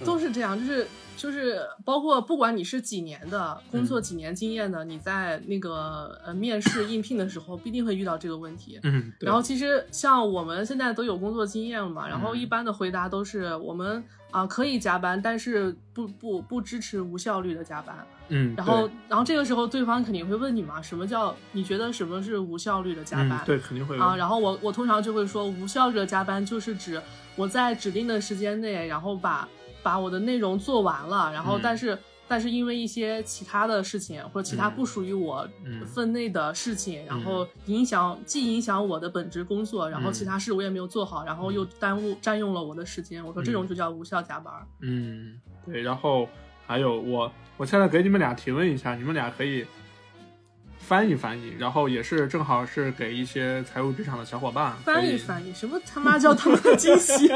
[SPEAKER 3] 都是这样，就是就是包括不管你是几年的工作几年经验的，你在那个呃面试应聘的时候必定会遇到这个问题。
[SPEAKER 2] 嗯，对
[SPEAKER 3] 然后其实像我们现在都有工作经验嘛，然后
[SPEAKER 2] 嗯
[SPEAKER 3] 一般的回答都是我们啊、可以加班，但是不不不支持无效率的加班。
[SPEAKER 2] 嗯，
[SPEAKER 3] 然后然后这个时候对方肯定会问你嘛，什么叫你觉得什么是无效率的加
[SPEAKER 2] 对
[SPEAKER 3] 班
[SPEAKER 2] 嗯？对肯定会有
[SPEAKER 3] 啊，然后我我通常就会说，无效率的加班就是指我在指定的时间内，然后把把我的内容做完了，然后
[SPEAKER 2] 嗯
[SPEAKER 3] 但是、但是因为一些其他的事情或者其他
[SPEAKER 2] 嗯
[SPEAKER 3] 不属于我
[SPEAKER 2] 嗯
[SPEAKER 3] 分内的事情，然后影响既影响我的本职工作，然后
[SPEAKER 2] 嗯
[SPEAKER 3] 其他事我也没有做好，然后又耽误占用了我的时间，我说这种就叫无效加班。
[SPEAKER 2] 嗯，对，然后还有我，我现在给你们俩提问一下，你们俩可以翻译翻译，然后也是正好是给一些财务职场的小伙伴
[SPEAKER 3] 翻
[SPEAKER 2] 可
[SPEAKER 3] 译
[SPEAKER 2] 以
[SPEAKER 3] 翻译，什么他妈叫他妈的惊喜？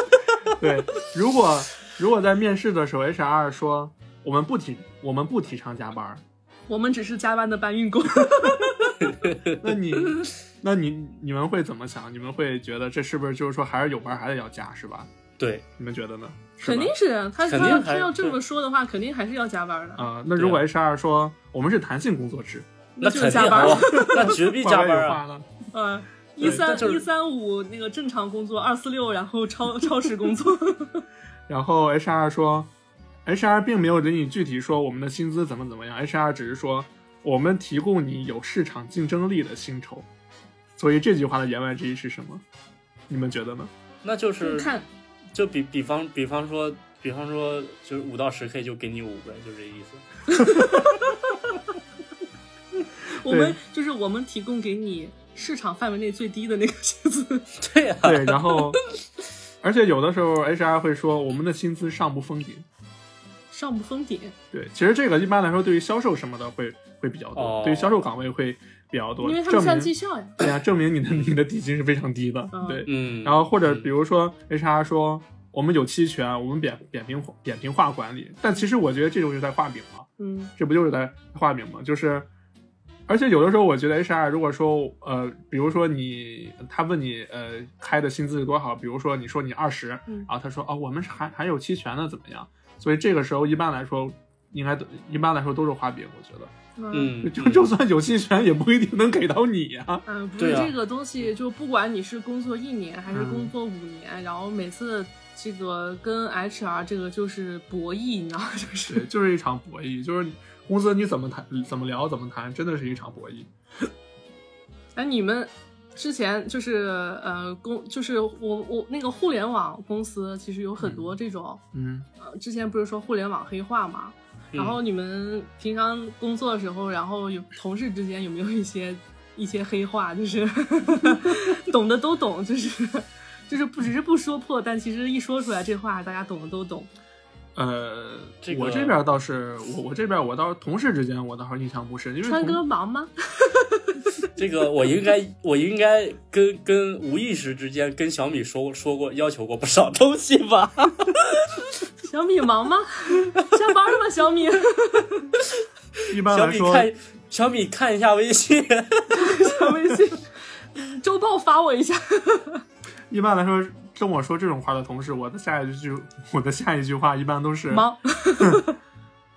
[SPEAKER 2] 对，如果如果在面试的时候，HR 说我们不提我们不提倡加班儿，
[SPEAKER 3] 我们只是加班的搬运工。
[SPEAKER 2] 那 你那你你们会怎么想？你们会觉得这是不是就是说还是有班儿还得要加是吧？
[SPEAKER 4] 对，
[SPEAKER 2] 你们觉得呢？是
[SPEAKER 3] 肯
[SPEAKER 2] 吧
[SPEAKER 3] 定是啊他
[SPEAKER 4] 肯
[SPEAKER 3] 他
[SPEAKER 4] 定
[SPEAKER 3] 要
[SPEAKER 4] 还
[SPEAKER 3] 他要这
[SPEAKER 4] 对
[SPEAKER 3] 么说的话，肯定还是要加班的。
[SPEAKER 2] 啊、那如果 HR 说我们是弹性工作制，
[SPEAKER 4] 那
[SPEAKER 3] 就
[SPEAKER 4] 肯
[SPEAKER 3] 是
[SPEAKER 4] 定
[SPEAKER 3] 加班
[SPEAKER 4] 啊
[SPEAKER 3] 儿，
[SPEAKER 4] 那绝逼加
[SPEAKER 2] 话外
[SPEAKER 4] 班
[SPEAKER 2] 有
[SPEAKER 4] 啊！
[SPEAKER 2] 话呢？
[SPEAKER 3] 嗯，一
[SPEAKER 2] 对
[SPEAKER 3] 三
[SPEAKER 4] 但就是
[SPEAKER 3] 一三五那个正常工作，二四六然后超超时工作。
[SPEAKER 2] 然后 HR 说，HR 并没有给你具体说我们的薪资怎么怎么样，HR 只是说我们提供你有市场竞争力的薪酬。所以这句话的言外之意是什么？你们觉得呢？
[SPEAKER 4] 那就是
[SPEAKER 3] 嗯 看
[SPEAKER 4] 就比比方比方说比方说就是五到十 K 就给你五呗，就这意思。
[SPEAKER 3] 我们就是我们提供给你市场范围内最低的那个薪资，
[SPEAKER 4] 对啊呀、
[SPEAKER 2] 对，然后，而且有的时候 HR 会说我们的薪资上不封顶。
[SPEAKER 3] 上不封顶，
[SPEAKER 2] 对，其实这个一般来说对于销售什么的会会比较多，
[SPEAKER 4] 哦
[SPEAKER 2] 对于销售岗位会比较多，
[SPEAKER 3] 因为他
[SPEAKER 2] 证
[SPEAKER 3] 们
[SPEAKER 2] 明
[SPEAKER 3] 算绩效呀。
[SPEAKER 2] 对呀、证明你的你的底薪是非常低的。
[SPEAKER 3] 嗯
[SPEAKER 2] 对，
[SPEAKER 4] 嗯，
[SPEAKER 2] 然后或者
[SPEAKER 4] 嗯
[SPEAKER 2] 比如说 HR 说我们有期权，我们扁扁平化扁平化管理，但其实我觉得这种就是在画饼嘛，
[SPEAKER 3] 嗯，
[SPEAKER 2] 这不就是在画饼吗？就是，而且有的时候我觉得 HR 如果说呃，比如说你他问你呃开的薪资是多少，比如说你说你二十、
[SPEAKER 3] 嗯
[SPEAKER 2] 然后他说哦我们是还还有期权的怎么样？所以这个时候一般来说应该都一般来说都是画饼，我觉得
[SPEAKER 3] 嗯。
[SPEAKER 4] 嗯，
[SPEAKER 2] 就就算有期权也不一定能给到你呀、
[SPEAKER 3] 嗯，不
[SPEAKER 4] 对
[SPEAKER 3] 是
[SPEAKER 4] 啊
[SPEAKER 3] 这个东西，就不管你是工作一年还是
[SPEAKER 2] 嗯
[SPEAKER 3] 工作五年，然后每次这个跟 HR 这个就是博弈，你知道吗， 就是
[SPEAKER 2] 对，就是一场博弈，就是公司你怎么谈、怎么聊、怎么谈，真的是一场博弈。
[SPEAKER 3] 哎，你们之前就是呃公，就是我我那个互联网公司，其实有很多这种，
[SPEAKER 2] 嗯
[SPEAKER 3] 呃，之前不是说互联网黑化嘛？然
[SPEAKER 4] 嗯
[SPEAKER 3] 后你们平常工作的时候，然后有同事之间有没有一些一些黑话，就是 懂的都懂，就是就是不只是不说破，但其实一说出来这话，大家懂的都懂。
[SPEAKER 2] 呃，
[SPEAKER 4] 这个
[SPEAKER 2] 我这边倒是我我这边我倒是同事之间我倒是印象不深，因为
[SPEAKER 3] 川
[SPEAKER 2] 同
[SPEAKER 3] 哥忙吗？
[SPEAKER 4] 这个我应该，我应该跟跟无意识之间跟小米说说过，要求过不少东西吧。
[SPEAKER 3] 小米忙吗？下班了吗？小米，
[SPEAKER 2] 一般
[SPEAKER 4] 小
[SPEAKER 2] 来
[SPEAKER 4] 米
[SPEAKER 2] 说，
[SPEAKER 4] 看，小米看一下微信。
[SPEAKER 3] 小微信，周报发我一下。
[SPEAKER 2] 一般来说跟我说这种话的同事，我的下一句我的下一句话一般都是
[SPEAKER 3] 忙，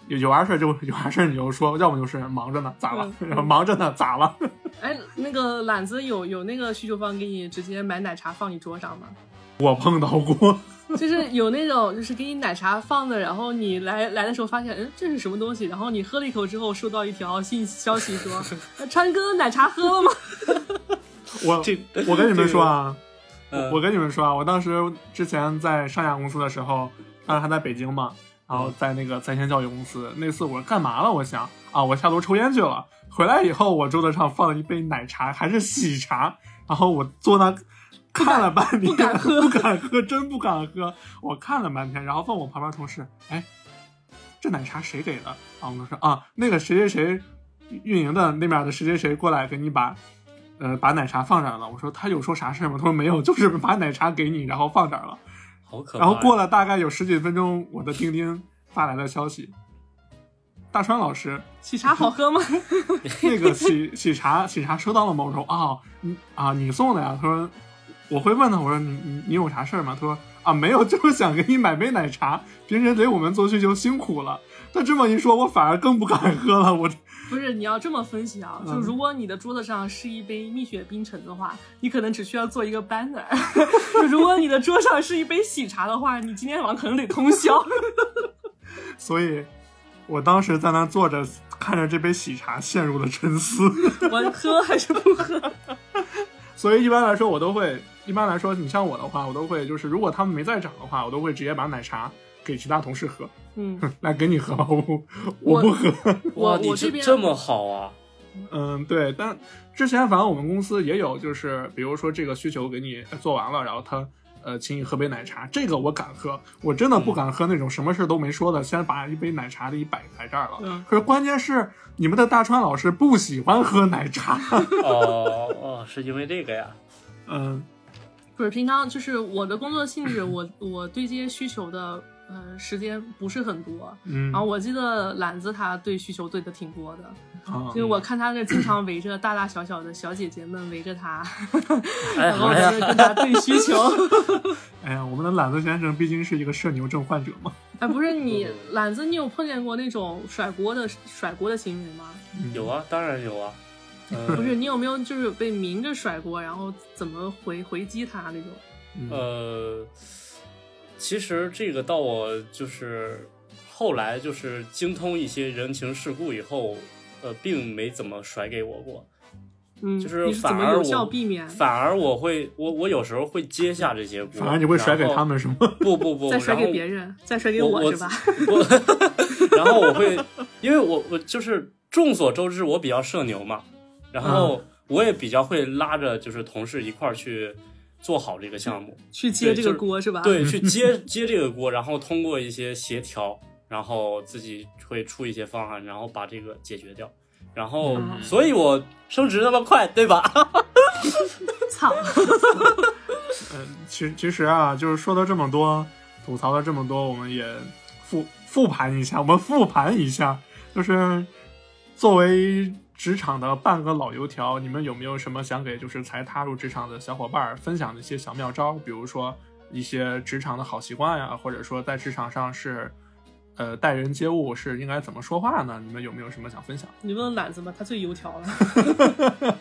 [SPEAKER 2] 有有完事儿就有完事儿你就说，要么就是忙着呢，咋了？然
[SPEAKER 3] 嗯
[SPEAKER 2] 后忙着呢，咋了？
[SPEAKER 3] 哎，那个懒子有有那个需求方给你直接买奶茶放你桌上吗？
[SPEAKER 2] 我碰到过，
[SPEAKER 3] 就是有那种就是给你奶茶放的，然后你来来的时候发现，嗯，这是什么东西？然后你喝了一口之后，收到一条信消息 说，呃川哥奶茶喝了吗？
[SPEAKER 2] 我
[SPEAKER 4] 这
[SPEAKER 2] 我跟你们说啊，
[SPEAKER 4] 嗯
[SPEAKER 2] 我跟你们说啊，我当时之前在上亚公司的时候，当时还在北京嘛，然
[SPEAKER 3] 嗯
[SPEAKER 2] 后在那个在线教育公司，那次我干嘛了？我想啊，我下楼抽烟去了。回来以后，我桌子上放了一杯奶茶，还是喜茶，然后我坐那看了半天，
[SPEAKER 3] 不敢喝
[SPEAKER 2] 不敢喝，真不敢喝。我看了半天，然后问我旁边同事，哎，这奶茶谁给的？啊，我们说啊，那个谁谁谁运营的那边的谁谁谁过来给你把呃把奶茶放这儿了。我说他有说啥事儿吗？他说没有，就是把奶茶给你，然后放这儿了。
[SPEAKER 4] 好可怕
[SPEAKER 2] 然
[SPEAKER 4] 呀。
[SPEAKER 2] 后过了大概有十几分钟，我的钉钉发来了消息，大川老师，
[SPEAKER 3] 喜茶好喝吗？
[SPEAKER 2] 那个喜 喜茶喜茶收到了吗？我说啊，你啊你送的呀？他说我会问他，我说你你你有啥事儿吗？他说啊没有，就是想给你买杯奶茶，平时给我们做需求辛苦了。他这么一说，我反而更不敢喝了。我
[SPEAKER 3] 不是，你要这么分析啊，
[SPEAKER 2] 嗯
[SPEAKER 3] 就如果你的桌子上是一杯蜜雪冰城的话，你可能只需要做一个 banner；就 如果你的桌上是一杯喜茶的话，你今天晚上可能得通宵。
[SPEAKER 2] 所以，我当时在那坐着看着这杯喜茶，陷入了沉思。
[SPEAKER 3] 我喝还是不喝？
[SPEAKER 2] 所以一般来说，我都会一般来说，你像我的话，我都会就是如果他们没在场的话，我都会直接把奶茶给其他同事喝，
[SPEAKER 3] 嗯，
[SPEAKER 2] 来给你喝吧，我不我不喝。
[SPEAKER 3] 我
[SPEAKER 4] 哇，你
[SPEAKER 3] 我这
[SPEAKER 4] 这
[SPEAKER 3] 边
[SPEAKER 4] 这么好啊？
[SPEAKER 2] 嗯，对，但之前反正我们公司也有，就是比如说这个需求给你做完了，然后他呃请你喝杯奶茶，这个我敢喝，我真的不敢喝那种什么事都没说的，先把一杯奶茶的一摆在这儿了。
[SPEAKER 3] 嗯
[SPEAKER 2] 可是关键是你们的大川老师不喜欢喝奶 茶，
[SPEAKER 4] 哦哦，是因为这个呀？
[SPEAKER 2] 嗯
[SPEAKER 3] 不是平常就是我的工作性质，我我对这些需求的呃时间不是很多。
[SPEAKER 2] 嗯
[SPEAKER 3] 然后我记得懒子他对需求对的挺多的，
[SPEAKER 2] 啊
[SPEAKER 4] 嗯
[SPEAKER 3] 所以我看他那经常围着大大小小的小姐姐们围着他，
[SPEAKER 4] 哎
[SPEAKER 3] 然后
[SPEAKER 4] 好
[SPEAKER 3] 就是
[SPEAKER 4] 呀，
[SPEAKER 3] 跟他对需求。
[SPEAKER 2] 哎呀，我们的懒子先生毕竟是一个社牛症患者嘛，
[SPEAKER 3] 哎，不是你
[SPEAKER 4] 嗯
[SPEAKER 3] 懒子，你有碰见过那种甩锅的甩锅的行为吗？
[SPEAKER 2] 嗯
[SPEAKER 4] 有啊，当然有啊。嗯
[SPEAKER 3] 不是，你有没有就是被明着甩锅，然后怎么回回击他那种？
[SPEAKER 2] 嗯
[SPEAKER 4] 呃，其实这个到我就是后来就是精通一些人情世故以后，呃，并没怎么甩给我过，
[SPEAKER 3] 嗯，
[SPEAKER 4] 就是
[SPEAKER 3] 你是怎
[SPEAKER 4] 反
[SPEAKER 3] 么
[SPEAKER 4] 而
[SPEAKER 3] 有
[SPEAKER 4] 我
[SPEAKER 3] 效避免？
[SPEAKER 4] 反而我会我我有时候会接下这些锅，
[SPEAKER 2] 反而你会甩给
[SPEAKER 4] 然后
[SPEAKER 2] 他们是吗？
[SPEAKER 4] 不不不，
[SPEAKER 3] 再甩
[SPEAKER 4] 然
[SPEAKER 3] 给
[SPEAKER 4] 后
[SPEAKER 3] 别人，再甩给
[SPEAKER 4] 我我
[SPEAKER 3] 是吧？
[SPEAKER 4] 我然后我会，因为我我就是众所周知，我比较社牛嘛，然
[SPEAKER 3] 嗯
[SPEAKER 4] 后我也比较会拉着就是同事一块儿去做好这个项目，
[SPEAKER 3] 去接
[SPEAKER 4] 对
[SPEAKER 3] 这
[SPEAKER 4] 就
[SPEAKER 3] 个
[SPEAKER 4] 是
[SPEAKER 3] 锅是吧？，
[SPEAKER 4] 对，去接接这个锅，然后通过一些协调，然后自己会出一些方案，然后把这个解决掉。然后，
[SPEAKER 3] 嗯
[SPEAKER 4] 所以我升职那么快，对吧？
[SPEAKER 3] 操！
[SPEAKER 2] 呃其其实啊，就是说了这么多，吐槽了这么多，我们也复复盘一下，我们复盘一下，就是作为职场的半个老油条，你们有没有什么想给就是才踏入职场的小伙伴儿分享的一些小妙招？比如说一些职场的好习惯呀、或者说在职场上是呃待人接物是应该怎么说话呢？你们有没有什么想分享？
[SPEAKER 3] 你问懒子吧，他最油条了。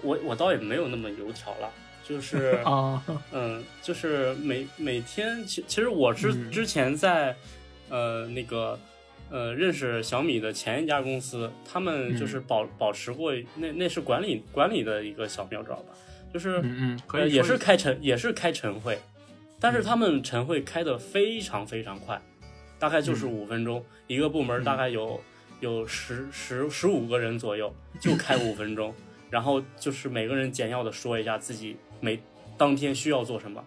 [SPEAKER 4] 我我倒也没有那么油条了，就是
[SPEAKER 3] 哦
[SPEAKER 2] 啊、
[SPEAKER 4] 嗯，就是每每天，其其实我之
[SPEAKER 2] 嗯
[SPEAKER 4] 之前在，呃，那个，呃，认识小米的前一家公司，他
[SPEAKER 2] 嗯
[SPEAKER 4] 们就是保、保持过那那是管理管理的一个小妙招吧，就是、
[SPEAKER 2] 嗯嗯，可
[SPEAKER 4] 呃
[SPEAKER 2] 以
[SPEAKER 4] 也
[SPEAKER 2] 说
[SPEAKER 4] 是
[SPEAKER 2] 一下
[SPEAKER 4] 开晨也是开晨会，但是他们晨会开的非常非常快，大概就是
[SPEAKER 2] 嗯
[SPEAKER 4] 五分钟，一个部门大概有、有十十十五个人左右，就开五分钟，然后就是每个人简要的说一下自己每当天需要做什么，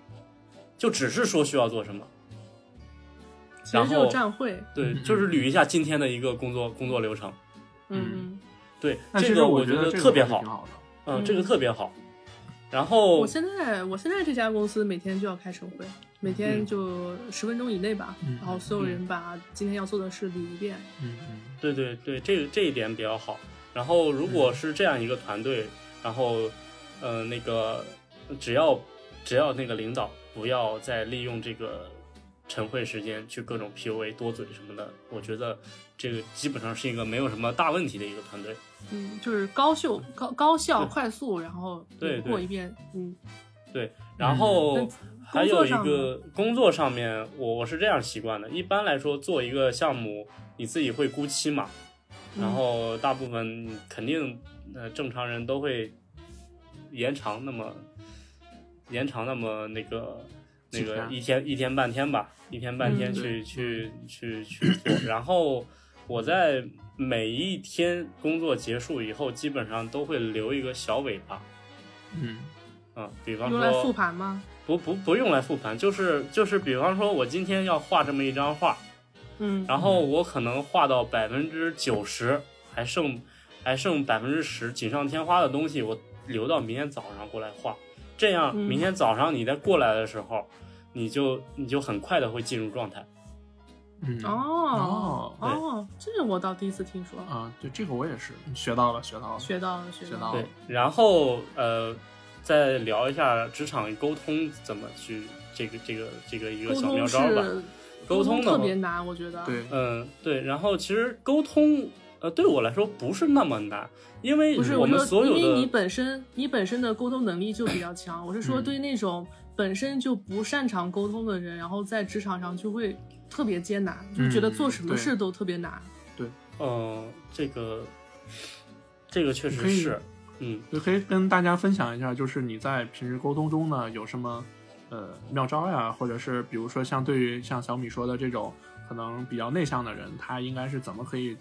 [SPEAKER 4] 就只是说需要做什么，
[SPEAKER 3] 其
[SPEAKER 4] 然
[SPEAKER 3] 实就
[SPEAKER 4] 后
[SPEAKER 3] 是站会，
[SPEAKER 4] 对，
[SPEAKER 2] 嗯
[SPEAKER 4] 就是捋一下今天的一个工作工作流程，
[SPEAKER 3] 嗯
[SPEAKER 4] 对，
[SPEAKER 2] 但
[SPEAKER 4] 这
[SPEAKER 2] 其实
[SPEAKER 4] 个
[SPEAKER 2] 我
[SPEAKER 4] 觉
[SPEAKER 2] 得这
[SPEAKER 4] 得
[SPEAKER 2] 个啊
[SPEAKER 4] 特别
[SPEAKER 2] 还是
[SPEAKER 4] 好
[SPEAKER 2] 挺，好的。
[SPEAKER 4] 嗯、
[SPEAKER 3] 嗯
[SPEAKER 4] 这个特别好，然
[SPEAKER 3] 嗯。
[SPEAKER 4] 后
[SPEAKER 3] 我现在我现在这家公司每天就要开晨会，每天
[SPEAKER 4] 嗯
[SPEAKER 3] 就十分钟以内吧，
[SPEAKER 2] 嗯
[SPEAKER 3] 然后所有人把今天要做的事捋一遍。
[SPEAKER 2] 嗯嗯。
[SPEAKER 4] 对对对，这个这一点比较好。然后如果是这样一个团队，然后呃那个只要只要那个领导不要再利用这个晨会时间去各种 PUA 多嘴什么的，我觉得这个基本上是一个没有什么大问题的一个团队。
[SPEAKER 3] 嗯，就是高效、高高效、
[SPEAKER 4] 对
[SPEAKER 3] 快速，然后
[SPEAKER 4] 对
[SPEAKER 3] 过
[SPEAKER 4] 对
[SPEAKER 3] 一遍，嗯，
[SPEAKER 4] 然后
[SPEAKER 3] 嗯
[SPEAKER 4] 还有一
[SPEAKER 3] 工作
[SPEAKER 4] 个工作上面，我我是这样习惯的。一般来说，做一个项目，你自己会估期嘛，
[SPEAKER 3] 嗯
[SPEAKER 4] 然后大部分肯定呃正常人都会延长那么延长那么那个那
[SPEAKER 2] 几
[SPEAKER 4] 个
[SPEAKER 2] 天
[SPEAKER 4] 一天一天半天吧，一天半天
[SPEAKER 3] 啊嗯
[SPEAKER 4] 去、去去去做。然后我在每一天工作结束以后，基本上都会留一个小尾巴，
[SPEAKER 2] 嗯
[SPEAKER 4] 嗯，比方
[SPEAKER 3] 用来复
[SPEAKER 4] 说
[SPEAKER 3] 盘吗？
[SPEAKER 4] 不不不用来复盘，就是就是比方说我今天要画这么一张画，
[SPEAKER 3] 嗯，
[SPEAKER 4] 然后我可能画到百分之九十，还剩还剩百分之十锦上添花的东西，我留到明天早上过来画。这样，
[SPEAKER 3] 嗯
[SPEAKER 4] 明天早上你再过来的时候，你就你就很快的会进入状态。
[SPEAKER 2] 嗯
[SPEAKER 3] 哦
[SPEAKER 2] 哦
[SPEAKER 3] 哦，这个我倒第一次听说，
[SPEAKER 2] 啊，对这个我也是学到了，学到了，
[SPEAKER 3] 学到了，学
[SPEAKER 2] 学
[SPEAKER 3] 到
[SPEAKER 2] 到
[SPEAKER 3] 了。
[SPEAKER 2] 了
[SPEAKER 4] 对，，然后呃，再聊一下职场沟通怎么去这个这个这个一个
[SPEAKER 3] 沟
[SPEAKER 4] 小妙
[SPEAKER 3] 通
[SPEAKER 4] 招吧。
[SPEAKER 3] 是
[SPEAKER 4] 沟
[SPEAKER 3] 通
[SPEAKER 4] 通的
[SPEAKER 3] 特
[SPEAKER 4] 话
[SPEAKER 3] 别难，我觉得。
[SPEAKER 2] 对，
[SPEAKER 4] 嗯，对。然后其实沟通，呃，对我来说不是那么难，因为
[SPEAKER 3] 不是
[SPEAKER 4] 我们
[SPEAKER 3] 说
[SPEAKER 4] 所有的
[SPEAKER 3] 因为你本身你本身的沟通能力就比较强。我是说，
[SPEAKER 2] 嗯
[SPEAKER 3] 对那种本身就不擅长沟通的人，然后在职场上就会特别艰难，就觉得做什么
[SPEAKER 2] 对
[SPEAKER 3] 事都特别难。
[SPEAKER 4] 嗯，这个这个确
[SPEAKER 2] 可
[SPEAKER 4] 实
[SPEAKER 2] 以
[SPEAKER 4] 是，嗯
[SPEAKER 2] 就可以跟大家分享一下，就是你在平时沟通中呢有什么呃妙招呀，或者是比如说像对于像小米说的这种可能比较内向的人，他应该是怎么可以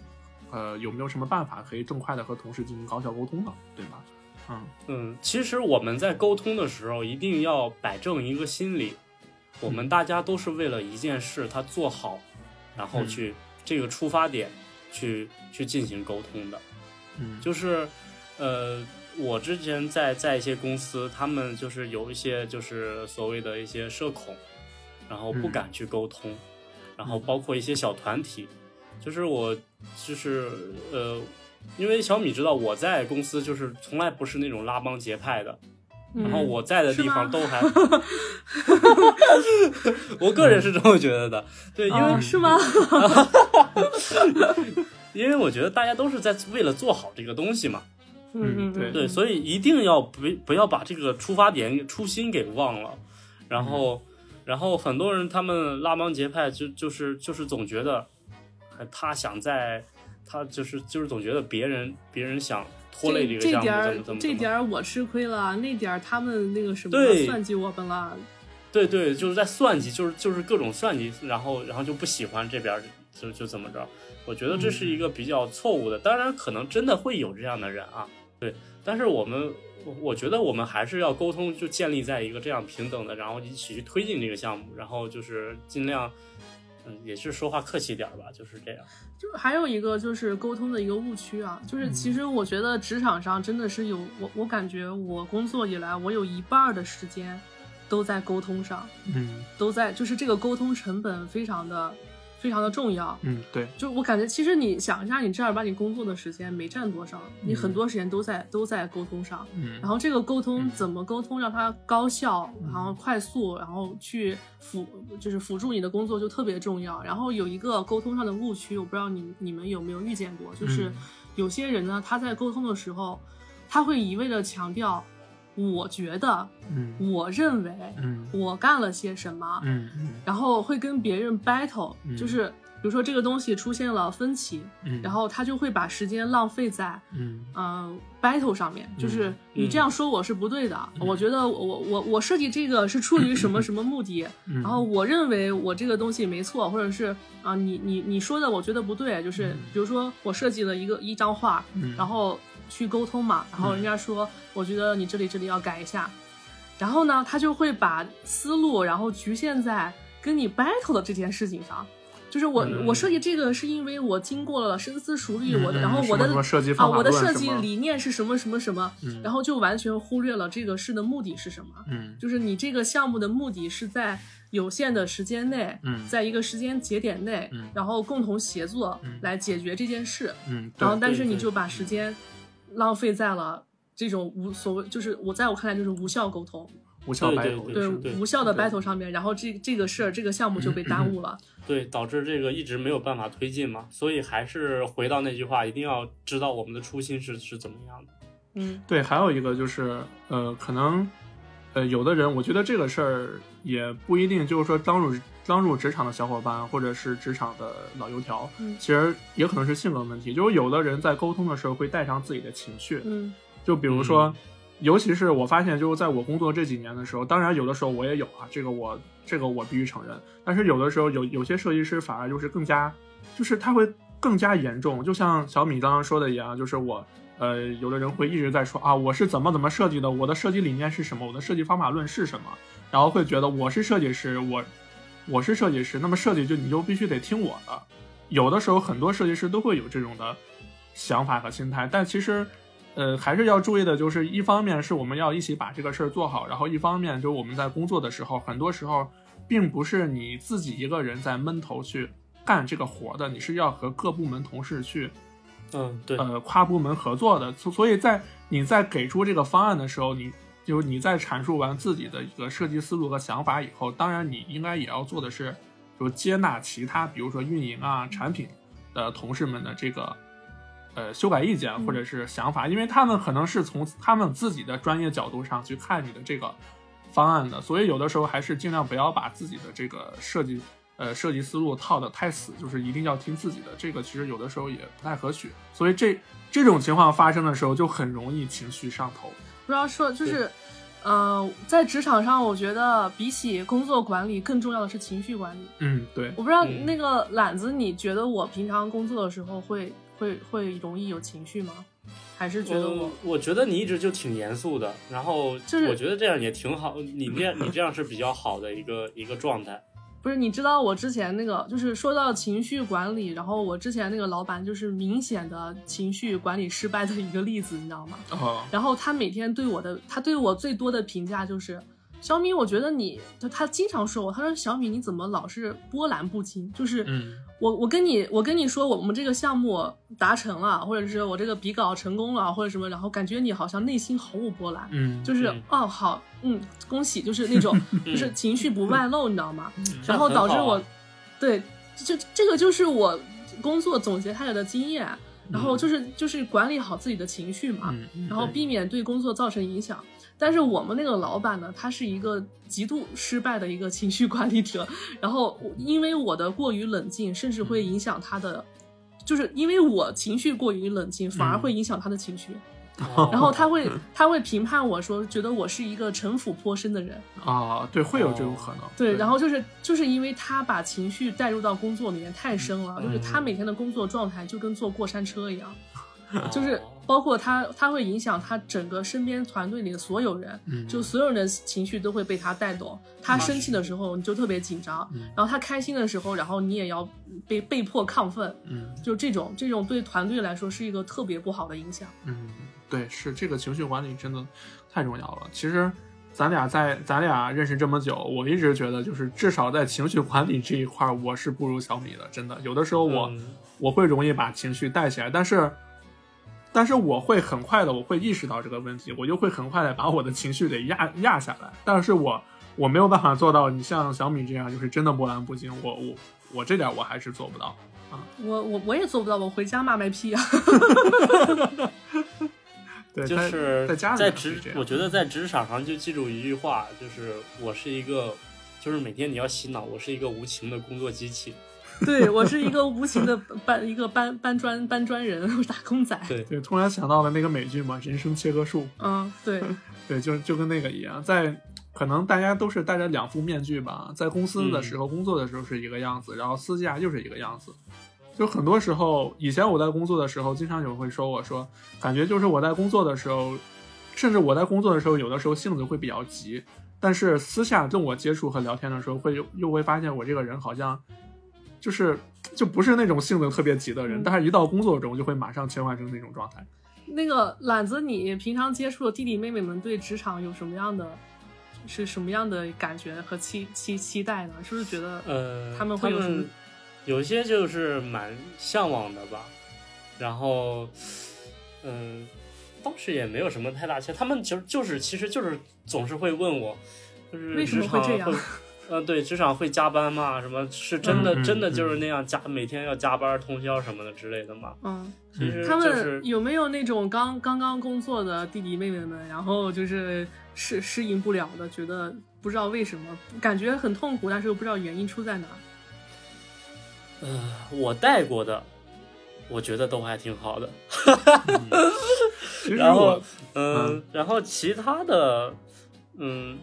[SPEAKER 2] 呃有没有什么办法可以更快的和同事进行高效沟通的，对吧？嗯
[SPEAKER 4] 嗯，其实我们在沟通的时候一定要摆正一个心理，我们大家都是为了一件事它做好，然后
[SPEAKER 2] 嗯
[SPEAKER 4] 去、这个出发点去去进行沟通的。
[SPEAKER 2] 嗯，
[SPEAKER 4] 就是，呃，我之前在在一些公司，他们就是有一些就是所谓的一些社恐，然后不
[SPEAKER 2] 嗯
[SPEAKER 4] 敢去沟通，然
[SPEAKER 3] 嗯
[SPEAKER 4] 后包括一些小团体，就是我就是呃，因为小米知道我在公司就是从来不是那种拉帮结派的，
[SPEAKER 3] 嗯
[SPEAKER 4] 然后我在的
[SPEAKER 3] 是
[SPEAKER 4] 地
[SPEAKER 3] 吗
[SPEAKER 4] 方都 还，我个人是这么觉得的，对，因为
[SPEAKER 3] 哦是 吗？
[SPEAKER 4] 因为我觉得大家都是在为了做好这个东西嘛。
[SPEAKER 2] 嗯对
[SPEAKER 4] 对，所以一定要不不要把这个出发点、初心给忘了。然
[SPEAKER 3] 嗯
[SPEAKER 4] 后，然后很多人他们拉帮结派就，就是就是总觉得，呃他想在，他就是就是总觉得别人别人想拖累
[SPEAKER 3] 这
[SPEAKER 4] 个项
[SPEAKER 3] 点
[SPEAKER 4] 目，
[SPEAKER 3] 儿
[SPEAKER 4] 怎么怎么
[SPEAKER 3] 这
[SPEAKER 4] 怎
[SPEAKER 3] 点
[SPEAKER 4] 么，
[SPEAKER 3] 儿我吃亏了，那点儿他们那个什么
[SPEAKER 4] 对
[SPEAKER 3] 算计我们了。
[SPEAKER 4] 对对，就是在算计，就是就是各种算计，然后然后就不喜欢这边儿就就怎么着。我觉得这是一个比较错误的，当然可能真的会有这样的人啊，对，但是我们我我觉得我们还是要沟通，就建立在一个这样平等的，然后一起去推进这个项目，然后就是尽量，嗯，也是说话客气点儿吧，就是这样。
[SPEAKER 3] 就是还有一个就是沟通的一个误区啊，就是
[SPEAKER 4] 嗯
[SPEAKER 3] 其实我觉得职场上真的是有我，我感觉我工作以来，我有一半儿的时间都在沟通上，
[SPEAKER 2] 嗯
[SPEAKER 3] 都在就是这个沟通成本非常的非常的重要。
[SPEAKER 2] 嗯对，
[SPEAKER 3] 就我感觉，其实你想一下，你正儿八经工作的时间没占多少，你很多时间都在都在沟通上。
[SPEAKER 2] 嗯，
[SPEAKER 3] 然后这个沟通
[SPEAKER 2] 嗯
[SPEAKER 3] 怎么沟通，让它高效，
[SPEAKER 2] 嗯
[SPEAKER 3] 然后快速，然后去辅就是辅助你的工作就特别重要。然后有一个沟通上的误区，我不知道你你们有没有遇见过，就是
[SPEAKER 2] 嗯
[SPEAKER 3] 有些人呢，他在沟通的时候，他会一味的强调，我觉得，
[SPEAKER 2] 嗯
[SPEAKER 3] 我认为，
[SPEAKER 2] 嗯
[SPEAKER 3] 我干了些什么，
[SPEAKER 2] 嗯嗯
[SPEAKER 3] 然后会跟别人 battle，、
[SPEAKER 2] 嗯
[SPEAKER 3] 就是比如说这个东西出现了分歧，
[SPEAKER 2] 嗯，
[SPEAKER 3] 然后他就会把时间浪费在
[SPEAKER 2] 嗯
[SPEAKER 3] 嗯、呃 battle 上面，就是你
[SPEAKER 4] 嗯
[SPEAKER 3] 这样说我是不对的，
[SPEAKER 2] 嗯
[SPEAKER 3] 我觉得我我我我设计这个是出于什 么什么目的，
[SPEAKER 2] 嗯，
[SPEAKER 3] 然后我认为我这个东西没错，或者是啊、你你你说的我觉得不对，就是比如说我设计了一个一张画，
[SPEAKER 2] 嗯
[SPEAKER 3] 然后去沟通嘛，然后人家说，我觉得你这里这里要改一下，然后呢，他就会把思路然后局限在跟你 battle 的这件事情上，就是我、
[SPEAKER 4] 嗯
[SPEAKER 3] 我设计这个是因为我经过了深思熟虑，
[SPEAKER 2] 嗯
[SPEAKER 3] 我的
[SPEAKER 2] 嗯
[SPEAKER 3] 然后
[SPEAKER 2] 什
[SPEAKER 3] 我
[SPEAKER 2] 么
[SPEAKER 3] 的
[SPEAKER 2] 什么设计
[SPEAKER 3] 啊
[SPEAKER 2] 方法
[SPEAKER 3] 我的
[SPEAKER 2] 论
[SPEAKER 3] 设
[SPEAKER 2] 什
[SPEAKER 3] 计
[SPEAKER 2] 么
[SPEAKER 3] 理念是什么什么什么，
[SPEAKER 2] 嗯
[SPEAKER 3] 然后就完全忽略了这个事的目的是什么。
[SPEAKER 2] 嗯
[SPEAKER 3] 就是你这个项目的目的是在有限的时间内，
[SPEAKER 2] 嗯
[SPEAKER 3] 在一个时间节点内，
[SPEAKER 2] 嗯
[SPEAKER 3] 然后共同协作
[SPEAKER 2] 嗯
[SPEAKER 3] 来解决这件事。
[SPEAKER 2] 嗯，
[SPEAKER 3] 然后，
[SPEAKER 2] 对
[SPEAKER 3] 但是
[SPEAKER 4] 对
[SPEAKER 3] 你就
[SPEAKER 4] 对
[SPEAKER 3] 把时间浪费在了这种无所谓，就是我在我看来就是无效沟通，
[SPEAKER 2] 无效
[SPEAKER 4] 对
[SPEAKER 2] 白
[SPEAKER 4] 对
[SPEAKER 2] 头
[SPEAKER 4] 对
[SPEAKER 2] 就是
[SPEAKER 4] 对
[SPEAKER 3] 无效的
[SPEAKER 2] 对
[SPEAKER 3] battle 上面，然后这这个事儿这个项目就被耽误了。
[SPEAKER 4] 对，导致这个一直没有办法推进嘛，所以还是回到那句话，一定要知道我们的初心是是怎么样的。
[SPEAKER 3] 嗯
[SPEAKER 2] 对，还有一个就是，呃，可能，呃，有的人，我觉得这个事儿也不一定，就是说刚入刚入职场的小伙伴，或者是职场的老油条，
[SPEAKER 3] 嗯
[SPEAKER 2] 其实也可能是性格问题。就是有的人在沟通的时候会带上自己的情绪，
[SPEAKER 3] 嗯
[SPEAKER 2] 就比如说，尤其是我发现，就是在我工作这几年的时候，当然有的时候我也有啊，这个我这个我必须承认。但是有的时候有有些设计师反而就是更加，就是他会更加严重，就像小米刚刚说的一样，就是我呃，有的人会一直在说啊，我是怎么怎么设计的，我的设计理念是什么，我的设计方法论是什么，然后会觉得我是设计师，我我是设计师，那么设计就你就必须得听我的。有的时候很多设计师都会有这种的想法和心态，但其实。呃，还是要注意的，就是一方面是我们要一起把这个事儿做好，然后一方面就是我们在工作的时候，很多时候并不是你自己一个人在闷头去干这个活的，你是要和各部门同事去
[SPEAKER 4] 嗯，对，
[SPEAKER 2] 呃跨部门合作的。所所以在你在给出这个方案的时候，你就是你在阐述完自己的一个设计思路和想法以后，当然你应该也要做的是，就接纳其他，比如说运营啊、产品的同事们的这个呃修改意见或者是想法，因为他们可能是从他们自己的专业角度上去看你的这个方案的，所以有的时候还是尽量不要把自己的这个设计呃设计思路套得太死，就是一定要听自己的，这个其实有的时候也不太合许，所以这这种情况发生的时候就很容易情绪上头。
[SPEAKER 3] 不知道说就是，呃，在职场上，我觉得比起工作管理，更重要的是情绪管理。
[SPEAKER 2] 嗯，对，
[SPEAKER 3] 我不知道
[SPEAKER 4] 嗯
[SPEAKER 3] 那个懒子，你觉得我平常工作的时候会会会容易有情绪吗？还是觉得我
[SPEAKER 4] 嗯？我觉得你一直就挺严肃的，然后
[SPEAKER 3] 就是
[SPEAKER 4] 我觉得这样也挺好，你这样你这样是比较好的一个一个状态。
[SPEAKER 3] 不是，你知道我之前那个，就是说到情绪管理，然后我之前那个老板就是明显的情绪管理失败的一个例子，你知道吗？
[SPEAKER 2] 哦，
[SPEAKER 3] 然后他每天对我的，他对我最多的评价就是，小米，我觉得你，他他经常说我，他说小米你怎么老是波澜不惊？就是
[SPEAKER 2] 嗯
[SPEAKER 3] 我我跟你我跟你说，我们这个项目达成了，或者是我这个比稿成功了，或者什么，然后感觉你好像内心毫无波澜，
[SPEAKER 2] 嗯，
[SPEAKER 3] 就是、
[SPEAKER 4] 嗯
[SPEAKER 3] 哦好，嗯，恭喜，就是那种就是
[SPEAKER 4] 嗯
[SPEAKER 3] 情绪不外露，你知道吗？
[SPEAKER 4] 这
[SPEAKER 3] 然
[SPEAKER 4] 样
[SPEAKER 3] 后
[SPEAKER 4] 很
[SPEAKER 3] 导致
[SPEAKER 4] 好啊
[SPEAKER 3] 我，对，就这个就是我工作总结下来的经验，
[SPEAKER 4] 嗯
[SPEAKER 3] 然后就是就是管理好自己的情绪嘛，
[SPEAKER 2] 嗯，嗯
[SPEAKER 3] 然后
[SPEAKER 2] 对
[SPEAKER 3] 避免对工作造成影响。但是我们那个老板呢，他是一个极度失败的一个情绪管理者，然后我因为我的过于冷静，甚至
[SPEAKER 4] 嗯
[SPEAKER 3] 会影响他的。就是因为我情绪过于冷静，反而
[SPEAKER 2] 嗯
[SPEAKER 3] 会影响他的情绪，
[SPEAKER 4] 哦
[SPEAKER 3] 然后他会他会评判我说，觉得我是一个城府颇深的人，
[SPEAKER 2] 啊，对，会有这种可能。
[SPEAKER 3] 哦对，然后就是就是因为他把情绪带入到工作里面太深了，就是他每天的工作状态就跟坐过山车一样，就是
[SPEAKER 4] 哦
[SPEAKER 3] 包括他他会影响他整个身边团队里的所有人，
[SPEAKER 2] 嗯
[SPEAKER 3] 就所有人的情绪都会被他带动。他生气的时候你就特别紧张，
[SPEAKER 2] 嗯
[SPEAKER 3] 然后他开心的时候，然后你也要被被迫亢奋，
[SPEAKER 2] 嗯
[SPEAKER 3] 就这种这种对团队来说是一个特别不好的影响。
[SPEAKER 2] 嗯，对，是这个情绪管理真的太重要了。其实咱俩在咱俩认识这么久，我一直觉得就是至少在情绪管理这一块儿，我是不如小米的。真的，有的时候我、
[SPEAKER 4] 嗯
[SPEAKER 2] 我会容易把情绪带起来，但是。但是我会很快的，我会意识到这个问题，我就会很快的把我的情绪给压压下来。但是我我没有办法做到你像小米这样，就是真的波澜不惊。我我我这点我还是做不到。
[SPEAKER 3] 我我我也做不到，我回家骂卖批啊。
[SPEAKER 2] 对，
[SPEAKER 4] 就
[SPEAKER 2] 在
[SPEAKER 4] 是
[SPEAKER 2] 在家里面
[SPEAKER 4] 职
[SPEAKER 2] 是这，样
[SPEAKER 4] 我觉得在职场上就记住一句话，就是我是一个，就是每天你要洗脑，我是一个无情的工作机器。
[SPEAKER 3] 对我是一个无情的搬一个搬搬砖搬砖人，我是打工仔。
[SPEAKER 4] 对
[SPEAKER 2] 对，突然想到了那个美剧嘛，《人生切割术》。
[SPEAKER 3] 嗯，对，
[SPEAKER 2] 对，就就跟那个一样，在可能大家都是戴着两副面具吧，在公司
[SPEAKER 4] 嗯
[SPEAKER 2] 的时候、工作的时候是一个样子，然后私下又是一个样子。就很多时候，以前我在工作的时候，经常有人会说我说，感觉就是我在工作的时候，甚至我在工作的时候，有的时候性子会比较急，但是私下跟我接触和聊天的时候，会又又会发现我这个人好像就是就不是那种性子特别急的人，
[SPEAKER 3] 嗯
[SPEAKER 2] 但是一到工作中就会马上切换成那种状态。
[SPEAKER 3] 那个懒子，你平常接触的弟弟妹妹们对职场有什么样的，是什么样的感觉和期期期待呢？是不是觉得
[SPEAKER 4] 呃，
[SPEAKER 3] 他们会有什么
[SPEAKER 4] 有一些就是蛮向往的吧，然后，嗯、倒是也没有什么太大期待。他们就就是其实就是总是会问我，就是
[SPEAKER 3] 为什么
[SPEAKER 4] 职场
[SPEAKER 3] 会这样
[SPEAKER 4] 嗯、对，职场会加班吗？什么是真的、
[SPEAKER 2] 嗯嗯
[SPEAKER 4] 真的就是那样加，每天要加班通宵什么的之类的吗？
[SPEAKER 3] 嗯，
[SPEAKER 4] 其实
[SPEAKER 3] 他
[SPEAKER 4] 呃就是
[SPEAKER 3] 们有没有那种刚刚刚工作的弟弟妹妹们，然后就是适适应不了的，觉得不知道为什么，感觉很痛苦，但是又不知道原因出在哪儿？
[SPEAKER 4] 呃，我带过的，我觉得都还挺好的。
[SPEAKER 2] 其实
[SPEAKER 4] 然后
[SPEAKER 2] 我，
[SPEAKER 4] 嗯，然后其他的，嗯，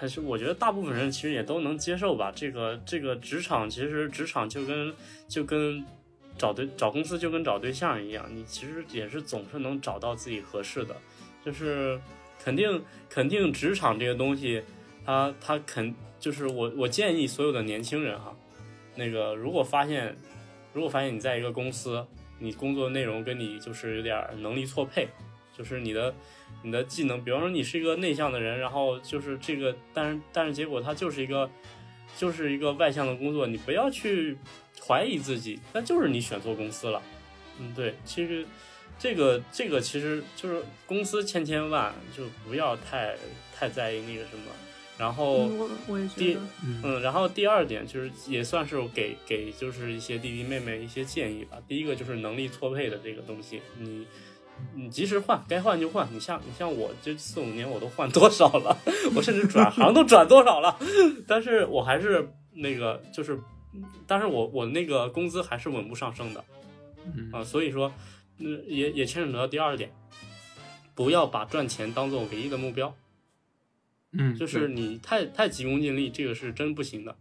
[SPEAKER 4] 还是我觉得大部分人其实也都能接受吧。这个这个职场，其实职场就跟就跟找对找公司就跟找对象一样，你其实也是总是能找到自己合适的。就是肯定肯定职场这个东西，它它肯就是我我建议所有的年轻人哈、那个如果发现如果发现你在一个公司，你工作内容跟你就是有点儿能力错配，就是你的你的技能，比方说你是一个内向的人，然后就是这个，但是但是结果他就是一个就是一个外向的工作，你不要去怀疑自己，那就是你选错公司了。嗯，对，其实这个这个其实就是公司千千万，就不要太太在意那个什么，然后。
[SPEAKER 3] 嗯我我也觉
[SPEAKER 4] 第
[SPEAKER 3] 得，
[SPEAKER 2] 嗯
[SPEAKER 4] 嗯，然后第二点就是也算是给给就是一些弟弟妹妹一些建议吧。第一个就是能力错配的这个东西，你你及时换，该换就换。你像你像我这四五年我都换多少了， 我甚至转行都转多少了，但是我还是那个就是，但是我我那个工资还是稳步上升的。
[SPEAKER 2] 嗯
[SPEAKER 4] 啊，所以说，嗯，也也牵扯到第二点，不要把赚钱当做唯一的目标。
[SPEAKER 2] 嗯，
[SPEAKER 4] 就是
[SPEAKER 2] 对
[SPEAKER 4] 你太太急功近利，这个是真不行的。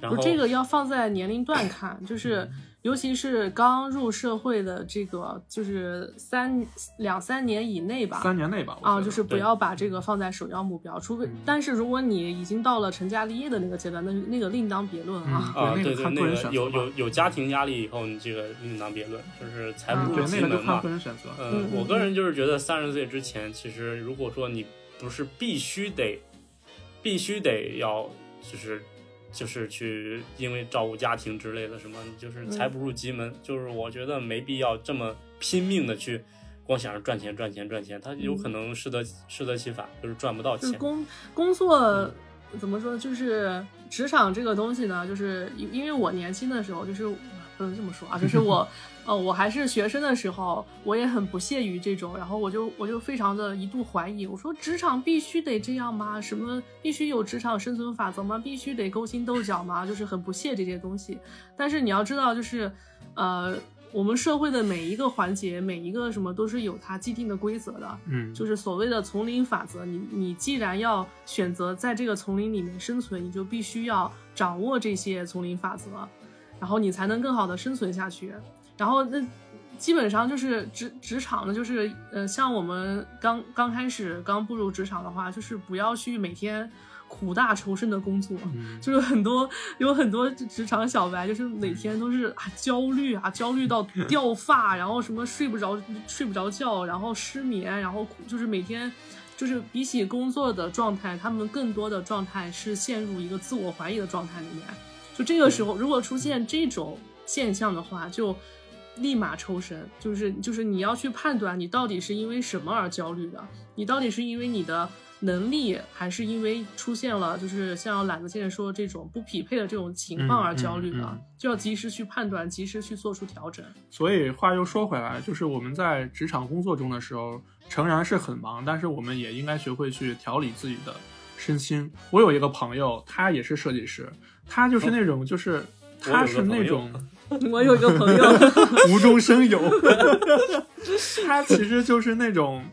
[SPEAKER 4] 然
[SPEAKER 3] 我
[SPEAKER 4] 后
[SPEAKER 3] 这个要放在年龄段看，
[SPEAKER 2] 嗯
[SPEAKER 3] 就是尤其是刚入社会的这个，就是三两三年以内吧，
[SPEAKER 2] 三年内吧，我觉
[SPEAKER 3] 啊，
[SPEAKER 2] 得嗯
[SPEAKER 3] 就是不
[SPEAKER 4] 对
[SPEAKER 3] 要把这个放在首要目标，除非，但是如果你已经到了成家立业的那个阶段，那那个另当别论
[SPEAKER 2] 嗯
[SPEAKER 3] 啊。
[SPEAKER 4] 啊，
[SPEAKER 2] 对那
[SPEAKER 4] 对
[SPEAKER 2] 个
[SPEAKER 4] 对，
[SPEAKER 2] 看
[SPEAKER 4] 那
[SPEAKER 2] 个人选
[SPEAKER 4] 个
[SPEAKER 2] 择
[SPEAKER 4] 有
[SPEAKER 2] 吧
[SPEAKER 4] 有有家庭压力以后，你这个另当别论，就是财
[SPEAKER 3] 嗯
[SPEAKER 4] 不
[SPEAKER 2] 对
[SPEAKER 4] 入
[SPEAKER 2] 那
[SPEAKER 4] 其
[SPEAKER 2] 个就
[SPEAKER 4] 门
[SPEAKER 2] 看
[SPEAKER 4] 嘛
[SPEAKER 2] 个。人选择。
[SPEAKER 4] 嗯
[SPEAKER 3] 嗯，
[SPEAKER 4] 我
[SPEAKER 3] 嗯
[SPEAKER 4] 个
[SPEAKER 3] 嗯
[SPEAKER 4] 人就是觉得三十岁之前，其实如果说你不是必须得，必须得要就是。就是去因为照顾家庭之类的什么，你就是财
[SPEAKER 2] 嗯
[SPEAKER 4] 不入急门，就是我觉得没必要这么拼命的去光想着赚钱赚钱赚钱，他有
[SPEAKER 2] 嗯
[SPEAKER 4] 可能适得适得其反，就是赚不到
[SPEAKER 3] 就是
[SPEAKER 4] 钱。
[SPEAKER 3] 工工作怎么说呢？就是职场这个东西呢，就是因因为我年轻的时候，就是不能这么说啊，就是我呃我还是学生的时候，我也很不屑于这种，然后我就我就非常的一度怀疑，我说职场必须得这样吗？什么必须有职场生存法则吗？必须得勾心斗角吗？就是很不屑这些东西。但是你要知道，就是呃。我们社会的每一个环节，每一个什么都是有它既定的规则的，
[SPEAKER 2] 嗯，
[SPEAKER 3] 就是所谓的丛林法则。你你既然要选择在这个丛林里面生存，你就必须要掌握这些丛林法则，然后你才能更好的生存下去。然后那基本上就是职职场呢，就是呃，像我们刚刚开始刚步入职场的话，就是不要去每天苦大仇深的工作。
[SPEAKER 2] 嗯
[SPEAKER 3] 就是很多有很多职场小白，就是每天都是啊焦虑啊，焦虑到掉发，然后什么睡不着睡不着觉，然后失眠，然后苦就是每天就是比起工作的状态，他们更多的状态是陷入一个自我怀疑的状态里面。就这个时候，如果出现这种现象的话，就立马抽身，就是就是你要去判断你到底是因为什么而焦虑的，你到底是因为你的能力，还是因为出现了就是像懒得先生说这种不匹配的这种情况而焦虑的，
[SPEAKER 2] 嗯嗯嗯
[SPEAKER 3] 就要及时去判断，及时去做出调 整。
[SPEAKER 2] 所以话又说回来，就是我们在职场工作中的时候，诚然是很忙，但是我们也应该学会去调理自己的身心。我有一个朋友，他也是设计师，他就是那种就是。
[SPEAKER 4] 哦我有个
[SPEAKER 2] 他是那种
[SPEAKER 3] 我有一个朋友，
[SPEAKER 2] 无中生 有，他其实就是那种，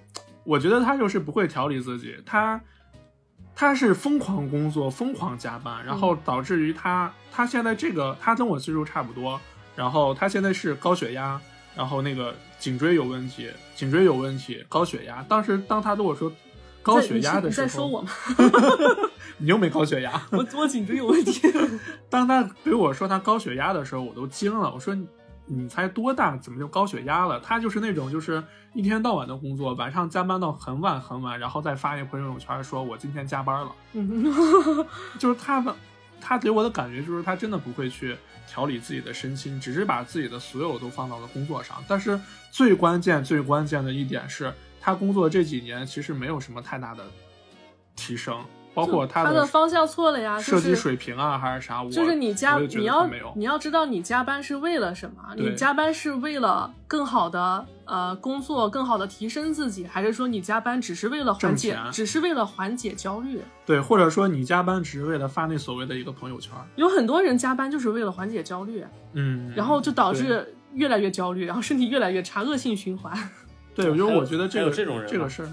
[SPEAKER 2] 我觉得他就是不会调理自己，他他是疯狂工作、疯狂加班，然
[SPEAKER 3] 嗯
[SPEAKER 2] 后导致于他他现在这个他跟我岁数差不多，然后他现在是高血压，然后那个颈椎有问题，颈椎有问题，高血压。当时当他跟我说高血压的
[SPEAKER 3] 你
[SPEAKER 2] 时
[SPEAKER 3] 是
[SPEAKER 2] 候，
[SPEAKER 3] 你在说我吗？
[SPEAKER 2] 你又没高血压。
[SPEAKER 3] 我我颈椎有问题。
[SPEAKER 2] 当他给我说他高血压的时候，我都惊了。我说你你才多大，怎么就高血压了？他就是那种就是一天到晚的工作，晚上加班到很晚很晚，然后再发一个朋友圈说我今天加班了。
[SPEAKER 3] 嗯
[SPEAKER 2] 就是他们，他给我的感觉就是他真的不会去调理自己的身心，只是把自己的所有都放到了工作上。但是最关键、最关键的一点是，他工作这几年其实没有什么太大的提升，包括
[SPEAKER 3] 他
[SPEAKER 2] 的
[SPEAKER 3] 方向错了呀，就
[SPEAKER 2] 设
[SPEAKER 3] 是
[SPEAKER 2] 计水平啊，还是啥，我
[SPEAKER 3] 就是你加
[SPEAKER 2] 我也觉得
[SPEAKER 3] 你要
[SPEAKER 2] 他没有
[SPEAKER 3] 你要知道你加班是为了什么？
[SPEAKER 2] 对
[SPEAKER 3] 你加班是为了更好的呃工作，更好的提升自己，还是说你加班只是为了缓解
[SPEAKER 2] 挣钱，
[SPEAKER 3] 只是为了缓解焦虑？
[SPEAKER 2] 对，或者说你加班只是为了发那所谓的一个朋友圈，
[SPEAKER 3] 有很多人加班就是为了缓解焦虑，
[SPEAKER 2] 嗯，嗯
[SPEAKER 3] 然后就导致越来越焦虑，然后身体越来越差，恶性循环。
[SPEAKER 2] 对，因为
[SPEAKER 4] 还有
[SPEAKER 2] 我觉得这
[SPEAKER 4] 还有
[SPEAKER 2] 个
[SPEAKER 4] 这种人吗
[SPEAKER 2] 这个事儿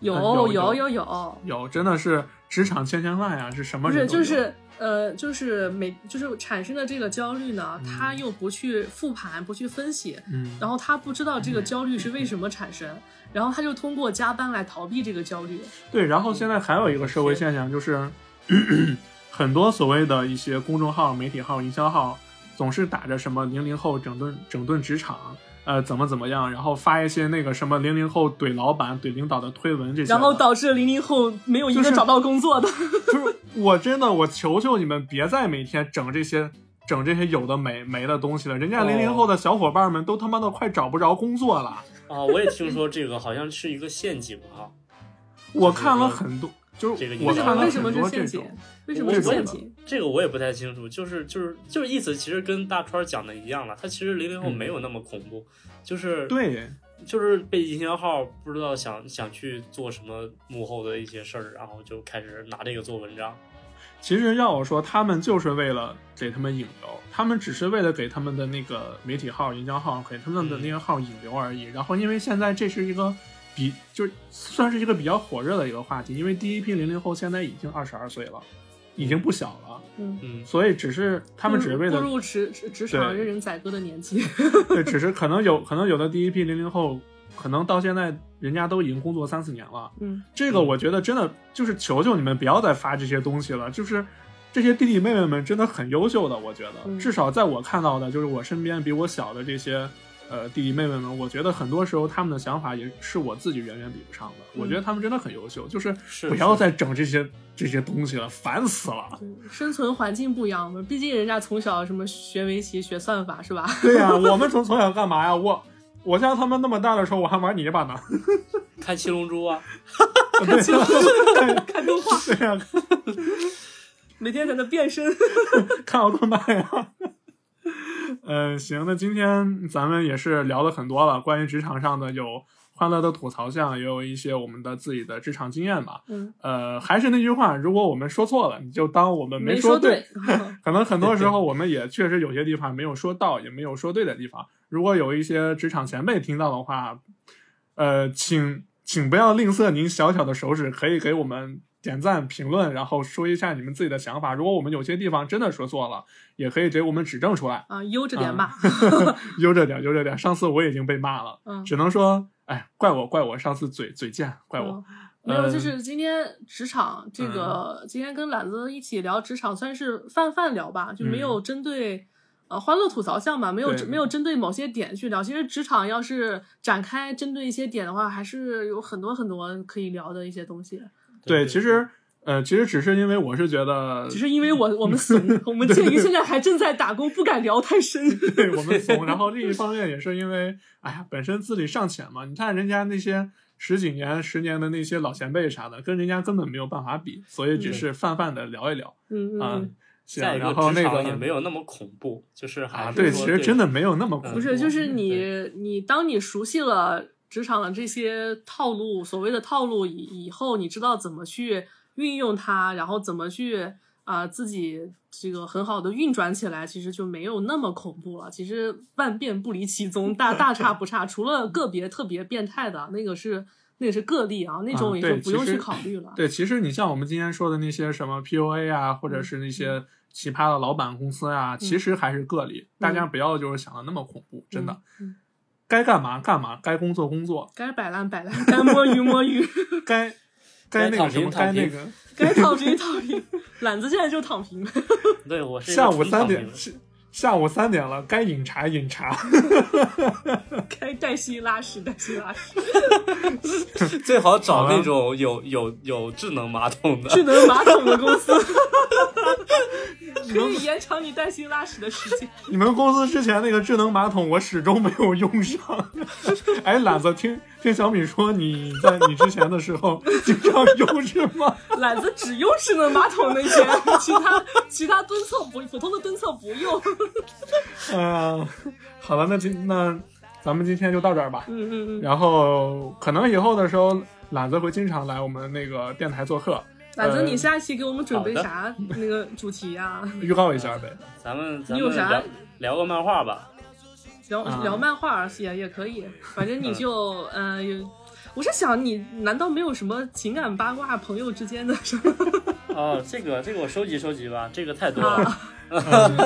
[SPEAKER 3] 有
[SPEAKER 2] 嗯有有
[SPEAKER 3] 有有有，
[SPEAKER 2] 有，真的是职场千千万呀，是什么
[SPEAKER 3] 不
[SPEAKER 2] 人
[SPEAKER 3] 是
[SPEAKER 2] 都有？
[SPEAKER 3] 就是呃就是每就是产生的这个焦虑呢，他又不去复盘，不去分析，
[SPEAKER 2] 嗯，
[SPEAKER 3] 然后他不知道这个焦虑是为什么产生，然后他就通过加班来逃避这个焦虑。
[SPEAKER 2] 对，然后现在还有一个社会现象就是， 很多所谓的一些公众号、媒体号、营销号，总是打着什么零零后整顿整顿职场，呃，怎么怎么样，然后发一些那个什么零零后怼老板、怼领导的推文这些的。
[SPEAKER 3] 然后导致零零后没有一个
[SPEAKER 2] 就是
[SPEAKER 3] 找到工作的。
[SPEAKER 2] 就是我真的，我求求你们别再每天整这些整这些有的没没的东西了。人家
[SPEAKER 4] 哦
[SPEAKER 2] 零零后的小伙伴们都他妈的快找不着工作了。
[SPEAKER 4] 啊，我也听说这个好像是一个陷阱啊。
[SPEAKER 2] 我看了很多，就
[SPEAKER 4] 这个
[SPEAKER 2] 是
[SPEAKER 4] 影
[SPEAKER 2] 我
[SPEAKER 3] 为什
[SPEAKER 4] 响
[SPEAKER 2] 看
[SPEAKER 3] 么
[SPEAKER 2] 了
[SPEAKER 3] 为什
[SPEAKER 2] 很
[SPEAKER 3] 么
[SPEAKER 2] 多
[SPEAKER 3] 是
[SPEAKER 2] 这
[SPEAKER 3] 陷
[SPEAKER 2] 种
[SPEAKER 3] 阱。？为什么是
[SPEAKER 4] 我
[SPEAKER 3] 陷阱？
[SPEAKER 4] 这个我也不太清楚，就是就是就是意思其实跟大川讲的一样了，他其实零零后
[SPEAKER 2] 嗯
[SPEAKER 4] 没有那么恐怖，就是
[SPEAKER 2] 对，
[SPEAKER 4] 就是被营销号不知道想想去做什么幕后的一些事儿，然后就开始拿这个做文章。
[SPEAKER 2] 其实要我说，他们就是为了给他们引流，他们只是为了给他们的那个媒体号、营销号，给他们的那个号引流而已。然后，因为现在这是一个比就是算是一个比较火热的一个话题，因为第一批零零后现在已经二十二岁了，已经不小了，
[SPEAKER 3] 嗯，
[SPEAKER 4] 嗯，
[SPEAKER 2] 所以只是他们只是为
[SPEAKER 3] 步
[SPEAKER 2] 了
[SPEAKER 3] 入职职职场
[SPEAKER 2] 对
[SPEAKER 3] 任人宰割的 年纪。
[SPEAKER 2] 对，只是可能有可能有的第一批零零后，可能到现在人家都已经工作三四年了。
[SPEAKER 3] 嗯，
[SPEAKER 2] 这个我觉得真的就是求求你们不要再发这些东西了，就是。这些弟弟妹妹们真的很优秀的，我觉
[SPEAKER 3] 嗯
[SPEAKER 2] 得，至少在我看到的，就是我身边比我小的这些，呃，弟弟妹妹们，我觉得很多时候他们的想法也是我自己远远比不上的。
[SPEAKER 3] 嗯
[SPEAKER 2] 我觉得他们真的很优秀，就是
[SPEAKER 4] 是
[SPEAKER 2] 不要
[SPEAKER 4] 是
[SPEAKER 2] 再整这些这些东西了，烦死了。
[SPEAKER 3] 嗯生存环境不一样嘛，毕竟人家从小什么学围棋、学算法是吧？
[SPEAKER 2] 对呀、我们从从小干嘛呀？我我像他们那么大的时候，我还玩泥巴呢。
[SPEAKER 4] 看《七龙珠》啊，
[SPEAKER 2] 看起来
[SPEAKER 3] 看动画，
[SPEAKER 2] 对呀、
[SPEAKER 3] 每天在那变身。
[SPEAKER 2] 看奥特曼呀。 呃，行，那今天咱们也是聊了很多了，关于职场上的有欢乐的吐槽项，也有一些我们的自己的职场经验吧。
[SPEAKER 3] 嗯，
[SPEAKER 2] 呃，还是那句话，如果我们说错了，你就当我们
[SPEAKER 3] 没
[SPEAKER 2] 说
[SPEAKER 3] 对。
[SPEAKER 2] 可能很多时候我们也确实有些地方没有说到，也没有说对的地方。如果有一些职场前辈听到的话，呃，请请不要吝啬您小小的手指，可以给我们点赞、评论，然后说一下你们自己的想法。如果我们有些地方真的说错了，也可以给我们指正出来。
[SPEAKER 3] 啊，悠着点吧。
[SPEAKER 2] 悠着点，悠着点。上次我已经被骂了，
[SPEAKER 3] 嗯，
[SPEAKER 2] 只能说，哎，怪我，怪我，上次嘴嘴贱，怪
[SPEAKER 3] 哦
[SPEAKER 2] 我。
[SPEAKER 3] 嗯
[SPEAKER 2] 嗯
[SPEAKER 3] 没有，
[SPEAKER 2] 呃
[SPEAKER 3] 就是今天职场这个，今天跟懒子一起聊职场，算是泛泛聊吧，就没有针对。呃，欢乐吐槽项嘛，没有
[SPEAKER 2] 嗯对嗯
[SPEAKER 3] 没有针对某些点去聊。其实职场要是展开针对一些点的话，还是有很多很多可以聊的一些东西。
[SPEAKER 2] 对，其实，呃，其实只是因为我是觉得，
[SPEAKER 3] 只是因为我我 们怂，我们鉴于现在还正在打工，不敢聊太深。
[SPEAKER 2] 对我们 怂。然后另一方面也是因为，哎呀，本身资历尚浅嘛。你看人家那些十几年、十年的那些老前辈啥的，跟人家根本没有办法比，所以只是泛泛的聊一聊
[SPEAKER 3] 嗯嗯
[SPEAKER 2] 啊
[SPEAKER 3] 嗯，。
[SPEAKER 2] 行，
[SPEAKER 4] 嗯下一
[SPEAKER 2] 然后
[SPEAKER 4] 职
[SPEAKER 2] 那
[SPEAKER 4] 场也没
[SPEAKER 2] 个
[SPEAKER 4] 有那么恐怖，就是还
[SPEAKER 2] 啊，
[SPEAKER 4] 是
[SPEAKER 2] 对，
[SPEAKER 4] 说
[SPEAKER 2] 其实真的没有那么恐
[SPEAKER 4] 嗯
[SPEAKER 2] 怖啊
[SPEAKER 3] 不是，就是你
[SPEAKER 4] 对
[SPEAKER 3] 你当你熟悉了职场的这些套路，所谓的套路以以后，你知道怎么去运用它，然后怎么去啊、自己这个很好的运转起来，其实就没有那么恐怖了。其实万变不离其宗，大大差不差，除了个别特别变态的那个是那个是个例啊，那种
[SPEAKER 2] 啊
[SPEAKER 3] 也
[SPEAKER 2] 对
[SPEAKER 3] 就不用
[SPEAKER 2] 其实
[SPEAKER 3] 去考虑了。
[SPEAKER 2] 对，其实你像我们今天说的那些什么 PUA 啊，或
[SPEAKER 3] 嗯
[SPEAKER 2] 者是那些奇葩的老板公司啊，其实还是个例，大家不要就是想的那么恐怖，真的
[SPEAKER 3] 嗯嗯嗯。
[SPEAKER 2] 该干嘛干嘛，该工作工作，
[SPEAKER 3] 该摆烂摆烂，该摸鱼摸鱼，
[SPEAKER 2] 该
[SPEAKER 4] 该
[SPEAKER 2] 那
[SPEAKER 4] 躺
[SPEAKER 2] 个什么，
[SPEAKER 4] 平躺
[SPEAKER 2] 该那
[SPEAKER 4] 平
[SPEAKER 2] 个
[SPEAKER 3] 该躺平躺平。 懒子现在就躺平。
[SPEAKER 4] 对我是一个
[SPEAKER 2] 下午
[SPEAKER 4] 纯躺
[SPEAKER 2] 三
[SPEAKER 4] 平
[SPEAKER 2] 点， 下下午三点了，该饮茶饮茶。
[SPEAKER 3] 该黛西拉屎，黛西拉屎，
[SPEAKER 4] 最好找
[SPEAKER 2] 好了
[SPEAKER 4] 那种有有有智能马桶的。
[SPEAKER 3] 智能马桶的公司，可以延长你黛西拉屎的时间。
[SPEAKER 2] 你们公司之前那个智能马桶，我始终没有用上。 哎，懒子，听听小米说你在你之前的时候经常用是吗？
[SPEAKER 3] 懒子只用智能马桶那些，其他其他蹲厕不普通的蹲厕不用。
[SPEAKER 2] 嗯、好了，那今那咱们今天就到这儿吧。
[SPEAKER 3] 嗯嗯嗯，
[SPEAKER 2] 然后可能以后的时候，懒子会经常来我们那个电台做客。
[SPEAKER 3] 懒子，
[SPEAKER 2] 呃
[SPEAKER 3] 你下期给我们准备
[SPEAKER 4] 好的
[SPEAKER 3] 啥那个主题啊？
[SPEAKER 2] 预告一下呗。
[SPEAKER 4] 咱们咱
[SPEAKER 3] 你有
[SPEAKER 4] 们
[SPEAKER 3] 啥
[SPEAKER 4] 聊聊个漫画吧，
[SPEAKER 3] 聊
[SPEAKER 2] 啊
[SPEAKER 3] 聊漫画也也可以，反正你就呃，有我是想你难道没有什么情感八卦朋友之间的什么？
[SPEAKER 4] 哦，这个这个我收集收集吧，这个太多了。
[SPEAKER 3] 啊，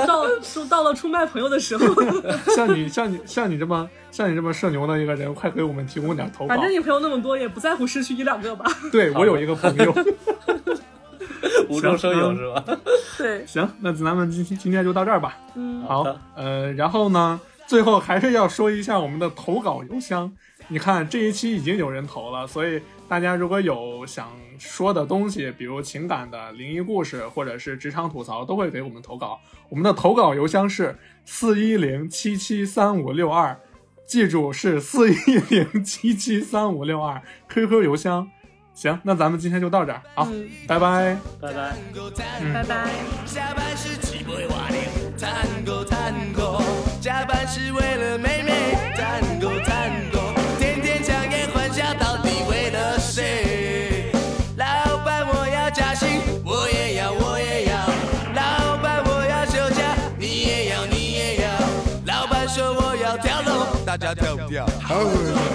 [SPEAKER 3] 到就到了出卖朋友的 时候，
[SPEAKER 2] 像你像你像你这么像你这么社牛的一个人，快给我们提供点投稿
[SPEAKER 3] 反。正你朋友那么多，也不在乎失去一两个吧。
[SPEAKER 2] 对我有一个朋友。
[SPEAKER 4] 无中生有
[SPEAKER 2] 嗯
[SPEAKER 4] 是吧？
[SPEAKER 3] 对，
[SPEAKER 2] 行，那咱们今天今天就到这儿吧。
[SPEAKER 3] 嗯，
[SPEAKER 2] 好
[SPEAKER 4] 的，
[SPEAKER 2] 呃，然后呢，最后还是要说一下我们的投稿邮箱。你看这一期已经有人投了，所以大家如果有想说的东西，比如情感的、灵异故事，或者是职场吐槽，都会给我们投稿。我们的投稿邮箱是四一零七七三五六二，记住是四一零七七三五六二 QQ 邮箱。行，那咱们今天就到这儿，好，
[SPEAKER 3] 嗯
[SPEAKER 2] 拜拜。
[SPEAKER 4] 拜拜。
[SPEAKER 5] Tango
[SPEAKER 3] 拜
[SPEAKER 5] Tango，
[SPEAKER 3] 拜。
[SPEAKER 5] 下班是挤不会瓦脸。Tango Tango，加班是为了妹妹。Tango Tango，天天强颜欢笑，到底为了谁？老板我要加薪，我也要我也要。老板我要休假，你也要你也要。老板说我要跳楼，大家跳不跳？好。